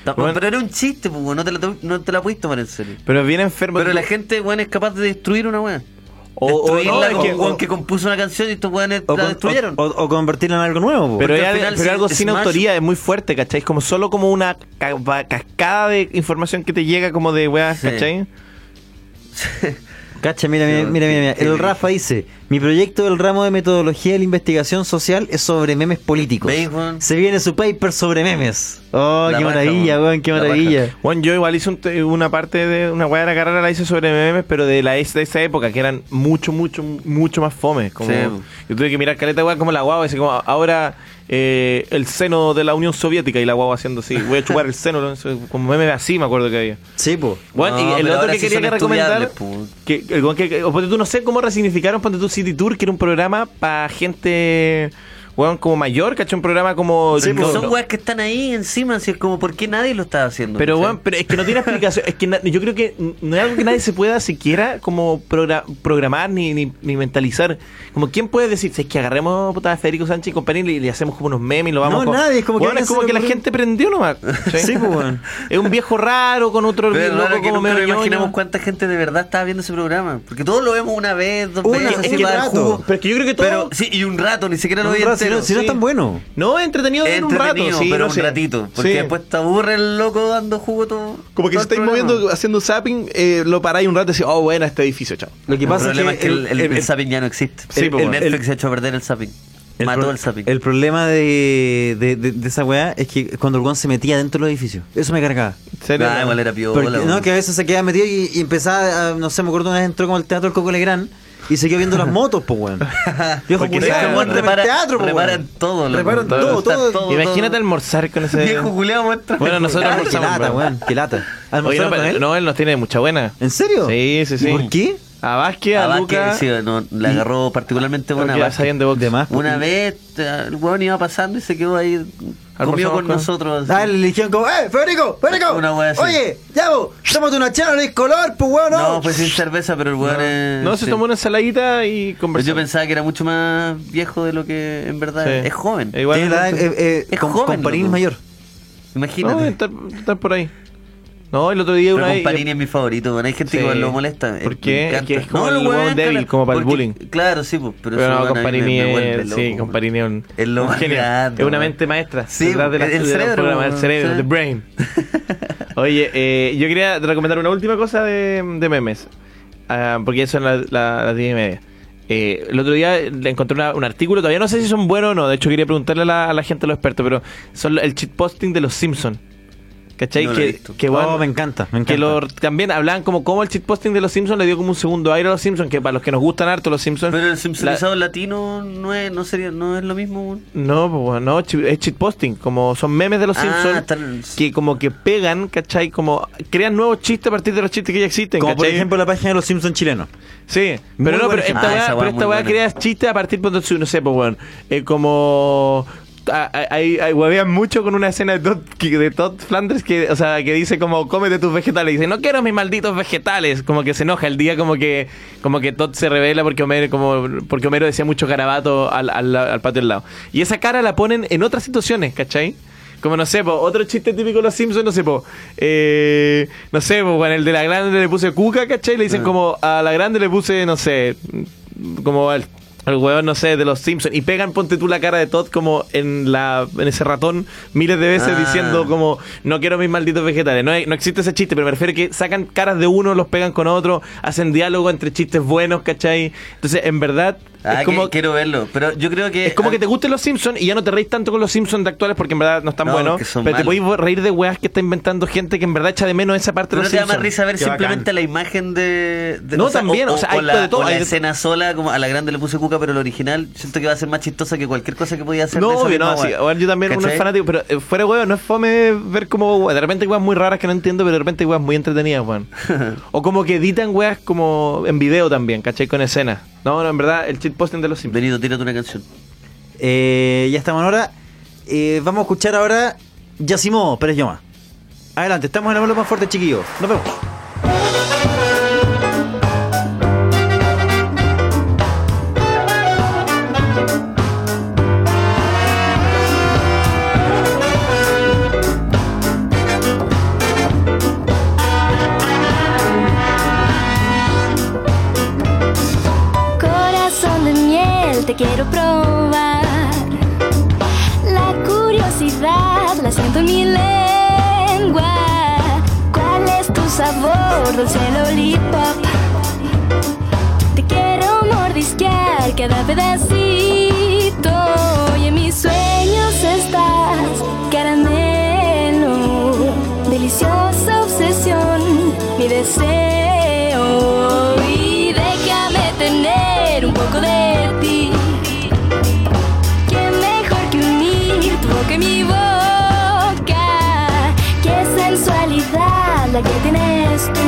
Speaker 9: Tamp- Pero era un chiste, pues, weón, no te la, to- no te la podís tomar en serio.
Speaker 10: Pero es bien enfermo.
Speaker 9: Pero la gente, weón, es capaz de destruir una weá.
Speaker 5: O- o-
Speaker 9: Destruirla
Speaker 5: no, es
Speaker 9: como
Speaker 5: que-
Speaker 9: un weón que compuso una canción y estos weones
Speaker 5: O,
Speaker 9: la
Speaker 5: con-
Speaker 9: destruyeron.
Speaker 5: o- o convertirla en algo nuevo. po.
Speaker 10: Pero,
Speaker 9: Porque
Speaker 10: es
Speaker 9: al
Speaker 10: al-
Speaker 9: final
Speaker 10: pero
Speaker 9: sí,
Speaker 10: algo sin
Speaker 9: Smash-
Speaker 10: autoría es muy fuerte, ¿cachai? Como solo como una ca- va- cascada de información que te llega como de weas,
Speaker 5: Sí.
Speaker 10: ¿cachai?
Speaker 5: Cacha, mira, mira, mira, mira, mira. El Rafa dice, mi proyecto del ramo de metodología de la investigación social es sobre memes políticos.
Speaker 10: ¿Veis, weón?
Speaker 5: Se viene su paper sobre memes. Oh,
Speaker 10: La
Speaker 5: qué
Speaker 10: raja,
Speaker 5: maravilla,
Speaker 10: weón.
Speaker 5: weón, qué
Speaker 10: La raja.
Speaker 5: maravilla.
Speaker 10: Weón, yo igual hice un te- una parte de una weá de la carrera, la hice sobre memes, pero de la es- de esa época, que eran mucho, mucho, mucho más fome. Como,
Speaker 9: Sí.
Speaker 10: Yo tuve que mirar caleta weá como la guagua, así como ahora eh, el seno de la Unión Soviética y la guagua haciendo así, voy a chupar el seno, [LAUGHS] ¿no? Eso, como meme así me acuerdo que había.
Speaker 5: Sí, pues.
Speaker 10: Bueno,
Speaker 9: No,
Speaker 10: y el
Speaker 9: pero
Speaker 10: otro
Speaker 9: ahora
Speaker 10: que
Speaker 9: sí
Speaker 10: quería
Speaker 9: son
Speaker 10: que recomendar,
Speaker 9: estudiables,
Speaker 10: que, el weón que- que- o ponte tú, no sé cómo resignificaron, ponte tú City Tour, que era un programa para gente, weón, como mayor, ¿cachai? Un programa como...
Speaker 9: Sí,
Speaker 10: no-
Speaker 9: pues, son
Speaker 10: no-
Speaker 9: weas que están ahí encima, así es como, ¿por qué nadie lo está haciendo?
Speaker 10: pero,
Speaker 9: ¿cachai?
Speaker 10: weón, pero es que no tiene explicación. Es que na- yo creo que n- no es algo que nadie se pueda siquiera como progra- programar ni, ni, ni mentalizar. Como, ¿quién puede decir, si es que agarremos puta, a Federico Sánchez y compañía y le- le hacemos como unos memes y lo vamos
Speaker 5: No,
Speaker 10: con-
Speaker 5: nadie, es como que
Speaker 10: Weón,
Speaker 5: a
Speaker 10: es
Speaker 5: alguien
Speaker 10: como
Speaker 5: se
Speaker 10: que
Speaker 5: le
Speaker 10: la
Speaker 5: ocurrió.
Speaker 10: gente prendió nomás.
Speaker 5: Sí, pues, weón.
Speaker 10: Es un viejo raro con otro
Speaker 9: Pero es
Speaker 10: loco
Speaker 9: raro que
Speaker 10: como
Speaker 9: nunca
Speaker 10: medio
Speaker 9: nos
Speaker 10: ñoño.
Speaker 9: imaginamos cuánta gente de verdad estaba viendo ese programa. Porque todos lo vemos una vez, dos
Speaker 10: Una,
Speaker 9: veces,
Speaker 10: es
Speaker 9: así
Speaker 10: que
Speaker 9: para dar
Speaker 10: rato.
Speaker 9: jugo.
Speaker 10: Pero es que yo creo que todo-
Speaker 9: Pero, sí, y un rato, ni siquiera lo
Speaker 5: Un
Speaker 9: veía
Speaker 5: rato, si
Speaker 9: entero.
Speaker 5: no- si no es
Speaker 9: Sí.
Speaker 5: tan bueno.
Speaker 10: No, entretenido en un rato,
Speaker 9: Entretenido,
Speaker 10: sí,
Speaker 9: pero
Speaker 10: no
Speaker 9: un
Speaker 10: sé.
Speaker 9: ratito. Porque
Speaker 10: Sí.
Speaker 9: después te aburre el loco dando jugo todo.
Speaker 10: Como que si
Speaker 9: todo el
Speaker 10: estáis
Speaker 9: programa.
Speaker 10: moviendo, haciendo zapping, eh, lo paráis un rato y decís, oh, bueno, este edificio, chao.
Speaker 5: Lo que
Speaker 9: El
Speaker 5: pasa es
Speaker 9: problema
Speaker 5: que
Speaker 9: es que el,
Speaker 5: el-
Speaker 9: el,
Speaker 5: el-
Speaker 9: el zapping ya no existe.
Speaker 5: Sí,
Speaker 9: el,
Speaker 5: po,
Speaker 10: pues,
Speaker 9: el
Speaker 5: el-
Speaker 9: Netflix ha hecho a perder el zapping. Mató
Speaker 5: pro-
Speaker 9: el zapping.
Speaker 5: el problema de, de, de- de esa weá es que cuando el weón se metía dentro del edificio, eso me cargaba.
Speaker 9: serio? Ah, igual era piola,
Speaker 5: Porque-
Speaker 9: weón. [LAUGHS]
Speaker 5: no, que a veces se quedaba metido y, y empezaba, a- no sé, me acuerdo una vez entró como al teatro el Coco Legrand y se quedó viendo las motos, pues
Speaker 9: [LAUGHS]
Speaker 5: weón. Viejo
Speaker 9: Porque
Speaker 5: culiao,
Speaker 9: ese
Speaker 5: weón,
Speaker 9: weón
Speaker 5: repara-
Speaker 9: repara-
Speaker 5: teatro, po,
Speaker 9: reparan
Speaker 5: weón.
Speaker 9: todo, loco.
Speaker 5: Reparan
Speaker 9: Todo,
Speaker 5: todo,
Speaker 9: está
Speaker 5: todo.
Speaker 9: todo,
Speaker 10: Imagínate almorzar con ese...
Speaker 9: Viejo culiao, muestra-
Speaker 10: [LAUGHS] Bueno, nosotros
Speaker 5: Ah, qué
Speaker 10: almorzamos,
Speaker 5: lata,
Speaker 10: weón.
Speaker 5: weón, qué lata.
Speaker 10: Oye, no,
Speaker 5: ¿Almorzaron con
Speaker 10: pero-
Speaker 5: él?
Speaker 10: no, él nos tiene mucha buena.
Speaker 5: ¿En serio?
Speaker 10: Sí, sí, sí.
Speaker 5: ¿Por qué?
Speaker 10: A Vázquez, a,
Speaker 9: A
Speaker 10: Luca.
Speaker 9: Vázquez, sí, no, le agarró particularmente buena
Speaker 10: Porque ya
Speaker 9: Vázquez.
Speaker 10: sabían de box.
Speaker 9: Una vez eh, el weón iba pasando y se quedó ahí comió con
Speaker 5: con-
Speaker 9: nosotros.
Speaker 5: Ah, le dijeron como, ¡eh, Federico, Federico!
Speaker 9: Una wea así.
Speaker 5: Oye, ya vos, tómate una chela, no es color, pues weón, no.
Speaker 9: No, pues sin cerveza, pero el weón es-
Speaker 10: No, se
Speaker 9: sí. Pues
Speaker 10: tomó una ensaladita y conversó.
Speaker 9: Yo pensaba que era mucho más viejo de lo que en verdad
Speaker 10: Sí.
Speaker 9: es. Es joven.
Speaker 10: E igual- Tiene la edad, eh, eh,
Speaker 9: es
Speaker 10: con-
Speaker 9: joven.
Speaker 10: con Parín
Speaker 9: loco.
Speaker 10: mayor.
Speaker 9: Imagínate.
Speaker 10: No, estar, estar por ahí. No, el otro día
Speaker 9: Pero
Speaker 10: una vez... eh,
Speaker 9: Comparini es mi favorito, weón. hay gente
Speaker 10: Sí.
Speaker 9: que lo molesta.
Speaker 10: ¿Por
Speaker 9: Eh,
Speaker 10: qué?
Speaker 9: me
Speaker 10: Es
Speaker 9: encanta.
Speaker 10: que es como
Speaker 9: No,
Speaker 10: el
Speaker 9: weón,
Speaker 10: weón débil,
Speaker 9: claro,
Speaker 10: como para el
Speaker 9: porque-
Speaker 10: bullying.
Speaker 9: Claro, sí, pues, pero,
Speaker 10: Pero no, Comparini
Speaker 9: comparini
Speaker 10: es- sí, Comparini es un-
Speaker 9: es lo
Speaker 10: un
Speaker 9: más
Speaker 10: genio.
Speaker 9: grande,
Speaker 10: Es una
Speaker 9: weón.
Speaker 10: mente maestra.
Speaker 9: Sí,
Speaker 10: detrás de la-
Speaker 9: el-
Speaker 10: de
Speaker 9: el
Speaker 10: los
Speaker 9: cerebro,
Speaker 10: programas, el
Speaker 9: weón,
Speaker 10: cerebro,
Speaker 9: sí.
Speaker 10: the
Speaker 9: [LAUGHS]
Speaker 10: brain. Oye, eh, yo quería recomendar una última cosa de, de memes, Ah, porque ya son las la- las 10 y media. Eh, el otro día le encontré una- un artículo, todavía no sé si son buenos o no, de hecho quería preguntarle a la, a la gente, a los expertos, pero son el shitposting de los Simpsons. ¿Cachai?
Speaker 5: No lo he
Speaker 10: que,
Speaker 5: visto.
Speaker 10: que,
Speaker 5: Oh, me
Speaker 10: encanta, Que lo, también hablan como cómo el shitposting de los Simpsons le dio como un segundo aire a los Simpsons, que para los que nos gustan harto los Simpsons...
Speaker 9: Pero el
Speaker 10: la-
Speaker 9: simpsonizado latino no es, no sería, no es lo mismo. weón.
Speaker 10: no, pues, bueno, no, chi- es shitposting. Como son memes de los
Speaker 9: Ah,
Speaker 10: Simpsons
Speaker 9: están-
Speaker 10: que como que pegan, ¿cachai? Como crean nuevos chistes a partir de los chistes que ya existen,
Speaker 5: Como por
Speaker 10: ¿cachai?
Speaker 5: ejemplo la página de los Simpsons chilenos.
Speaker 10: Sí,
Speaker 5: Muy
Speaker 10: pero no,
Speaker 5: buen
Speaker 10: pero esta
Speaker 5: ejemplo. Ah,
Speaker 10: weá,
Speaker 5: esa
Speaker 10: pero
Speaker 5: weá
Speaker 10: esta
Speaker 5: muy
Speaker 10: weá
Speaker 5: buena.
Speaker 10: crea chistes a partir cuando no sé, pues weón. Eh, como a- a- hay, hay- huevean mucho con una escena de Todd, que- de Todd Flanders que, o sea, que dice como cómete tus vegetales y dice no quiero mis malditos vegetales como que se enoja el día como que como que Todd se revela porque Homero como porque Homero decía mucho garabato al, al, al patio del lado y esa cara la ponen en otras situaciones ¿cachai? Como no sé, po, otro chiste típico de los Simpsons, no sé, po. Eh, no sé, po, bueno, el de la grande le puse cuca, ¿cachai? Le dicen
Speaker 9: Ah.
Speaker 10: como a la grande le puse, no sé, mm, como al, al huevón, no sé, de los Simpsons. Y pegan, ponte tú la cara de Todd como en la en ese ratón miles de veces
Speaker 9: Ah.
Speaker 10: diciendo como no quiero mis malditos vegetales. No, hay- no existe ese chiste, pero me refiero a que sacan caras de uno, los pegan con otro, hacen diálogo entre chistes buenos, ¿cachai? Entonces, en verdad,
Speaker 9: Ah,
Speaker 10: es como
Speaker 9: que- quiero verlo. Pero yo creo que.
Speaker 10: es como que te gusten los Simpsons y ya no te reís tanto con los Simpsons de actuales porque en verdad no están
Speaker 9: No,
Speaker 10: buenos.
Speaker 9: que son
Speaker 10: Pero te
Speaker 9: malos.
Speaker 10: podéis reír de weas que está inventando gente que en verdad echa de menos esa parte
Speaker 9: Pero
Speaker 10: de
Speaker 9: no
Speaker 10: los
Speaker 9: te da
Speaker 10: Simpsons.
Speaker 9: más risa ver simplemente la imagen de. de-
Speaker 10: No, también, o sea, hay
Speaker 9: la,
Speaker 10: de todo,
Speaker 9: o la
Speaker 10: hay de-
Speaker 9: escena sola, como a la grande le puse cuca, pero el original siento que va a ser más chistosa que cualquier cosa que podía hacer.
Speaker 10: No,
Speaker 9: de esa
Speaker 10: obvio,
Speaker 9: misma
Speaker 10: no, sí.
Speaker 9: wea.
Speaker 10: Bueno, yo también uno es
Speaker 9: ¿Cachai?
Speaker 10: fanático, pero eh, fuera weón, no es fome ver como de repente hay weas muy raras que no entiendo, pero de repente hay weas muy entretenidas,
Speaker 9: [LAUGHS]
Speaker 10: weón. o como que editan weas como en video también, ¿cachai? Con escenas. No, no, en verdad, el cheat posting de los Simpsons.
Speaker 9: Benito, tírate una canción.
Speaker 5: Eh, ya estamos ahora. Eh, vamos a escuchar ahora Yacimo Pérez Yoma. Adelante, estamos en la bola más fuerte, chiquillos. Nos vemos.
Speaker 16: Yo
Speaker 11: lengua. ¿Cuál es tu sabor, dulce lollipop? Te quiero mordisquear cada pedacito. Y en mis sueños estás, caramelo. Deliciosa obsesión, mi deseo. Y déjame tener un poco de ti. ¿Qué mejor que unir tu boca y mi boca? ¿Qué sensualidad la que tienes tú?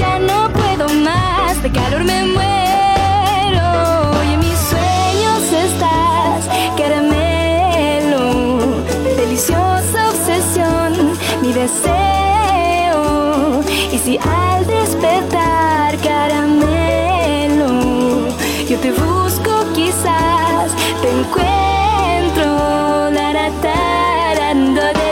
Speaker 11: Ya no puedo más, de calor me muero. Y en mis sueños estás, caramelo. Deliciosa obsesión, mi deseo. Y si al despertar, caramelo, yo te busco quizás, te encuentro. Laratarando de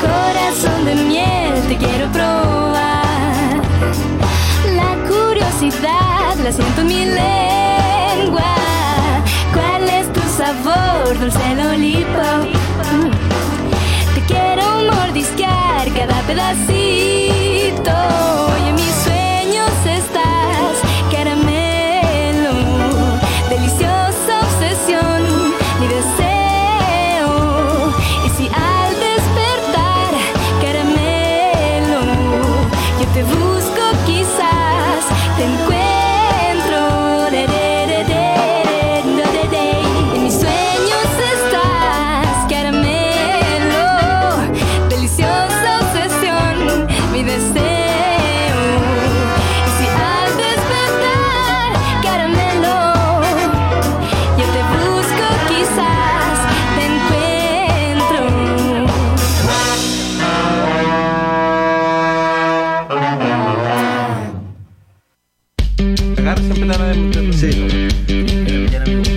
Speaker 11: Corazón de miel, te quiero probar. La curiosidad la siento en mi lengua. ¿Cuál es tu sabor, dulce lollipop? Mm. Te quiero mordisquear cada pedacito. Y en mis sueños estás, caramelo. Deliciosa obsesión, mi deseo. Y si al despertar, caramelo, yo te busco quizás, te encuentro. De, de, de, de, de, de, de. En mis sueños estás, caramelo. Deliciosa obsesión, mi deseo. Y si al despertar, caramelo, yo te busco quizás, te encuentro.
Speaker 5: Cagar siempre la Sí.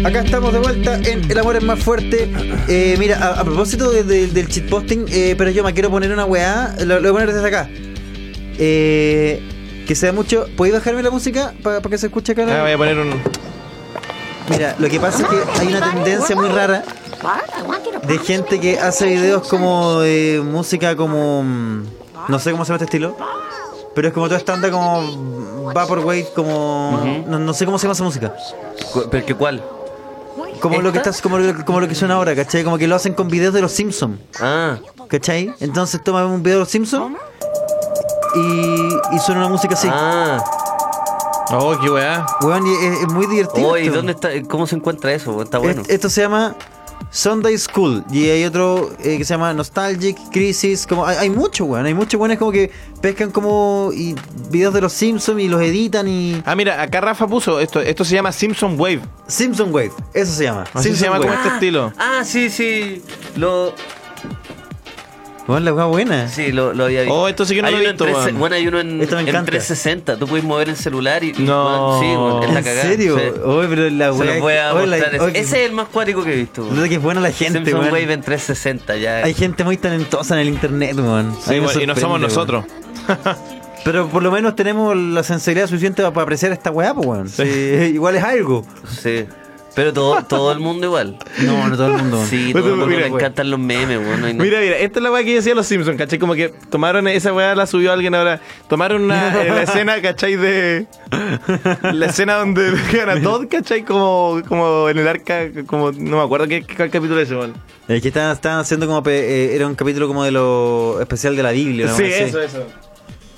Speaker 5: Acá estamos de vuelta en El amor es más fuerte. Eh, mira, a, a propósito de- de- del shitposting, eh, pero yo me quiero poner una weá. Lo, lo voy a poner desde acá. Eh, que sea mucho. ¿Podéis bajarme la música para que se escuche acá?
Speaker 10: Ah, voy a poner un.
Speaker 5: Mira, lo que pasa es que hay una tendencia muy rara de gente que hace videos como de música como. mm, No sé cómo se llama este estilo. Pero es como toda esta onda como Vaporwave, como. no, no sé cómo se llama esa música.
Speaker 9: ¿Pero qué cuál?
Speaker 5: Como lo que
Speaker 9: ¿Esta?
Speaker 5: estás, como lo, como lo que suena ahora, ¿cachai? Como que lo hacen con videos de los Simpsons.
Speaker 9: Ah.
Speaker 5: ¿Cachai? Entonces toman un video de los Simpsons y, y suena una música así.
Speaker 9: Ah.
Speaker 10: Oh, qué weá.
Speaker 5: Weón, y es, es muy divertido.
Speaker 9: Oye,
Speaker 5: esto.
Speaker 9: ¿dónde está? ¿Cómo se encuentra eso? Está Ah, bueno.
Speaker 5: Est- Esto se llama Sunday School. Y hay otro eh, que se llama Nostalgic, Crisis. Como, hay, hay mucho, weón. Hay muchos weones como que pescan como y videos de los Simpsons y los editan y.
Speaker 10: Ah, mira, acá Rafa puso esto. Esto se llama Simpson Wave.
Speaker 5: Simpson Wave, eso se llama.
Speaker 10: Así se llama como este estilo.
Speaker 9: Ah, sí, sí. Lo.
Speaker 5: Weón, la weá buena.
Speaker 9: Sí, lo, lo había visto.
Speaker 10: Oh, esto sí que no
Speaker 9: Hay
Speaker 10: lo he
Speaker 9: uno en
Speaker 10: visto,
Speaker 9: 13
Speaker 10: weón.
Speaker 9: Bueno, hay uno en,
Speaker 10: Esto me
Speaker 9: en
Speaker 10: encanta.
Speaker 9: 360. Tú puedes mover el celular y. y,
Speaker 10: No.
Speaker 9: weón, sí, weón, es la
Speaker 5: ¿En
Speaker 9: cagada.
Speaker 5: serio?
Speaker 9: sí.
Speaker 5: Oye, pero la
Speaker 9: Se
Speaker 5: weá
Speaker 9: los voy a
Speaker 5: oye, la-
Speaker 9: mostrar. ese.
Speaker 5: oye,
Speaker 9: Ese es el más cuático que he visto. weón.
Speaker 5: Nota que es buena la gente,
Speaker 9: Simpson
Speaker 5: weón.
Speaker 9: Wave en 360, ya.
Speaker 5: Hay gente muy talentosa en el internet, weón. A
Speaker 10: Sí,
Speaker 5: mí me
Speaker 10: weón, y no
Speaker 5: sorprende,
Speaker 10: somos
Speaker 5: weón.
Speaker 10: nosotros.
Speaker 5: Pero por lo menos tenemos la sensibilidad suficiente para apreciar esta weá, pues, weón. Sí, [LAUGHS] igual es algo.
Speaker 9: Sí. Pero todo, todo el mundo igual.
Speaker 5: No, no todo el mundo.
Speaker 9: Sí,
Speaker 10: Pero
Speaker 9: todo el mundo
Speaker 10: mira,
Speaker 9: le encantan los memes, weón. no hay nada.
Speaker 10: Mira, mira, esta es la weá que decía los Simpsons, ¿cachai? Como que tomaron esa weá, la subió alguien ahora. Tomaron [LAUGHS] una, eh, la escena, ¿cachai? De. La escena donde [LAUGHS] pegan a Todd, ¿cachai? Como, como en el arca, como. No me acuerdo qué, qué capítulo es ese, weón.
Speaker 5: Es que estaban, estaban haciendo como. pe- eh, era un capítulo como de lo especial de la Biblia, ¿no?
Speaker 10: Sí, eso, eso.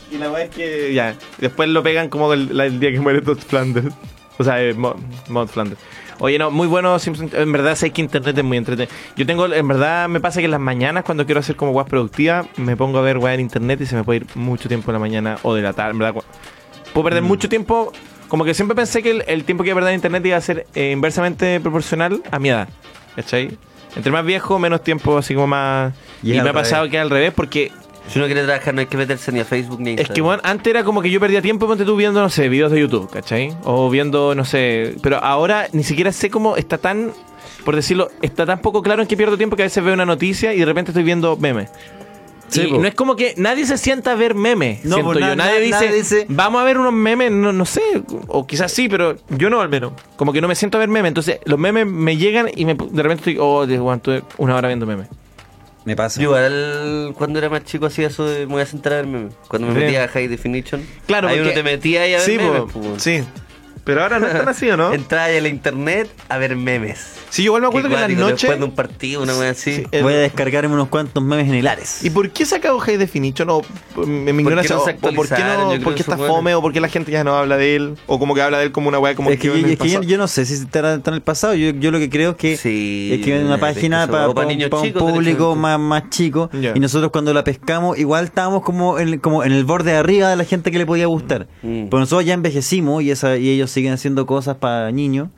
Speaker 10: Y la weá es que. Ya. Después lo pegan como el, la- el día que muere Todd Flanders. O sea, eh, Mo- Mount Flanders. Oye, no, muy bueno Simpson. En verdad sé que internet es muy entretenido. Yo tengo, en verdad, me pasa que en las mañanas, cuando quiero hacer como weas productivas, me pongo a ver weas en internet y se me puede ir mucho tiempo en la mañana o de la tarde. En verdad, cua- puedo
Speaker 9: Mm.
Speaker 10: perder mucho tiempo. Como que siempre pensé que el, el tiempo que iba a perder en internet iba a ser eh, inversamente proporcional a mi edad. ¿Cachai? Entre más viejo, menos tiempo, así como más.
Speaker 9: Y
Speaker 10: Y,
Speaker 9: es al
Speaker 10: me ha pasado
Speaker 9: revés.
Speaker 10: que al revés, porque
Speaker 9: Si uno quiere trabajar, no hay que meterse ni a Facebook ni a
Speaker 10: Es que,
Speaker 9: Instagram.
Speaker 10: bueno, antes era como que yo perdía tiempo, ponte tú, viendo, no sé, videos de YouTube, ¿cachai? O viendo, no sé. Pero ahora ni siquiera sé cómo está tan, por decirlo, está tan poco claro en que pierdo tiempo que a veces veo una noticia y de repente estoy viendo memes.
Speaker 5: Sí,
Speaker 10: Y
Speaker 5: po.
Speaker 10: no es como que nadie se sienta a ver memes,
Speaker 5: No,
Speaker 10: siento
Speaker 5: po, na-
Speaker 10: yo. Nadie,
Speaker 5: na-
Speaker 10: dice,
Speaker 5: nadie dice-
Speaker 10: vamos a ver unos memes, no, no sé, o quizás sí, pero yo no al menos. Como que no me siento a ver memes, entonces los memes me llegan y me- de repente estoy, oh, Dios, bueno, estuve una hora viendo memes.
Speaker 5: Me pasa.
Speaker 9: Yo igual cuando era más chico hacía eso de me voy a centrar a ver memes. Cuando me
Speaker 10: Sí.
Speaker 9: metía a High Definition.
Speaker 10: Claro,
Speaker 9: ahí
Speaker 10: porque-
Speaker 9: uno te metía ahí a ver
Speaker 10: Sí, po,
Speaker 9: memes. po.
Speaker 10: sí. Pero ahora no es tan así, ¿o [LAUGHS] no?
Speaker 9: Entraba ahí a la internet a ver memes.
Speaker 10: Sí, igual me acuerdo
Speaker 9: Qué
Speaker 10: que en la
Speaker 9: cuático,
Speaker 10: noche-
Speaker 9: Después de un partido, una wea así.
Speaker 5: Voy a descargarme unos cuantos memes en el Ares.
Speaker 10: ¿Y por qué saca High Definition? O en mi
Speaker 5: ¿Por
Speaker 10: ignorancia,
Speaker 5: qué no se
Speaker 10: o- o ¿por qué,
Speaker 5: actualizaron? Yo
Speaker 10: no,
Speaker 5: creo
Speaker 10: por
Speaker 5: que
Speaker 10: qué está
Speaker 5: eso, bueno.
Speaker 10: fome? ¿O por qué la gente ya no habla de él? ¿O como que habla de él como una weá como
Speaker 5: es que,
Speaker 10: quedó
Speaker 5: yo,
Speaker 10: en el
Speaker 5: es que yo,
Speaker 10: pasado?
Speaker 5: yo no sé si estará está en el pasado. Yo, yo lo que creo es que es que es una
Speaker 10: de-
Speaker 5: página
Speaker 10: eso, o
Speaker 5: para
Speaker 10: para niños
Speaker 5: un
Speaker 10: chicos,
Speaker 5: público
Speaker 10: derechamente.
Speaker 5: más, más chico.
Speaker 10: Ya.
Speaker 5: Y nosotros cuando la pescamos, igual estábamos como en, como en el borde de arriba de la gente que le podía gustar. Pero nosotros ya envejecimos y, esa, y ellos siguen haciendo cosas para niños.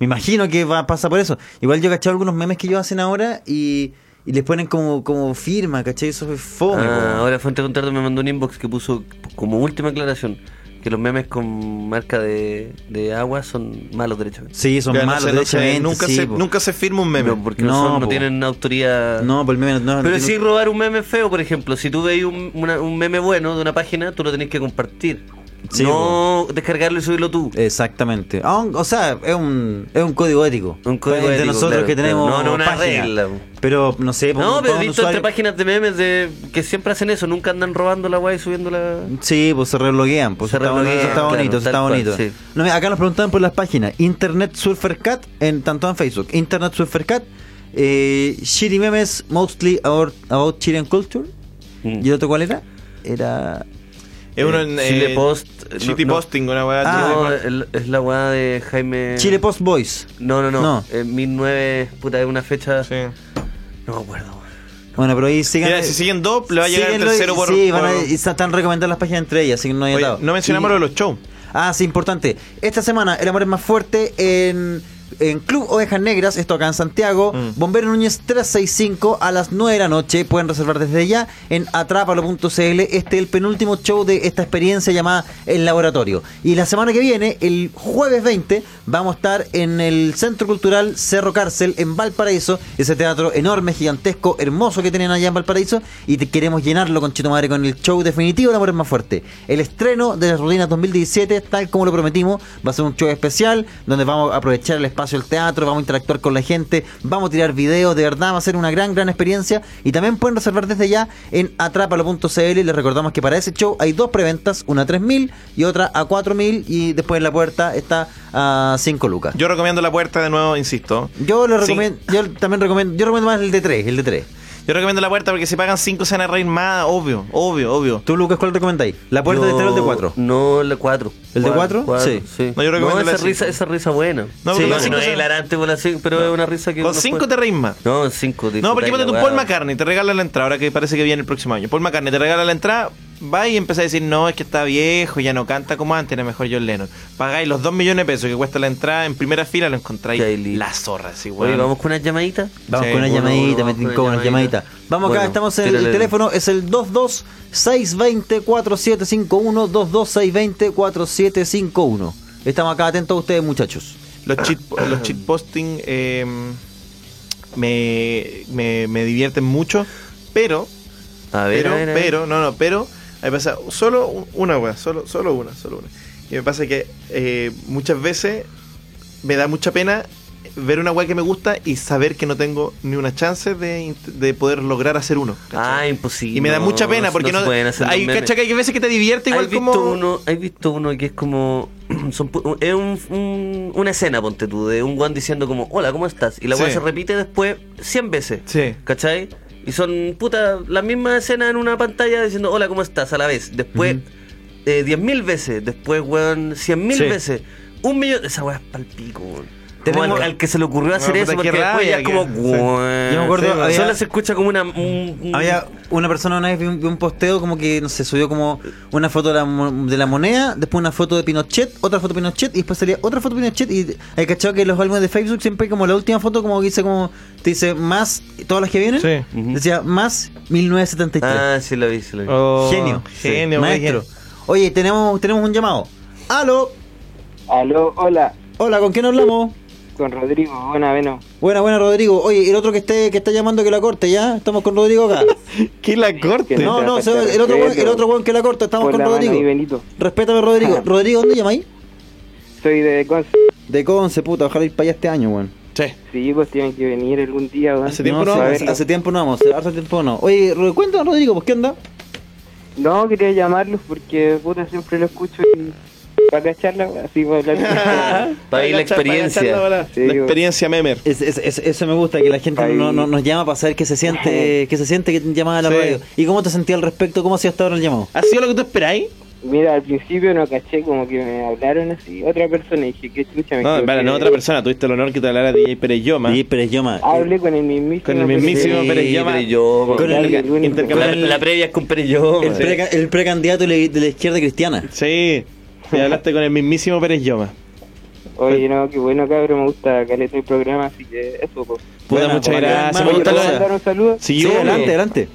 Speaker 5: Me imagino que va, pasa por eso. Igual yo he cachado algunos memes que ellos hacen ahora y, y les ponen como, como firma, ¿cachai? Eso es fome.
Speaker 9: Ah,
Speaker 5: po.
Speaker 9: ahora Fuente Contrato me mandó un inbox que puso como última aclaración que los memes con marca de, de agua son malos derechamente.
Speaker 5: Sí, son
Speaker 10: Ya, no
Speaker 5: malos,
Speaker 10: sé, no sé,
Speaker 5: derechamente,
Speaker 10: nunca,
Speaker 5: sí,
Speaker 10: se,
Speaker 5: po.
Speaker 10: nunca se firma un meme.
Speaker 9: porque no, son- no
Speaker 5: po.
Speaker 9: tienen autoría.
Speaker 5: No, por el meme no- no.
Speaker 9: Pero
Speaker 5: no-
Speaker 9: sí robar un meme feo, por ejemplo. Si tú veis un, una- un meme bueno de una página, tú lo tenés que compartir.
Speaker 5: Sí, Eh,
Speaker 9: no descargarlo y subirlo tú.
Speaker 5: Exactamente. Ah, un- O sea, es un, es un código ético. Un
Speaker 9: código
Speaker 5: de
Speaker 9: ético,
Speaker 5: nosotros
Speaker 9: claro,
Speaker 5: que
Speaker 9: claro.
Speaker 5: tenemos.
Speaker 9: No, no, una
Speaker 5: página.
Speaker 9: regla.
Speaker 5: Pero no sé.
Speaker 9: No,
Speaker 5: pon-
Speaker 9: pero
Speaker 5: pon
Speaker 9: he
Speaker 5: un
Speaker 9: visto
Speaker 5: usuario-
Speaker 9: entre páginas de memes de que siempre hacen eso, nunca andan robando la guay y subiéndola.
Speaker 5: Sí, pues se rebloguean. Pues
Speaker 9: Se
Speaker 5: está,
Speaker 9: rebloguean,
Speaker 5: eso está
Speaker 9: claro,
Speaker 5: bonito, eso
Speaker 9: tal
Speaker 5: está
Speaker 9: cual,
Speaker 5: bonito.
Speaker 9: sí.
Speaker 5: No, mira, acá nos preguntaban por las páginas. Internet Surfer Cat, en, tanto en Facebook. Internet Surfer Cat. Eh, shitty memes, mostly about, about Chilean culture.
Speaker 9: Mm.
Speaker 5: ¿Y el otro cuál era? Era...
Speaker 9: Eh.
Speaker 10: Es uno en.
Speaker 9: Chile
Speaker 10: eh,
Speaker 9: Post. eh,
Speaker 10: Chile
Speaker 9: no, no.
Speaker 10: Posting, una weá.
Speaker 9: No,
Speaker 10: de-
Speaker 9: el- es la weá de Jaime.
Speaker 5: Ah, Chile Post Boys.
Speaker 9: No, no, no.
Speaker 5: No.
Speaker 9: En 19. Puta, es una fecha. No me acuerdo.
Speaker 5: Bueno, pero ahí eh, sigan.
Speaker 10: Mira, si siguen dos, le va a llegar el
Speaker 5: síguenlo
Speaker 10: tercero
Speaker 5: y-
Speaker 10: por-
Speaker 5: Sí, van a,
Speaker 10: por-
Speaker 5: y se están recomendando las páginas entre ellas, así que no hay
Speaker 10: Oye,
Speaker 5: atado.
Speaker 10: no mencionamos
Speaker 5: Y-
Speaker 10: lo de los shows.
Speaker 5: Ah, sí, importante. Esta semana, El Amor es más fuerte en, en Club Ovejas Negras, esto acá en Santiago. Bombero Núñez 365 a las 9 de la noche. Pueden reservar desde ya en atrápalo.cl. Este es el penúltimo show de esta experiencia llamada El Laboratorio. Y la semana que viene, el jueves 20, vamos a estar en el Centro Cultural Cerro Cárcel en Valparaíso. Ese teatro enorme, gigantesco, hermoso que tienen allá en Valparaíso. Y te queremos llenarlo con Chito Madre con el show definitivo El Amor es más fuerte. El estreno de las rutinas 2017, tal como lo prometimos, va a ser un show especial donde vamos a aprovechar el espacio del teatro, vamos a interactuar con la gente, vamos a tirar videos, de verdad va a ser una gran, gran experiencia. Y también pueden reservar desde ya en atrápalo.cl. Les recordamos que para ese show hay dos preventas, una a 3.000 y otra a 4.000. Y después en la puerta está a 5 lucas.
Speaker 10: Yo recomiendo la puerta de nuevo, insisto.
Speaker 5: Yo lo
Speaker 10: Sí.
Speaker 5: recomiendo, yo también recomiendo, yo recomiendo más el de 3, el de 3.
Speaker 10: Yo recomiendo la puerta porque si pagan cinco se van a reír más, obvio, obvio, obvio.
Speaker 5: ¿Tú, Lucas, cuál recomendáis? ¿La puerta de
Speaker 9: Yo-
Speaker 5: estreno o el de 4?
Speaker 9: No, el de 4.
Speaker 5: ¿El de cuatro? Sí.
Speaker 10: No, yo recomiendo la
Speaker 9: esa,
Speaker 10: de cinco.
Speaker 9: risa, esa risa buena.
Speaker 10: porque
Speaker 9: Sí,
Speaker 10: con
Speaker 9: no,
Speaker 10: cinco
Speaker 9: no es
Speaker 10: se-
Speaker 9: hilarante por la cinco, pero es una risa que.
Speaker 10: Con
Speaker 9: uno
Speaker 10: cinco
Speaker 9: puede-
Speaker 10: te reís más.
Speaker 9: No, 5
Speaker 10: No, porque ponte tu Paul McCartney, te regala la entrada, ahora que parece que viene el próximo año. Paul McCartney te regala la entrada, va y empieza a decir, no, es que está viejo, ya no canta como antes, era mejor John Lennon. Pagáis los 2 millones de pesos que cuesta la entrada, en primera fila lo encontráis la zorra, sí,
Speaker 9: Oye,
Speaker 10: weón.
Speaker 9: vamos con una llamadita.
Speaker 5: Vamos con una llamadita, me tincó con una llamadita. Vamos acá, estamos en el teléfono, es el 22620-4751, 22620-4751. Estamos acá atentos a ustedes, muchachos.
Speaker 10: Los cheat, los
Speaker 9: [COUGHS]
Speaker 10: cheat posting eh, me, me, me divierten mucho, pero...
Speaker 9: A ver,
Speaker 10: pero,
Speaker 9: a ver, a ver.
Speaker 10: pero, no, no, pero... ahí pasa solo un- una, weón, solo, solo una, solo una. Y me pasa que eh, muchas veces me da mucha pena ver una weá que me gusta y saber que no tengo ni una chance de, int- de poder lograr hacer uno.
Speaker 9: Ah, imposible.
Speaker 10: Y me da mucha pena porque
Speaker 9: se
Speaker 10: no-
Speaker 9: pueden hacer los
Speaker 10: hay-
Speaker 9: memes.
Speaker 10: cacha que hay veces que te divierte igual
Speaker 9: ¿Has visto
Speaker 10: como-
Speaker 9: Uno, ¿Has visto uno que es como. [CLEARS THROAT] son pu- es un- un- una escena, ponte tú, de un guan diciendo como, hola, ¿cómo estás? Y la
Speaker 10: Sí.
Speaker 9: guan se repite después 100 veces.
Speaker 10: Sí.
Speaker 9: ¿Cachai? Y son, puta, la misma escena en una pantalla diciendo, hola, ¿cómo estás? A la vez. Después, eh, 10.000 veces. Después, weón, 100.000
Speaker 10: Sí.
Speaker 9: veces. Un millón. Esa weá es palpico, weón. Tenemos al que se le ocurrió hacer eso, porque después ya es como.
Speaker 5: Yo
Speaker 9: "Guau".
Speaker 5: me acuerdo, había-
Speaker 9: Solo se escucha como una. un- un-
Speaker 5: Había una persona una vez vi un, vi un posteo como que, no sé, subió como una foto de la, mo- de la moneda, después una foto de Pinochet, otra foto de Pinochet y después salía otra foto de Pinochet y hay cachado que los álbumes de Facebook siempre como la última foto como que dice como, te dice más, todas las que vienen, decía más 1973.
Speaker 9: Ah, sí, lo vi, sí, lo vi.
Speaker 10: Oh,
Speaker 5: genio,
Speaker 9: genio,
Speaker 5: maestro. Oye, tenemos, tenemos un llamado. ¡Aló!
Speaker 17: [LAUGHS] Aló, hola.
Speaker 5: Hola, ¿con quién hablamos?
Speaker 17: Con Rodrigo, buena veno.
Speaker 5: Buena, buena, Rodrigo. Oye, el otro que esté que está llamando que la corte, ¿ya? Estamos con Rodrigo acá.
Speaker 10: ¿Que la corte?
Speaker 5: No, no, se- el otro, weón- el otro weón que la corta, estamos
Speaker 17: Pon
Speaker 5: con
Speaker 17: la mano ahí,
Speaker 5: Rodrigo.
Speaker 17: Benito.
Speaker 5: Respétame, Rodrigo. Rodrigo, ¿dónde llamáis?
Speaker 17: Soy de Conce.
Speaker 5: De Conce, puta, ojalá ir para allá este año, weón. Sí.
Speaker 17: Sí, pues tienen que venir algún día. weón.
Speaker 5: Hace
Speaker 17: No,
Speaker 5: tiempo no,
Speaker 17: a
Speaker 5: hace,
Speaker 17: verlo.
Speaker 5: hace tiempo no vamos, hace tiempo no. Oye, Ro- cuéntanos, Rodrigo, pues qué onda?
Speaker 17: No, quería llamarlos porque puta siempre lo escucho y para cacharla, weón, así para
Speaker 9: [LAUGHS]
Speaker 17: hablar.
Speaker 10: Para ir la experiencia.
Speaker 17: Sí,
Speaker 10: [LAUGHS] La
Speaker 17: weón.
Speaker 10: experiencia memer.
Speaker 5: eso me gusta, que la gente no, no- nos llama para saber qué se siente, qué se siente que llamada a la
Speaker 10: Sí.
Speaker 5: radio. ¿Y cómo te sentías al respecto? ¿Cómo hacía hasta ahora el llamado?
Speaker 10: ¿Ha sido lo que tú esperáis?
Speaker 17: Mira, al principio no caché, como que me hablaron así, otra persona, y dije, qué chucha me
Speaker 10: No,
Speaker 17: equivoqué.
Speaker 10: para, no otra persona. Tuviste el honor que te hablara DJ Pérez Yoma. DJ
Speaker 5: Pérez Yoma. Eh,
Speaker 17: Hablé con el mismísimo.
Speaker 10: Con Ah, el mismísimo Pérez Yoma.
Speaker 5: Con el- con
Speaker 10: Intercambiar-
Speaker 5: el-
Speaker 10: la previa es con Pérez Yoma.
Speaker 5: El, preca- el precandidato le- de la izquierda cristiana.
Speaker 10: Sí, me hablaste con el mismísimo Pérez Yoma.
Speaker 17: Oye, no, qué bueno, cabrón, me gusta caleta el programa, así que eso, pues.
Speaker 10: Puta, muchas gracias.
Speaker 17: hermano,
Speaker 10: Muchas
Speaker 17: ¿puedo
Speaker 10: gracias.
Speaker 17: mandar un saludo?
Speaker 10: Sí,
Speaker 17: Sí,
Speaker 10: obvio.
Speaker 17: adelante, adelante.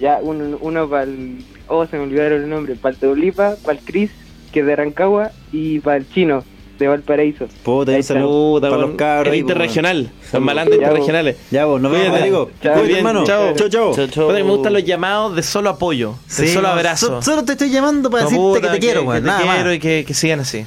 Speaker 17: Ya, uno, uno para el. Oh, se me olvidaron el nombre. Para el Teulipa, para el Cris, que es de Rancagua, y para el Chino, de Valparaíso.
Speaker 5: Puta, un saludo para los cabros. pues,
Speaker 10: El interregional. Los malandros
Speaker 17: pues.
Speaker 10: interregionales.
Speaker 5: Ya vos, nos vemos,
Speaker 10: Cuídate.
Speaker 5: Rodrigo.
Speaker 10: Chao.
Speaker 5: Cuídate,
Speaker 10: Bien,
Speaker 5: hermano.
Speaker 10: Chao,
Speaker 5: Chao, chao.
Speaker 10: Puta, que Me gustan los llamados de solo apoyo, de
Speaker 5: Sí,
Speaker 10: solo
Speaker 5: no,
Speaker 10: abrazo.
Speaker 5: so- Solo te estoy llamando para
Speaker 10: No,
Speaker 5: decirte
Speaker 10: puta,
Speaker 5: que te quiero, weón.
Speaker 10: Que
Speaker 5: Nada
Speaker 10: te
Speaker 5: más.
Speaker 10: quiero y que, que sigan así.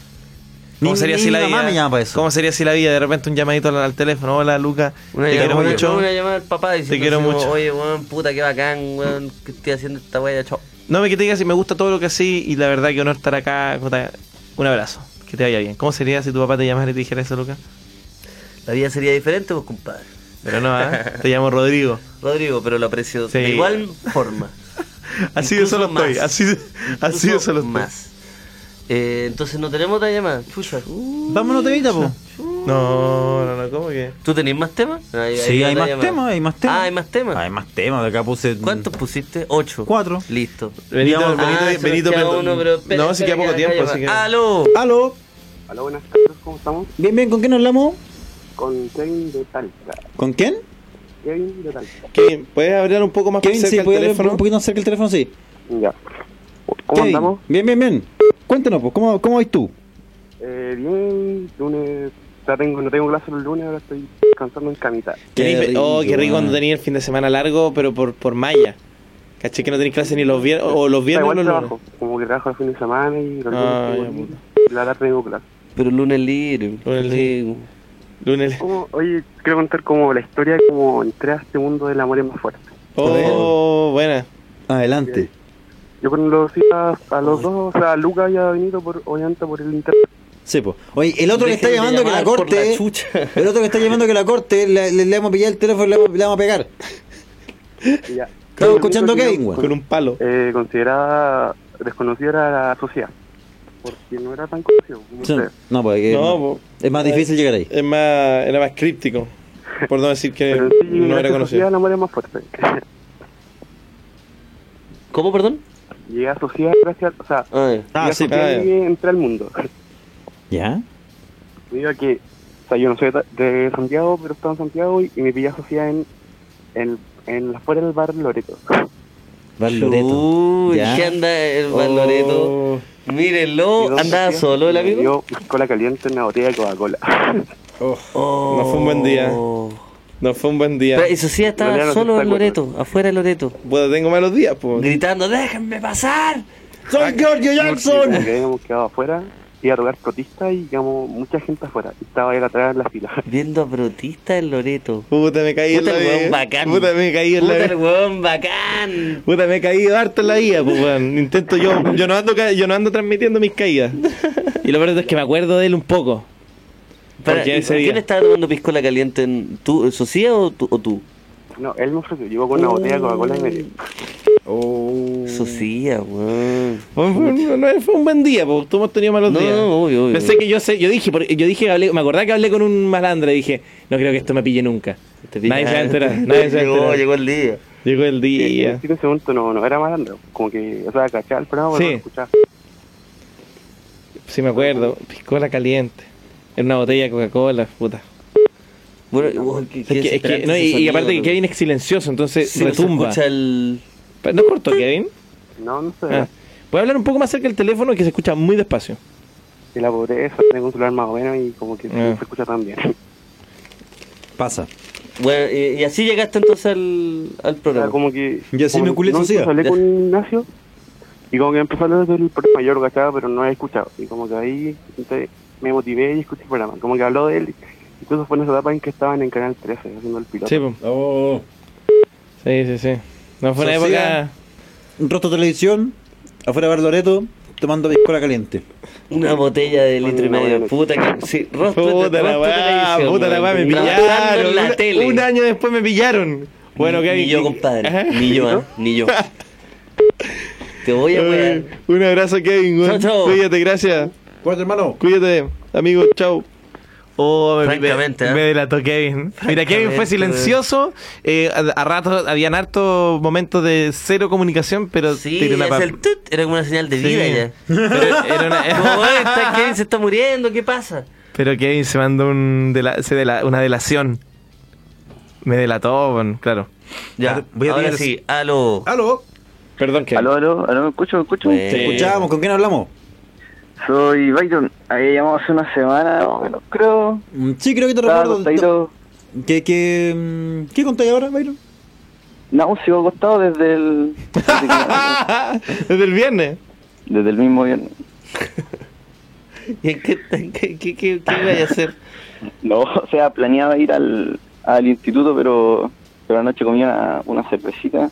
Speaker 10: ¿Cómo
Speaker 5: Ni-
Speaker 10: sería
Speaker 5: ni
Speaker 10: si la
Speaker 5: mi mamá
Speaker 10: vida?
Speaker 5: me llama para eso.
Speaker 10: ¿Cómo sería si la vida? De repente un llamadito al, al teléfono. Hola, Luca.
Speaker 9: Una
Speaker 10: te quiero
Speaker 9: llamada,
Speaker 10: mucho.
Speaker 9: una llamada al papá diciendo
Speaker 10: quiero
Speaker 9: así como,
Speaker 10: mucho.
Speaker 9: Oye, weón, puta, qué bacán, weón, que estoy haciendo esta weá, chao.
Speaker 10: No me que te digas si me gusta todo lo que así y la verdad que honor estar acá. puta, Un abrazo. Que te vaya bien. ¿Cómo sería si tu papá te llamara y te dijera eso, Luca?
Speaker 9: La vida sería diferente, pues, compadre.
Speaker 10: Pero
Speaker 5: [LAUGHS]
Speaker 10: no, ¿ah? Te llamo Rodrigo.
Speaker 9: Rodrigo, pero lo aprecio
Speaker 10: Sí.
Speaker 9: de igual forma.
Speaker 10: [LAUGHS] Así de solo estoy. Así, de- así de solo estoy.
Speaker 9: más. Eh, entonces no tenemos otra llamada. Chucha.
Speaker 5: Vámonos, temita, po.
Speaker 10: No, no, no, ¿cómo que?
Speaker 9: ¿Tú tenés más temas? Ahí- ahí
Speaker 5: Sí, hay
Speaker 9: otra
Speaker 5: más
Speaker 9: llamada.
Speaker 5: temas, hay más temas.
Speaker 9: Ah, hay más temas.
Speaker 5: Hay más temas, acá puse.
Speaker 9: ¿Cuántos pusiste? Ocho.
Speaker 5: Cuatro.
Speaker 9: Listo.
Speaker 10: Benito,
Speaker 9: Digamos-
Speaker 10: Benito,
Speaker 9: Ah, se nos
Speaker 10: Benito,
Speaker 9: queda
Speaker 10: perdón.
Speaker 9: uno, pero espera,
Speaker 10: no, si queda
Speaker 9: espera,
Speaker 10: poco
Speaker 9: que acá
Speaker 10: tiempo,
Speaker 9: llama.
Speaker 10: así que.
Speaker 9: ¡Aló!
Speaker 5: ¡Aló!
Speaker 17: Hola, buenas tardes, ¿cómo estamos?
Speaker 5: Bien, bien, ¿con quién hablamos?
Speaker 17: Con Kevin de Talca.
Speaker 5: ¿Con quién?
Speaker 17: Kevin de Talca.
Speaker 10: Kevin, ¿puedes hablar un poco más
Speaker 5: Kevin,
Speaker 10: cerca
Speaker 5: sí,
Speaker 10: el
Speaker 5: puede hablar
Speaker 10: teléfono?
Speaker 5: un poquito más cerca el teléfono, sí.
Speaker 17: Ya.
Speaker 5: ¿Cómo andamos? Bien, bien, bien. Cuéntanos, pues, ¿cómo, cómo vais tú?
Speaker 17: Eh, bien, lunes. Ya tengo, no tengo clase los lunes, ahora estoy descansando en camita.
Speaker 10: Tenéis- oh, qué
Speaker 17: weón.
Speaker 10: rico cuando tenía el fin de semana largo, pero por, por malla. Caché que no tenéis clases ni los viernes, o los viernes o
Speaker 17: igual
Speaker 10: los lunes.
Speaker 17: trabajo, como que trabajo el fin de semana y los
Speaker 10: Ah,
Speaker 17: lunes
Speaker 10: ya,
Speaker 17: tengo libre. la tarde tengo clase.
Speaker 9: Pero lunes libre.
Speaker 10: Lunes
Speaker 9: libre.
Speaker 10: pues, Lunes libre.
Speaker 5: Oh.
Speaker 17: Como- Oye, quiero contar como la historia de cómo entré a este mundo del amor es más fuerte.
Speaker 10: Oh, buena.
Speaker 5: Adelante.
Speaker 17: Yo conocí a, a los dos, o sea, a Lucas y a Benito, por, obviamente por el internet.
Speaker 5: Sí, pues. Oye, el otro
Speaker 17: Dejen
Speaker 5: que
Speaker 17: de
Speaker 5: está llamando que la
Speaker 17: llamar por
Speaker 5: corte.
Speaker 17: la chucha.
Speaker 5: el otro que está llamando que la corte, le, le- le vamos a pillar el teléfono y le, vamos- le vamos a pegar. Estamos escuchando a Kevin, weón.
Speaker 10: un palo.
Speaker 17: Eh, considerada desconocida era la sociedad. Porque no era tan conocido
Speaker 10: Eh,
Speaker 17: como
Speaker 5: Sí.
Speaker 17: ustedes.
Speaker 5: No, pues. que- es más difícil llegar ahí.
Speaker 10: Es más, era más críptico. Por no decir que
Speaker 17: Pero sí,
Speaker 10: no
Speaker 17: gracias a
Speaker 10: era
Speaker 17: sociedad
Speaker 10: conocido.
Speaker 17: el amor es más fuerte.
Speaker 9: ¿Cómo, perdón?
Speaker 17: Llegué a sociedad gracias, o sea,
Speaker 9: Ah,
Speaker 17: llegué a
Speaker 10: sí,
Speaker 17: sociedad
Speaker 10: ah,
Speaker 17: y entré al mundo.
Speaker 5: ¿Ya?
Speaker 17: Mira que, o sea, yo no soy de- de Santiago, pero estaba en Santiago y, y me pillé a sociedad en, en, en la fuera del bar Loreto.
Speaker 9: Uy,
Speaker 17: Ya.
Speaker 9: ¿qué anda el Valoreto? Mírenlo, andaba solo el amigo.
Speaker 17: Yo, cola caliente en una botella de Coca-Cola.
Speaker 10: No fue un buen día. No fue un buen día.
Speaker 9: Oh. Pero eso sí, estaba
Speaker 10: Lolearon
Speaker 9: solo
Speaker 10: está
Speaker 9: el
Speaker 10: cuatro.
Speaker 9: Loreto, afuera el Loreto.
Speaker 10: Bueno, tengo malos días, pues.
Speaker 9: Gritando, déjenme pasar.
Speaker 10: ¡Soy Giorgio
Speaker 17: Jackson! Habíamos quedado afuera, iba a tocar protista y llegamos mucha gente afuera. Y estaba ahí atrás en la fila.
Speaker 9: Viendo a protista el Loreto.
Speaker 10: Puta, me caí
Speaker 9: Puta
Speaker 10: en la
Speaker 9: el
Speaker 10: vida.
Speaker 9: weón bacán.
Speaker 10: Puta, me caí en la
Speaker 9: Puta
Speaker 10: vida.
Speaker 9: el weón bacán.
Speaker 10: Puta, me he caído harto en la vida, pues, weón. Intento yo, yo no ando, ca- yo no ando transmitiendo mis caídas. Y lo peor es que me acuerdo de él un poco.
Speaker 9: Para,
Speaker 10: Porque
Speaker 9: ¿y
Speaker 10: ese
Speaker 9: ¿Quién
Speaker 10: día-
Speaker 9: estaba tomando piscola caliente? En, ¿Tú, Socia o tú? O tú?
Speaker 10: Mm.
Speaker 17: No, él me ofreció, llegó con una botella de Coca-Cola y me dio.
Speaker 9: Socia, weón.
Speaker 10: Bueno, fue un- no, fue un buen día, porque tú hemos tenido malos
Speaker 9: No,
Speaker 10: días.
Speaker 9: obvio, obvio.
Speaker 10: Pensé que yo sé, yo dije, por- yo dije que hablé- me acordaba que hablé con un malandro y dije, no creo que esto me pille nunca. Nadie se va a
Speaker 9: [LAUGHS]
Speaker 10: enterar, nadie se va a
Speaker 18: Llegó,
Speaker 10: enterar.
Speaker 18: llegó
Speaker 10: el día. Llegó el
Speaker 18: Sí,
Speaker 10: día.
Speaker 18: en ese momento no, no era malandro. Como que, o sea, cachaba el programa, pero
Speaker 10: Sí.
Speaker 18: no lo escuchaba.
Speaker 10: Sí, me acuerdo. Piscola caliente. Era una botella de Coca-Cola, puta.
Speaker 9: Bueno, weón, qué-
Speaker 10: Es
Speaker 9: qué
Speaker 10: que- es que-
Speaker 9: desesperante
Speaker 10: no, y,
Speaker 9: ese
Speaker 10: y
Speaker 9: sonido,
Speaker 10: aparte que
Speaker 9: weón.
Speaker 10: Kevin es silencioso, entonces
Speaker 9: Sí, no se
Speaker 10: retumba.
Speaker 9: escucha el-
Speaker 10: Pa- ¿No cortó Kevin?
Speaker 18: No, no sé.
Speaker 10: Ah. Voy a hablar un poco más cerca del teléfono que se escucha muy despacio.
Speaker 18: De la pobreza, tengo un celular más o menos y como que
Speaker 9: Ah.
Speaker 18: no se escucha tan bien.
Speaker 5: Pasa.
Speaker 9: Bueno, y, y así llegaste entonces al, al programa.
Speaker 18: como que.
Speaker 5: Y así
Speaker 18: como
Speaker 5: me
Speaker 18: que-
Speaker 5: culé
Speaker 18: no,
Speaker 5: socia.
Speaker 18: incluso Hablé con Ignacio y como que empezó a hablar del programa. Yo lo cachaba, pero no había escuchado. Y como que ahí entonces, me motivé y escuché el programa. Como que habló de él. Incluso fue en esa etapa en que estaban en Canal 13 haciendo el piloto.
Speaker 10: Sí, po. Sí, sí, sí. No fue una
Speaker 5: Socia,
Speaker 10: época.
Speaker 5: Rostro Televisión, afuera de Bar Loreto, tomando piscola caliente.
Speaker 9: Una botella de litro y medio. Puta que. Sí, rostro de-
Speaker 10: Puta la
Speaker 9: rostro
Speaker 10: weá,
Speaker 9: televisión,
Speaker 10: puta la
Speaker 9: weón.
Speaker 10: weá, me
Speaker 9: Trabajando
Speaker 10: pillaron.
Speaker 9: en la
Speaker 10: Un-
Speaker 9: tele.
Speaker 10: Un año después me pillaron. Bueno,
Speaker 9: Ni-
Speaker 10: Kevin.
Speaker 9: Ni yo, compadre.
Speaker 10: ¿Eh?
Speaker 9: Ni yo, ah, ni yo. Te voy a wear.
Speaker 10: Un abrazo, Kevin. weón.
Speaker 9: Chao, chao.
Speaker 10: Cuídate, gracias. Cuídate, hermano. Cuídate, amigo. Chao. Oh, me-
Speaker 9: Francamente,
Speaker 10: me,
Speaker 9: ¿eh?
Speaker 10: me delató Kevin. Mira, Kevin fue
Speaker 9: Francamente,
Speaker 10: silencioso. eh, a, a ratos habían hartos momentos de cero comunicación, pero
Speaker 9: Sí,
Speaker 10: tiró una
Speaker 9: es
Speaker 10: pa-
Speaker 9: el tut, era como una señal de
Speaker 10: Sí.
Speaker 9: vida ya.
Speaker 10: Pero, era una-
Speaker 9: [LAUGHS] Como, "Oye, está Kevin se está muriendo, ¿qué pasa?
Speaker 10: pero Kevin se mandó un dela- se dela- una delación. Me delató, bueno, claro.
Speaker 9: Ya,
Speaker 10: voy a
Speaker 9: ahora
Speaker 10: tirar-
Speaker 9: sí, aló.
Speaker 5: Aló.
Speaker 10: Perdón, Kevin.
Speaker 18: Aló, aló, aló, ¿me escucho? ¿Me escucho?
Speaker 9: Bueno.
Speaker 5: Te escuchábamos, ¿con quién hablamos?
Speaker 18: Soy Byron, había llamado hace una semana, no me lo creo.
Speaker 5: Mm, Sí, creo que te
Speaker 18: Estaba
Speaker 5: recuerdo. ¿Qué, qué, mm, ¿Qué contáis ahora, Byron?
Speaker 18: No, sigo acostado desde el... desde que-
Speaker 10: [LAUGHS] Desde el Ah, viernes.
Speaker 5: [LAUGHS]
Speaker 18: desde el mismo viernes.
Speaker 9: ¿Y en qué, en qué, qué, qué, qué iba a hacer?
Speaker 18: No, [LAUGHS] o sea, planeaba ir al, al instituto, pero, pero anoche comí una, una cervecita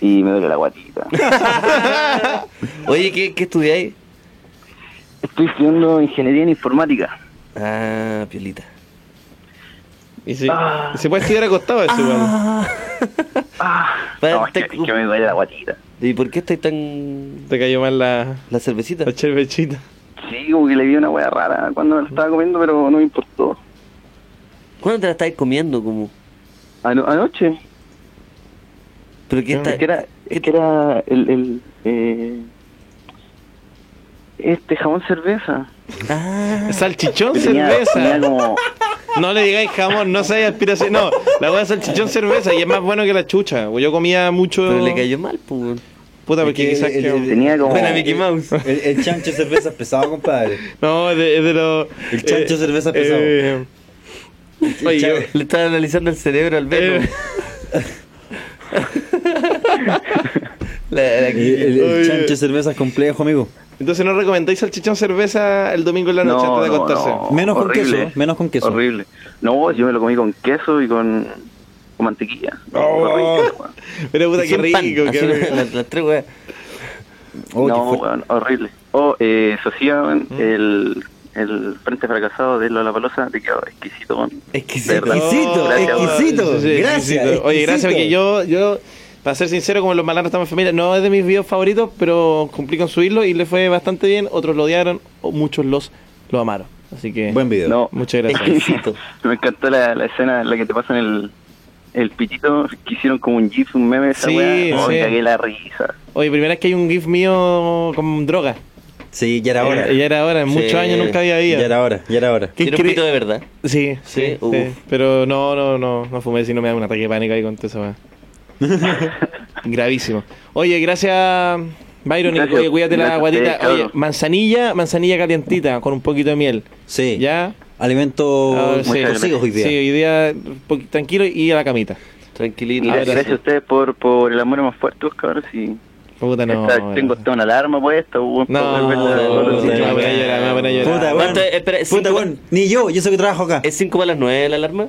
Speaker 18: y me duele
Speaker 5: [LAUGHS]
Speaker 18: la guatita.
Speaker 9: Oye, ¿qué, qué estudiáis?
Speaker 18: Estoy estudiando ingeniería en informática.
Speaker 9: Ah, piolita.
Speaker 10: Y si- Se puede estudiar acostado eso,
Speaker 18: No, es que, es que me duele la guatita.
Speaker 9: ¿Y por qué estáis tan.
Speaker 10: Te cayó mal la.
Speaker 9: La cervecita.
Speaker 10: La cervechita.
Speaker 18: Sí, como que le vi una hueá rara cuando me la estaba comiendo, pero no me importó.
Speaker 9: ¿Cuándo te la estáis comiendo? Como?
Speaker 18: Ano- anoche.
Speaker 9: ¿Pero qué está-
Speaker 18: Es que era, es que era el... el eh, este jamón cerveza.
Speaker 10: Salchichón
Speaker 18: Tenía-
Speaker 10: cerveza.
Speaker 18: tenía como-
Speaker 10: No le digáis jamón, no seáis aspiración. No, la hueá de salchichón cerveza y es más bueno que la chucha. Pues Yo comía mucho.
Speaker 9: Pero le cayó mal, pues.
Speaker 10: Puta, porque quizás que.
Speaker 5: Buena Mouse. El, el chancho de cerveza pesado, compadre.
Speaker 10: No, es de, es de los.
Speaker 5: El chancho
Speaker 10: eh,
Speaker 5: cerveza pesado.
Speaker 10: eh, oye, yo-
Speaker 9: Le estaba analizando el cerebro al verlo.
Speaker 5: [LAUGHS] El, el- el
Speaker 10: Oye.
Speaker 5: chancho de cerveza es complejo, amigo.
Speaker 10: Entonces no recomendáis salchichón cerveza el domingo en la noche antes de acostarse.
Speaker 5: Menos con queso, menos con queso.
Speaker 18: Horrible. No, yo me lo comí con queso y con, con mantequilla.
Speaker 10: Oh. Pero puta, qué rico. qué rico.
Speaker 9: tres weas.
Speaker 5: Oh,
Speaker 18: no, weón, horrible. Oh, eh, Socia,
Speaker 5: Mm.
Speaker 18: weón, el, el frente fracasado de Lola Palosa te quedó exquisito. weón. De verdad. Gracias, weón.
Speaker 10: Sí, sí, exquisito. Oye, gracias, porque yo, yo, para ser sincero, como los malandros estamos en familia, no es de mis videos favoritos, pero cumplí con subirlo y le fue bastante bien. Otros lo odiaron, o muchos los lo amaron. Así que.
Speaker 5: Buen video.
Speaker 18: No.
Speaker 10: Muchas gracias.
Speaker 18: [LAUGHS] Me encantó la, la escena en la que te pasan el, el pitito, que hicieron como un gif, un meme, esa
Speaker 10: Sí,
Speaker 18: weá. Oh,
Speaker 10: sí.
Speaker 18: me cagué la risa.
Speaker 10: Oye, primera vez que hay un GIF mío con droga.
Speaker 5: Sí, ya
Speaker 10: era hora. Eh, Ya era hora, en muchos años nunca había habido.
Speaker 5: Ya era hora, ya era hora.
Speaker 10: ¿Qué
Speaker 9: Tiene un
Speaker 10: cre-
Speaker 9: pito de verdad.
Speaker 10: Sí,
Speaker 9: Sí,
Speaker 10: sí, sí.
Speaker 9: uf.
Speaker 10: Pero no, no, no, no fumé si no me da un ataque de pánico ahí con todo eso. weón. Gravísimo. Oye, gracias, Byron. y-
Speaker 9: Gracias.
Speaker 10: Oye, cuídate la
Speaker 9: Gracias,
Speaker 10: guatita.
Speaker 9: sí, cabrón.
Speaker 10: Oye, manzanilla, manzanilla calientita con un poquito de miel.
Speaker 5: Sí.
Speaker 10: ¿Ya? Ah,
Speaker 5: Alimentos
Speaker 10: sí.
Speaker 5: cocidos hoy día.
Speaker 10: Sí, hoy día po- tranquilo y a la camita.
Speaker 9: Tranquilito.
Speaker 18: Gracias, gracias a ustedes por, por el amor más fuerte, cabros. Y
Speaker 10: Puta, no.
Speaker 18: esta- tengo hasta una alarma puesta. weón,
Speaker 10: No,
Speaker 18: para volver a-
Speaker 10: no,
Speaker 18: volver a-
Speaker 10: no, voy a llorar, me voy a llorar.
Speaker 9: Puta,
Speaker 10: ¿Cuánto es?
Speaker 9: espera, es cinco-
Speaker 5: Ni yo, yo sé que trabajo acá.
Speaker 9: ¿Es 5 para las 9 la alarma?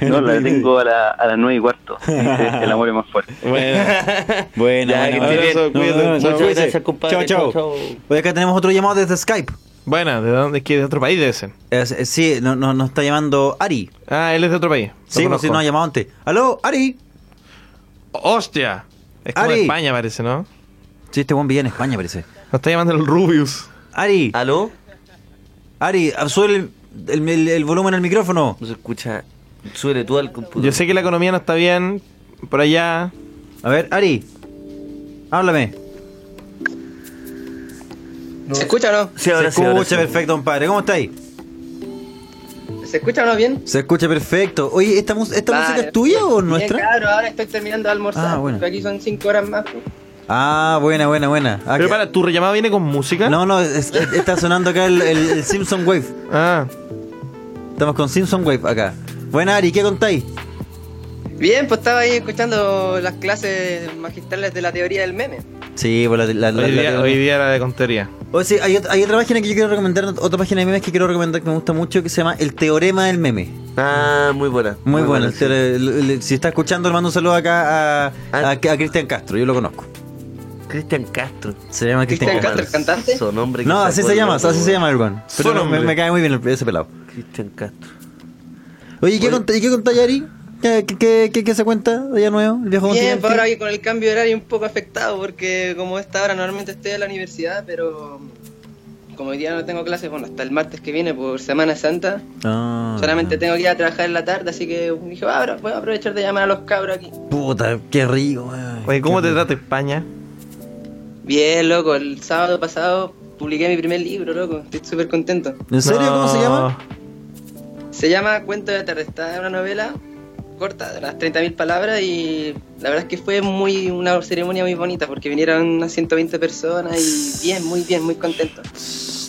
Speaker 18: No, la tengo a, la, a las 9
Speaker 10: [LAUGHS]
Speaker 18: y cuarto. Dice, el amor es más fuerte.
Speaker 5: Buena,
Speaker 18: Ya,
Speaker 5: buena,
Speaker 18: que estés
Speaker 5: buena.
Speaker 18: bien. Cuídate. Chao.
Speaker 9: Muchas gracias, compadre.
Speaker 5: Chao, chao.
Speaker 9: Chao,
Speaker 5: Oye, acá tenemos otro llamado desde Skype.
Speaker 10: Bueno, ¿de dónde? Es que de otro país debe ser.
Speaker 5: sí, no- no- nos está llamando Ari.
Speaker 10: Ah, él es de otro país.
Speaker 5: Sí, pues sí,
Speaker 10: conozco.
Speaker 5: nos ha llamado antes. Aló, Ari.
Speaker 10: ¡Hostia! Es como de
Speaker 5: Ari.
Speaker 10: España, parece, ¿no?
Speaker 5: Sí, este buen vivía en España, parece.
Speaker 10: Nos está llamando el Rubius.
Speaker 5: Ari. ¿Aló? Ari, sube el, el- el- el volumen al micrófono. No se escucha. Sube tú al computador.
Speaker 10: Yo sé que la economía no está bien por
Speaker 5: Ah,
Speaker 10: allá.
Speaker 5: A ver, Ari. Háblame.
Speaker 19: ¿Se escucha o no?
Speaker 5: Sí, ahora Se escucha perfecto, compadre. ¿Cómo estáis?
Speaker 19: ¿Se escucha o no bien?
Speaker 5: Se escucha perfecto. Oye, ¿esta, mus- esta
Speaker 19: Vale.
Speaker 5: música es tuya o
Speaker 19: Bien,
Speaker 5: nuestra?
Speaker 19: claro, ahora estoy terminando de almorzar.
Speaker 5: Ah, bueno.
Speaker 19: Pero aquí son 5 horas más. pues.
Speaker 5: Ah, buena, buena, buena. Pero para, ¿eh?
Speaker 10: ¿tu rellamada viene con música?
Speaker 5: No, no, es- es- está sonando acá el, el- el Simpson Wave.
Speaker 10: Ah.
Speaker 5: Estamos con Simpson Wave acá. Buena, Ari, ¿qué contáis?
Speaker 19: Bien, pues estaba ahí escuchando las clases magistrales de la teoría del meme.
Speaker 5: Sí, pues la, la,
Speaker 10: hoy,
Speaker 5: la-
Speaker 10: día,
Speaker 5: la-
Speaker 10: hoy día era de contería.
Speaker 5: Oye, sí, hay, ot- hay otra página que yo quiero recomendar, otra página de memes que quiero recomendar que me gusta mucho, que se llama El Teorema del Meme.
Speaker 19: Ah, muy buena.
Speaker 5: Muy, bueno. el teore- el- el- si está escuchando, le mando un saludo acá a,
Speaker 19: Ah.
Speaker 5: a- a Cristian Castro, yo lo conozco.
Speaker 19: Cristian Castro.
Speaker 5: Se llama Cristian
Speaker 19: Cristian
Speaker 5: Castro.
Speaker 19: Castro, el cantante. Su nombre
Speaker 5: No, así se llama, así se llama el weón. Pero no, me, me cae muy bien el- ese pelado.
Speaker 19: Cristian Castro.
Speaker 5: Oye, ¿qué contá- ¿y qué contáis, Ari? ¿Qué, qué, qué, qué- qué se cuenta de allá nuevo? El viejo
Speaker 19: Bien,
Speaker 5: continente?
Speaker 19: pues ahora aquí con el cambio de horario un poco afectado porque como esta hora normalmente estoy en la universidad, pero como hoy día no tengo clases, bueno, hasta el martes que viene por Semana Santa,
Speaker 5: Ah,
Speaker 19: solamente tengo que ir a trabajar en la tarde, así que dije, "Ah, ahora voy a aprovechar de llamar a los cabros aquí.
Speaker 5: Puta, qué rico, weón.
Speaker 10: Oye, ¿cómo te trata España?
Speaker 19: Bien, loco, el sábado pasado publiqué mi primer libro, loco, estoy súper contento.
Speaker 5: ¿En serio? ¿Cómo se llama?
Speaker 19: Se llama Cuento de la Tarde, está una novela corta, de unas 30.000 palabras y la verdad es que fue muy una ceremonia muy bonita porque vinieron unas 120 personas y bien, muy bien, muy contento.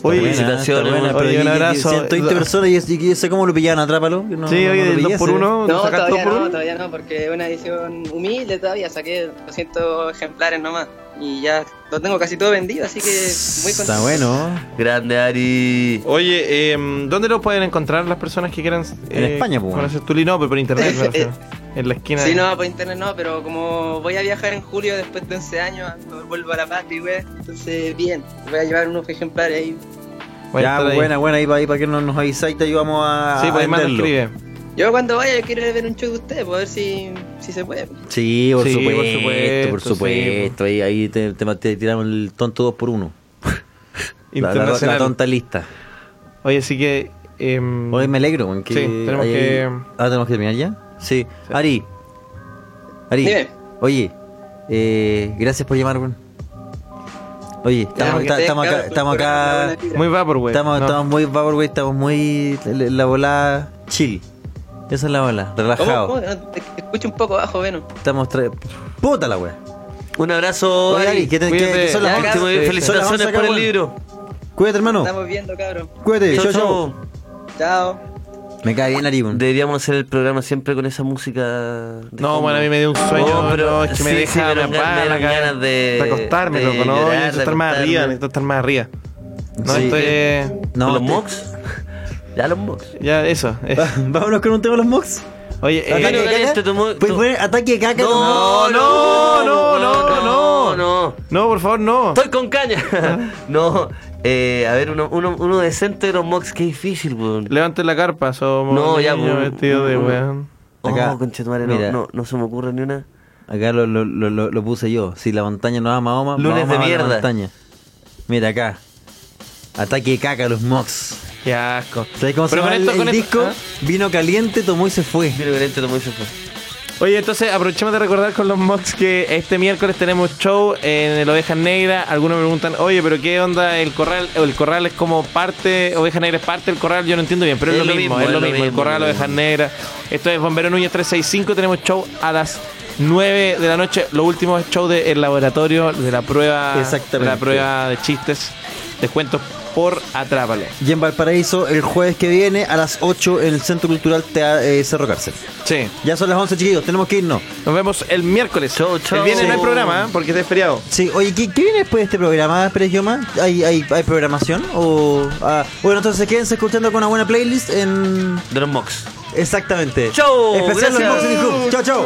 Speaker 10: Oye,
Speaker 5: Está buena, está
Speaker 10: felicitaciones,
Speaker 5: buena,
Speaker 10: oye,
Speaker 5: pero
Speaker 10: un
Speaker 5: y- y-
Speaker 10: abrazo.
Speaker 5: 120 personas y, y, sé cómo lo pillaron, atrápalo. que no-
Speaker 10: Sí,
Speaker 5: no- no lo
Speaker 10: oye,
Speaker 5: ¿eh?
Speaker 10: del
Speaker 5: pillé,
Speaker 10: dos por
Speaker 5: ese.
Speaker 19: No,
Speaker 10: uno,
Speaker 19: todavía no, todavía no, porque es una edición humilde todavía, saqué 200 ejemplares nomás y ya lo tengo casi todo vendido, así que muy contento.
Speaker 5: Está bueno.
Speaker 10: Grande Ari. Oye, em, ¿dónde lo pueden encontrar las personas que quieran
Speaker 5: En España, pues.
Speaker 10: conocer tu lino? Pero por internet, me refiero. en la esquina.
Speaker 19: Sí,
Speaker 10: de-
Speaker 19: no, por internet no, pero como voy a viajar en julio después de 11 años, ando- vuelvo a La Paz, y wey, entonces bien, voy a llevar unos ejemplares ahí.
Speaker 5: Ya,
Speaker 10: Voy a
Speaker 5: pues,
Speaker 10: estar ahí.
Speaker 5: buena, buena, ahí para, ahí para que no nos avisáis, te ayudamos a.
Speaker 10: Sí, pues
Speaker 5: a
Speaker 10: ahí más lo
Speaker 5: venderlo.
Speaker 10: escribe.
Speaker 19: Yo cuando vaya yo quiero ir a ver un show de ustedes, para ver si, si se puede.
Speaker 5: Sí, por
Speaker 10: Sí, por
Speaker 5: supuesto, por supuesto,
Speaker 10: supuesto,
Speaker 5: Ahí, ahí te, te- te tiramos el tonto 2 por 1 la, la-
Speaker 10: Internacional.
Speaker 5: la tonta lista.
Speaker 10: Oye, así que. em,
Speaker 5: Hoy me alegro, weón, que
Speaker 10: Sí, tenemos
Speaker 5: hay-
Speaker 10: que.
Speaker 5: Ah, tenemos que terminar ya. Sí. Ari. Ari.
Speaker 19: Dime.
Speaker 5: Oye, eh, gracias por llamar, weón. Oye, estamos,
Speaker 19: que
Speaker 5: ta-
Speaker 19: te
Speaker 5: estamos acá,
Speaker 19: descargo,
Speaker 5: estamos acá.
Speaker 10: Muy vaporwave.
Speaker 5: Estamos,
Speaker 10: no.
Speaker 5: estamos muy vaporwave, estamos muy la, la volada chill. Esa es la bola, relajado.
Speaker 19: ¿Cómo? ¿Cómo? No, Te te escucho un poco bajo, Veno.
Speaker 5: Estamos tra... puta la wea.
Speaker 19: Un abrazo,
Speaker 5: Oye, Ari, que te- que-
Speaker 19: Cuídate.
Speaker 5: que son las
Speaker 19: Ya,
Speaker 5: 11.
Speaker 19: que te voy-
Speaker 5: Son las
Speaker 19: felicitaciones
Speaker 5: 11 acá,
Speaker 19: por el
Speaker 5: weón.
Speaker 19: libro.
Speaker 5: Cuídate, hermano.
Speaker 19: Estamos viendo, cabrón.
Speaker 5: Cuídate,
Speaker 19: Chao,
Speaker 5: chao,
Speaker 19: chao.
Speaker 5: chao.
Speaker 19: Chao.
Speaker 5: Me cae bien Ari, weón.
Speaker 20: Deberíamos hacer el programa siempre con esa música. de
Speaker 10: No,
Speaker 20: fondo.
Speaker 10: bueno, a mí me dio un sueño, no, es que me deja, me
Speaker 20: dieron ganas-
Speaker 10: apaga
Speaker 20: me
Speaker 10: la
Speaker 20: dieron
Speaker 10: cabeza.
Speaker 20: ganas de,
Speaker 10: De acostarme,
Speaker 20: de
Speaker 10: loco, no,
Speaker 20: llorar,
Speaker 10: necesito
Speaker 20: de
Speaker 10: estar más
Speaker 20: acostarme.
Speaker 10: arriba, necesito estar más arriba. No, eh,
Speaker 20: Sí.
Speaker 10: esto es...
Speaker 20: No, ¿Los te-
Speaker 10: mocks?
Speaker 20: [LAUGHS] Ya los mocks.
Speaker 10: Ya, eso. es.
Speaker 5: [LAUGHS] Vámonos con un tema de los mocks.
Speaker 10: Oye, eh,
Speaker 5: ¿Ataque de caca? ¿Puedes poner ataque de caca?
Speaker 20: No, no, no, no, no, no.
Speaker 10: No, por favor, no.
Speaker 20: Estoy con
Speaker 10: Ah.
Speaker 20: caña. [LAUGHS] no, eh, a ver, uno, uno, uno decente de los mocks, qué difícil, weón.
Speaker 10: Levanten la carpa, somos
Speaker 20: No, ya,
Speaker 10: niños
Speaker 20: pues,
Speaker 10: vestidos de
Speaker 20: un- un-
Speaker 10: weón.
Speaker 20: Oh,
Speaker 5: Acá,
Speaker 20: conchetumare,
Speaker 5: mira.
Speaker 20: no, no, no se me ocurre ni una.
Speaker 5: Acá lo, lo, lo, lo- lo puse yo. Si la montaña no ama, ama.
Speaker 20: Lunes
Speaker 5: Mahoma
Speaker 20: de
Speaker 5: ama la
Speaker 20: mierda.
Speaker 5: montaña. Mira acá. Ataque de caca a los mocks.
Speaker 10: Qué asco.
Speaker 5: ¿Sabes cómo se
Speaker 10: Pero
Speaker 5: llama el,
Speaker 10: con esto- con
Speaker 5: el
Speaker 10: esto- ¿ah?
Speaker 5: disco? Vino caliente, tomó y se fue.
Speaker 20: Vino caliente, tomó y se fue.
Speaker 10: Oye, entonces aprovechemos de recordar con los mocks que este miércoles tenemos show en el Ovejas Negra. Algunos me preguntan, oye, pero ¿qué onda el corral? O El corral es como parte, Ovejas Negra es parte del corral, yo no entiendo bien, pero es, lo, mismo, es lo mismo, el corral,
Speaker 20: lo
Speaker 10: Ovejas
Speaker 20: mismo.
Speaker 10: Negras. Esto es Bombero Núñez 365, tenemos show a las 9 de la noche, lo último es show del laboratorio, de la prueba, de
Speaker 5: Exactamente.
Speaker 10: la prueba de chistes, descuentos por Atrápalo.
Speaker 5: Y en Valparaíso, el jueves que viene a las 8 en el Centro Cultural Tea- eh, Cerro Cárcel.
Speaker 10: Sí.
Speaker 5: Ya son las 11, chiquillos, tenemos que irnos.
Speaker 10: Nos vemos el miércoles.
Speaker 5: chao.
Speaker 10: El viernes no hay programa, ¿eh? porque es feriado.
Speaker 5: Sí, oye, ¿qué, qué viene después de este programa, Pérez Yoma? ¿Hay, hay, hay programación? O, ah, bueno, entonces quédense escuchando con una buena playlist en...
Speaker 20: De los mocks.
Speaker 5: Exactamente.
Speaker 20: Chao,
Speaker 5: Especial los
Speaker 20: gracias.
Speaker 5: mocks en Discord. Chao, chao.